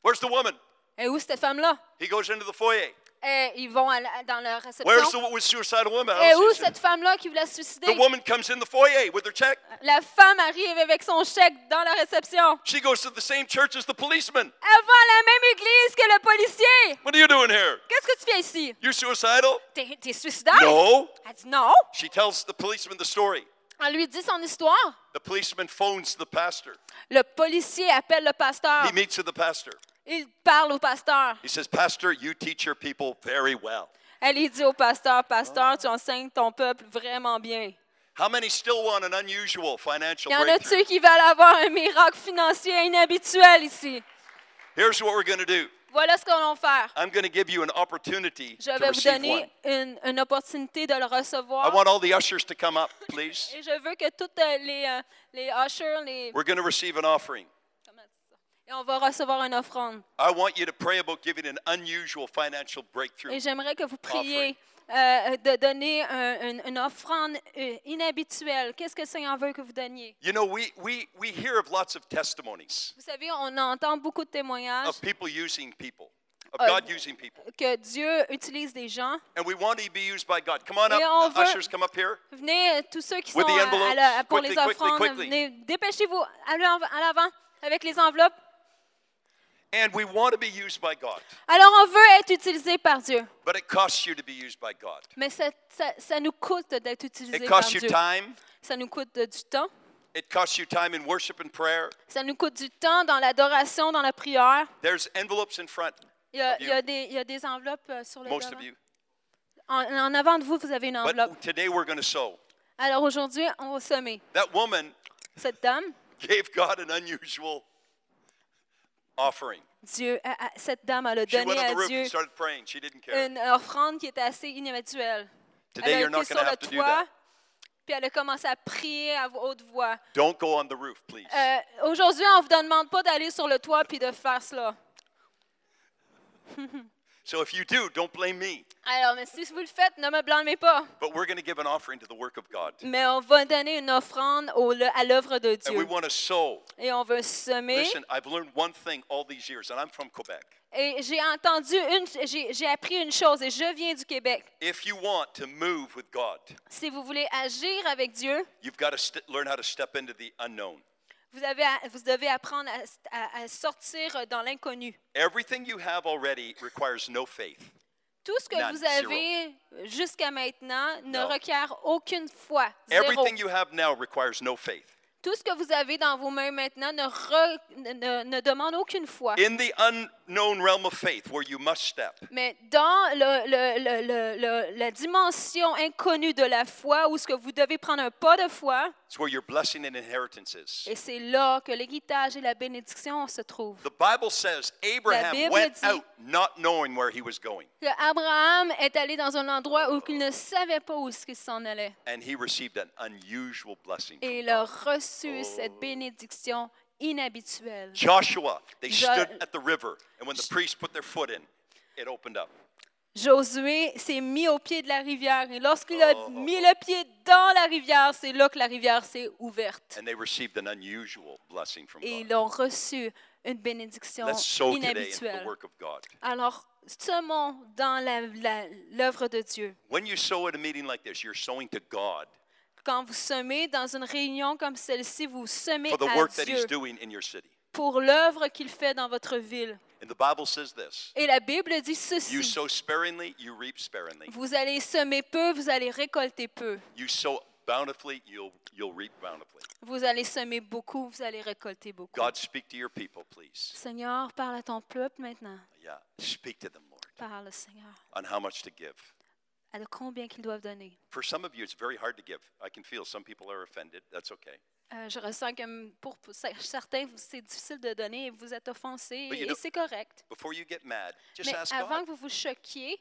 [SPEAKER 7] Where's the woman?
[SPEAKER 2] Et où cette femme-là?
[SPEAKER 7] He goes into the foyer.
[SPEAKER 2] Et ils vont à la- dans la
[SPEAKER 7] Where's
[SPEAKER 2] réception.
[SPEAKER 7] the wo- suicidal woman? I
[SPEAKER 2] Et
[SPEAKER 7] don't
[SPEAKER 2] où
[SPEAKER 7] see her.
[SPEAKER 2] cette femme-là qui voulait se
[SPEAKER 7] The
[SPEAKER 2] suicider?
[SPEAKER 7] woman comes in the foyer with her check.
[SPEAKER 2] La femme arrive avec son chèque dans la réception.
[SPEAKER 7] She goes to the same church as the policeman.
[SPEAKER 2] Elle va à la même église que le policier.
[SPEAKER 7] What are you doing here?
[SPEAKER 2] Qu'est-ce que tu fais ici?
[SPEAKER 7] You suicidal?
[SPEAKER 2] T'es t'es suicidaire?
[SPEAKER 7] No.
[SPEAKER 2] Elle dit non.
[SPEAKER 7] She tells the policeman the story.
[SPEAKER 2] On lui dit son histoire.
[SPEAKER 7] The policeman phones the pastor.
[SPEAKER 2] Le policier appelle le pasteur.
[SPEAKER 7] He meets with the pastor.
[SPEAKER 2] Il parle au pasteur.
[SPEAKER 7] He says, Pastor, you teach your people very well.
[SPEAKER 2] Elle lui dit au pasteur, pasteur, tu enseignes ton peuple vraiment bien.
[SPEAKER 7] How many still want an unusual
[SPEAKER 2] Il
[SPEAKER 7] financial
[SPEAKER 2] y en
[SPEAKER 7] breakthrough?
[SPEAKER 2] a-tu qui veulent avoir un miracle financier inhabituel ici?
[SPEAKER 7] Here's what we're going to do.
[SPEAKER 2] Voilà ce qu'on va faire.
[SPEAKER 7] I'm going to give you an opportunity
[SPEAKER 2] Je
[SPEAKER 7] to
[SPEAKER 2] vais vous
[SPEAKER 7] receive one.
[SPEAKER 2] donner une, une opportunité de le
[SPEAKER 7] I
[SPEAKER 2] recevoir.
[SPEAKER 7] want all the ushers to come up, please.
[SPEAKER 2] Et je veux que toutes euh, les, euh, les ushers, les...
[SPEAKER 7] We're going to receive an offering.
[SPEAKER 2] comment on dit ça? Et on va recevoir une offrande.
[SPEAKER 7] I want you to pray about giving an unusual financial breakthrough.
[SPEAKER 2] Et j'aimerais que vous priez euh, de donner un- une, une offrande euh, inhabituelle. Qu'est-ce que le Seigneur veut que vous donniez?
[SPEAKER 7] You know, we, we, we hear of lots of testimonies
[SPEAKER 2] Vous savez, on entend beaucoup de témoignages
[SPEAKER 7] of people using people, of
[SPEAKER 2] Uh,
[SPEAKER 7] God using people.
[SPEAKER 2] que Dieu utilise des gens.
[SPEAKER 7] And we want to be used by God. Come on up.
[SPEAKER 2] Et on
[SPEAKER 7] The
[SPEAKER 2] veut-
[SPEAKER 7] ushers, come up here.
[SPEAKER 2] Venez, euh, tous ceux qui sont
[SPEAKER 7] With the
[SPEAKER 2] à- à
[SPEAKER 7] envelopes.
[SPEAKER 2] la- pour les
[SPEAKER 7] Quickly, quickly,
[SPEAKER 2] offrandes,
[SPEAKER 7] quickly.
[SPEAKER 2] venez, dépêchez-vous à l'en- à l'avant avec les enveloppes.
[SPEAKER 7] And we want to be used by God,
[SPEAKER 2] Alors, on veut être utilisé par Dieu,
[SPEAKER 7] but it costs you to be used by God.
[SPEAKER 2] mais ça, ça- ça nous coûte d'être utilisé
[SPEAKER 7] It
[SPEAKER 2] par
[SPEAKER 7] costs you
[SPEAKER 2] Dieu.
[SPEAKER 7] time.
[SPEAKER 2] Ça nous coûte de- du temps.
[SPEAKER 7] It costs you time in worship and prayer.
[SPEAKER 2] Ça nous coûte du temps dans l'adoration, dans la prière.
[SPEAKER 7] There's envelopes in front,
[SPEAKER 2] Il y a, il y a
[SPEAKER 7] You.
[SPEAKER 2] des, il y a des enveloppes euh, sur le
[SPEAKER 7] most
[SPEAKER 2] devant.
[SPEAKER 7] of you.
[SPEAKER 2] En, en avant de vous, vous avez une enveloppe.
[SPEAKER 7] But today we're going to sow.
[SPEAKER 2] Alors aujourd'hui, on va semer.
[SPEAKER 7] That woman
[SPEAKER 2] Cette dame,
[SPEAKER 7] gave God an unusual offering.
[SPEAKER 2] Dieu, à- à- cette dame, elle a
[SPEAKER 7] She went
[SPEAKER 2] donné
[SPEAKER 7] on
[SPEAKER 2] à
[SPEAKER 7] the roof
[SPEAKER 2] Dieu
[SPEAKER 7] and started praying. She didn't care.
[SPEAKER 2] une offrande qui était assez inhabituelle.
[SPEAKER 7] Today
[SPEAKER 2] elle a
[SPEAKER 7] you're
[SPEAKER 2] été
[SPEAKER 7] not
[SPEAKER 2] sur
[SPEAKER 7] going to
[SPEAKER 2] le
[SPEAKER 7] have to do that.
[SPEAKER 2] toit, puis elle a commencé à prier à vo- haute voix.
[SPEAKER 7] Don't go on the roof, please.
[SPEAKER 2] Euh, Aujourd'hui, on ne vous demande pas d'aller sur le toit puis de faire cela.
[SPEAKER 7] So if you do, don't blame me.
[SPEAKER 2] Alors, mais si vous le faites, ne me blâmez pas.
[SPEAKER 7] But we're going to give an offering to the work of God.
[SPEAKER 2] Mais on va donner une offrande au- le- à l'œuvre de
[SPEAKER 7] And
[SPEAKER 2] Dieu.
[SPEAKER 7] we want to sow.
[SPEAKER 2] Et on veut semer.
[SPEAKER 7] Listen, I've learned one thing all these years, and I'm from Quebec.
[SPEAKER 2] Et j'ai entendu une, j'ai j'ai appris une chose, et je viens du Québec.
[SPEAKER 7] If you want to move with God,
[SPEAKER 2] Si vous voulez agir avec Dieu,
[SPEAKER 7] you've got to st- learn how to step into the unknown.
[SPEAKER 2] vous, avez à- vous devez apprendre à, à- à sortir dans l'inconnu.
[SPEAKER 7] Everything you have already requires no faith.
[SPEAKER 2] Tout ce que
[SPEAKER 7] None,
[SPEAKER 2] vous avez euh, jusqu'à maintenant ne
[SPEAKER 7] No.
[SPEAKER 2] requiert aucune foi. Zéro.
[SPEAKER 7] Everything you have now requires no faith.
[SPEAKER 2] Tout ce que vous avez dans vos mains maintenant ne, re- ne- ne demande aucune foi.
[SPEAKER 7] in the unknown realm of faith where you must step.
[SPEAKER 2] Mais dans le- le- le- le- le- la dimension inconnue de la foi, où ce que vous devez prendre un pas de foi,
[SPEAKER 7] It's where your blessing and inheritance is.
[SPEAKER 2] et c'est là que l'héritage et la bénédiction se trouvent.
[SPEAKER 7] The Bible says Abraham
[SPEAKER 2] Bible
[SPEAKER 7] went
[SPEAKER 2] dit-
[SPEAKER 7] out not knowing where he was going,
[SPEAKER 2] Que Abraham est allé dans un endroit où il ne savait pas où est-ce qu'il s'en allait,
[SPEAKER 7] and he received an unusual blessing. from
[SPEAKER 2] et il a
[SPEAKER 7] God.
[SPEAKER 2] reçu cette
[SPEAKER 7] Oh.
[SPEAKER 2] bénédiction inhabituelle.
[SPEAKER 7] Joshua, they
[SPEAKER 2] Jo-
[SPEAKER 7] stood at the river, and when the priests put their foot in, it opened up.
[SPEAKER 2] Josué s'est mis au pied de la rivière et lorsqu'il a
[SPEAKER 7] Oh.
[SPEAKER 2] mis le pied dans la rivière, c'est là que la rivière s'est ouverte.
[SPEAKER 7] And they received an unusual blessing from
[SPEAKER 2] Et ils
[SPEAKER 7] God.
[SPEAKER 2] ont reçu une bénédiction
[SPEAKER 7] Let's sow today into the
[SPEAKER 2] inhabituelle.
[SPEAKER 7] work of God.
[SPEAKER 2] Alors, semons dans la- la- l'œuvre de Dieu.
[SPEAKER 7] When you sow at a meeting like this, you're sowing to God
[SPEAKER 2] Quand vous semez dans une réunion comme celle-ci, vous semez
[SPEAKER 7] for the
[SPEAKER 2] à
[SPEAKER 7] work that
[SPEAKER 2] Dieu
[SPEAKER 7] He's doing in your city.
[SPEAKER 2] pour l'œuvre qu'il fait dans votre ville.
[SPEAKER 7] And the Bible says this
[SPEAKER 2] Et la Bible dit
[SPEAKER 7] you
[SPEAKER 2] ceci.
[SPEAKER 7] sow sparingly, you reap sparingly.
[SPEAKER 2] Vous allez semer peu, vous allez récolter peu.
[SPEAKER 7] You sow bountifully, you'll, you'll reap bountifully.
[SPEAKER 2] Vous allez semer beaucoup, vous allez récolter beaucoup.
[SPEAKER 7] God, speak to your people, please.
[SPEAKER 2] Seigneur, parle à ton peuple maintenant.
[SPEAKER 7] Yeah, speak to them, Lord,
[SPEAKER 2] Parle, Seigneur,
[SPEAKER 7] on how much to give.
[SPEAKER 2] à de combien qu'ils doivent donner.
[SPEAKER 7] For some of you, it's very hard to give. I can feel some people are offended. That's okay.
[SPEAKER 2] Euh, je ressens que pour pour cer- certains, vous- c'est difficile de donner et vous êtes offensés
[SPEAKER 7] But you
[SPEAKER 2] et
[SPEAKER 7] know-
[SPEAKER 2] c'est correct.
[SPEAKER 7] Before you get mad, just
[SPEAKER 2] Mais
[SPEAKER 7] ask
[SPEAKER 2] avant
[SPEAKER 7] God.
[SPEAKER 2] que vous vous choquiez,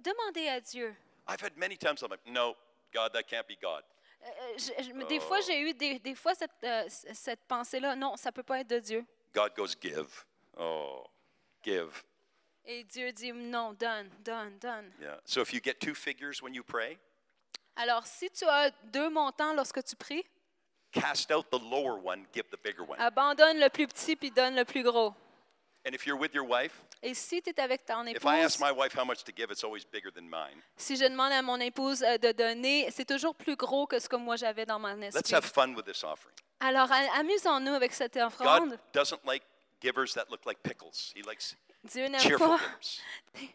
[SPEAKER 2] demandez à Dieu.
[SPEAKER 7] I've had many times I'm like, no, God, that can't be God.
[SPEAKER 2] Euh, euh, je- je- Des fois, j'ai eu des, des fois cette, euh, c- cette pensée-là, non, ça peut pas être de Dieu.
[SPEAKER 7] God goes, give. Oh, give.
[SPEAKER 2] Et Dieu dit, non, donne, donne, donne.
[SPEAKER 7] Yeah. So if you get two figures when you pray,
[SPEAKER 2] Alors, si tu as deux montants lorsque tu pries,
[SPEAKER 7] cast out the lower one, give the bigger one.
[SPEAKER 2] abandonne le plus petit puis donne le plus gros.
[SPEAKER 7] And if you're with your wife,
[SPEAKER 2] Et si tu es avec ton
[SPEAKER 7] if I
[SPEAKER 2] épouse,
[SPEAKER 7] ask my wife how much to give, it's always bigger than mine.
[SPEAKER 2] Si je demande à mon épouse euh, de donner, c'est toujours plus gros que ce que moi j'avais dans mon
[SPEAKER 7] Let's
[SPEAKER 2] esprit.
[SPEAKER 7] have fun with this offering.
[SPEAKER 2] Alors, a- amusons-nous avec cette
[SPEAKER 7] God
[SPEAKER 2] offrande.
[SPEAKER 7] doesn't like givers that look like pickles. He likes
[SPEAKER 2] Dieu n'aime
[SPEAKER 7] cheerful
[SPEAKER 2] pas,
[SPEAKER 7] givers.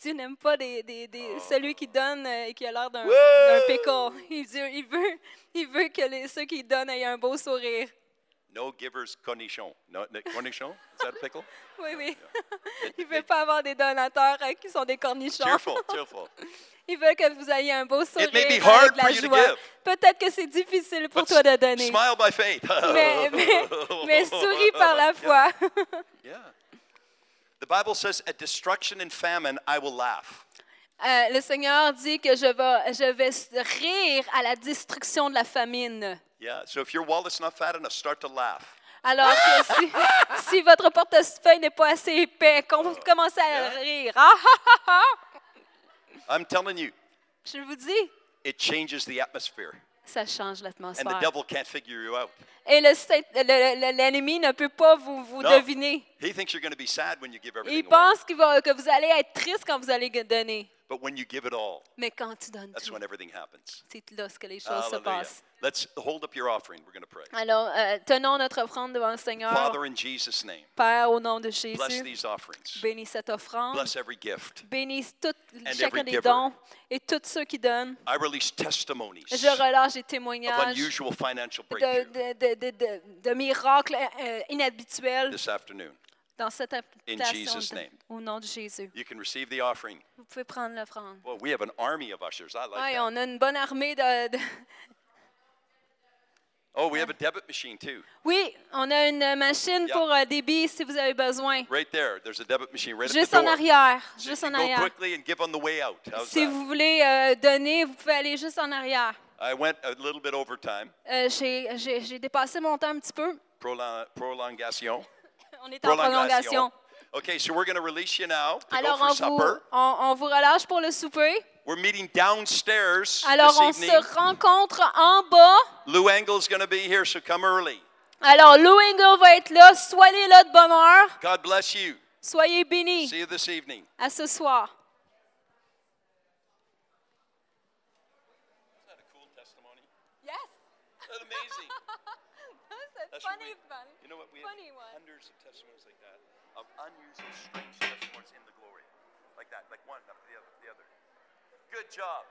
[SPEAKER 2] Dieu n'aime pas des- des- des-
[SPEAKER 7] Oh.
[SPEAKER 2] celui qui donne euh, et qui a l'air d'un
[SPEAKER 7] Ouais.
[SPEAKER 2] d'un pickle. Il, Dieu- il veut, il veut que les- ceux qui donnent aient un beau sourire.
[SPEAKER 7] No givers cornichon. No, no cornichon? Is that a pickle?
[SPEAKER 2] Oui, oui.
[SPEAKER 7] It-
[SPEAKER 2] Il ne veut
[SPEAKER 7] it-
[SPEAKER 2] pas avoir des donateurs euh, qui sont des cornichons.
[SPEAKER 7] cheerful, cheerful.
[SPEAKER 2] Il veut que vous ayez un beau sourire
[SPEAKER 7] It may be
[SPEAKER 2] avec
[SPEAKER 7] hard
[SPEAKER 2] la
[SPEAKER 7] for you to
[SPEAKER 2] joie.
[SPEAKER 7] give.
[SPEAKER 2] Peut-être que c'est difficile pour
[SPEAKER 7] But
[SPEAKER 2] toi de
[SPEAKER 7] s-
[SPEAKER 2] donner,
[SPEAKER 7] Smile by faith.
[SPEAKER 2] mais, mais, mais souris par la foi.
[SPEAKER 7] Yeah. yeah. The Bible says, at destruction and famine, I will laugh.
[SPEAKER 2] Euh, le Seigneur dit que je vais, je vais s- rire à la destruction de la famine.
[SPEAKER 7] Yeah. So if your wallet's not fat enough, start to laugh.
[SPEAKER 2] Alors que si, si votre portefeuille n'est pas assez épais, com- commencez à
[SPEAKER 7] Yeah.
[SPEAKER 2] rire. Ah, ah, ah, ah.
[SPEAKER 7] I'm telling you,
[SPEAKER 2] Je vous dis,
[SPEAKER 7] it changes the atmosphere.
[SPEAKER 2] ça change
[SPEAKER 7] And the
[SPEAKER 2] l'atmosphère.
[SPEAKER 7] devil can't figure you out.
[SPEAKER 2] Et le Saint- le- le- le- l'ennemi ne peut pas vous, vous
[SPEAKER 7] Non.
[SPEAKER 2] deviner.
[SPEAKER 7] He thinks you're going to be sad when you give
[SPEAKER 2] Il
[SPEAKER 7] everything away.
[SPEAKER 2] pense qu'il va- que vous allez être triste quand vous allez g- donner.
[SPEAKER 7] But when you give it all,
[SPEAKER 2] Mais quand tu donnes
[SPEAKER 7] that's
[SPEAKER 2] tout,
[SPEAKER 7] when everything happens.
[SPEAKER 2] c'est là ce que les choses se
[SPEAKER 7] Hallelujah.
[SPEAKER 2] passent.
[SPEAKER 7] Let's hold up your offering. We're going to pray.
[SPEAKER 2] Alors, euh, tenons notre offrande devant le Seigneur.
[SPEAKER 7] Father, in Jesus' name,
[SPEAKER 2] Père, au nom de
[SPEAKER 7] bless
[SPEAKER 2] Jésus,
[SPEAKER 7] these offerings.
[SPEAKER 2] bénis cette offrande.
[SPEAKER 7] Bless every gift.
[SPEAKER 2] bénisse tout,
[SPEAKER 7] every
[SPEAKER 2] chacun des
[SPEAKER 7] giver.
[SPEAKER 2] dons et tous ceux qui donnent.
[SPEAKER 7] I release testimonies
[SPEAKER 2] Je relâche des
[SPEAKER 7] of
[SPEAKER 2] témoignages de,
[SPEAKER 7] unusual financial breakthrough
[SPEAKER 2] de, de, de, de- de miracles euh, inhabituels
[SPEAKER 7] this afternoon.
[SPEAKER 2] dans cette invitation
[SPEAKER 7] Jesus'
[SPEAKER 2] de-
[SPEAKER 7] name.
[SPEAKER 2] au nom de Jésus.
[SPEAKER 7] You can receive the offering.
[SPEAKER 2] Vous pouvez prendre l'offrande.
[SPEAKER 7] Well, we have an army of ushers. I like
[SPEAKER 2] Ouais,
[SPEAKER 7] that.
[SPEAKER 2] on a une bonne armée de, de-
[SPEAKER 7] Oh, we have a debit machine too.
[SPEAKER 2] Oui, on a une machine
[SPEAKER 7] Yeah.
[SPEAKER 2] pour euh, débit si vous avez besoin.
[SPEAKER 7] Right there. There's a debit machine right at
[SPEAKER 2] Juste
[SPEAKER 7] the
[SPEAKER 2] en
[SPEAKER 7] door.
[SPEAKER 2] arrière,
[SPEAKER 7] So you
[SPEAKER 2] juste
[SPEAKER 7] can
[SPEAKER 2] en
[SPEAKER 7] go
[SPEAKER 2] arrière.
[SPEAKER 7] quickly and give on the way out. How's
[SPEAKER 2] Si
[SPEAKER 7] that?
[SPEAKER 2] vous voulez euh, donner, vous pouvez aller juste en arrière.
[SPEAKER 7] I went a little bit over time.
[SPEAKER 2] Euh, j'ai- J'ai j'ai dépassé mon temps un petit peu.
[SPEAKER 7] Prolong- prolongation.
[SPEAKER 2] On est en prolongation.
[SPEAKER 7] Okay, so we're going to release you now to
[SPEAKER 2] Alors,
[SPEAKER 7] go for
[SPEAKER 2] on vous,
[SPEAKER 7] supper.
[SPEAKER 2] on, on vous relâche pour le souper.
[SPEAKER 7] We're meeting downstairs
[SPEAKER 2] Alors, on
[SPEAKER 7] this evening.
[SPEAKER 2] se rencontre en bas.
[SPEAKER 7] Lou Engel's going to be here, so come early.
[SPEAKER 2] Alors, Lou Engle va être là. Soyez là de bonne heure.
[SPEAKER 7] God bless you.
[SPEAKER 2] Soyez bénis.
[SPEAKER 7] See you this evening.
[SPEAKER 2] À ce soir.
[SPEAKER 7] Isn't that a cool testimony? Isn't that amazing? That's what we- You know what? We
[SPEAKER 2] Funny
[SPEAKER 7] have
[SPEAKER 2] one.
[SPEAKER 7] hundreds of testimonies like that of unusual, strange testimonies in the glory, like that, like one after the other, the other. Good job.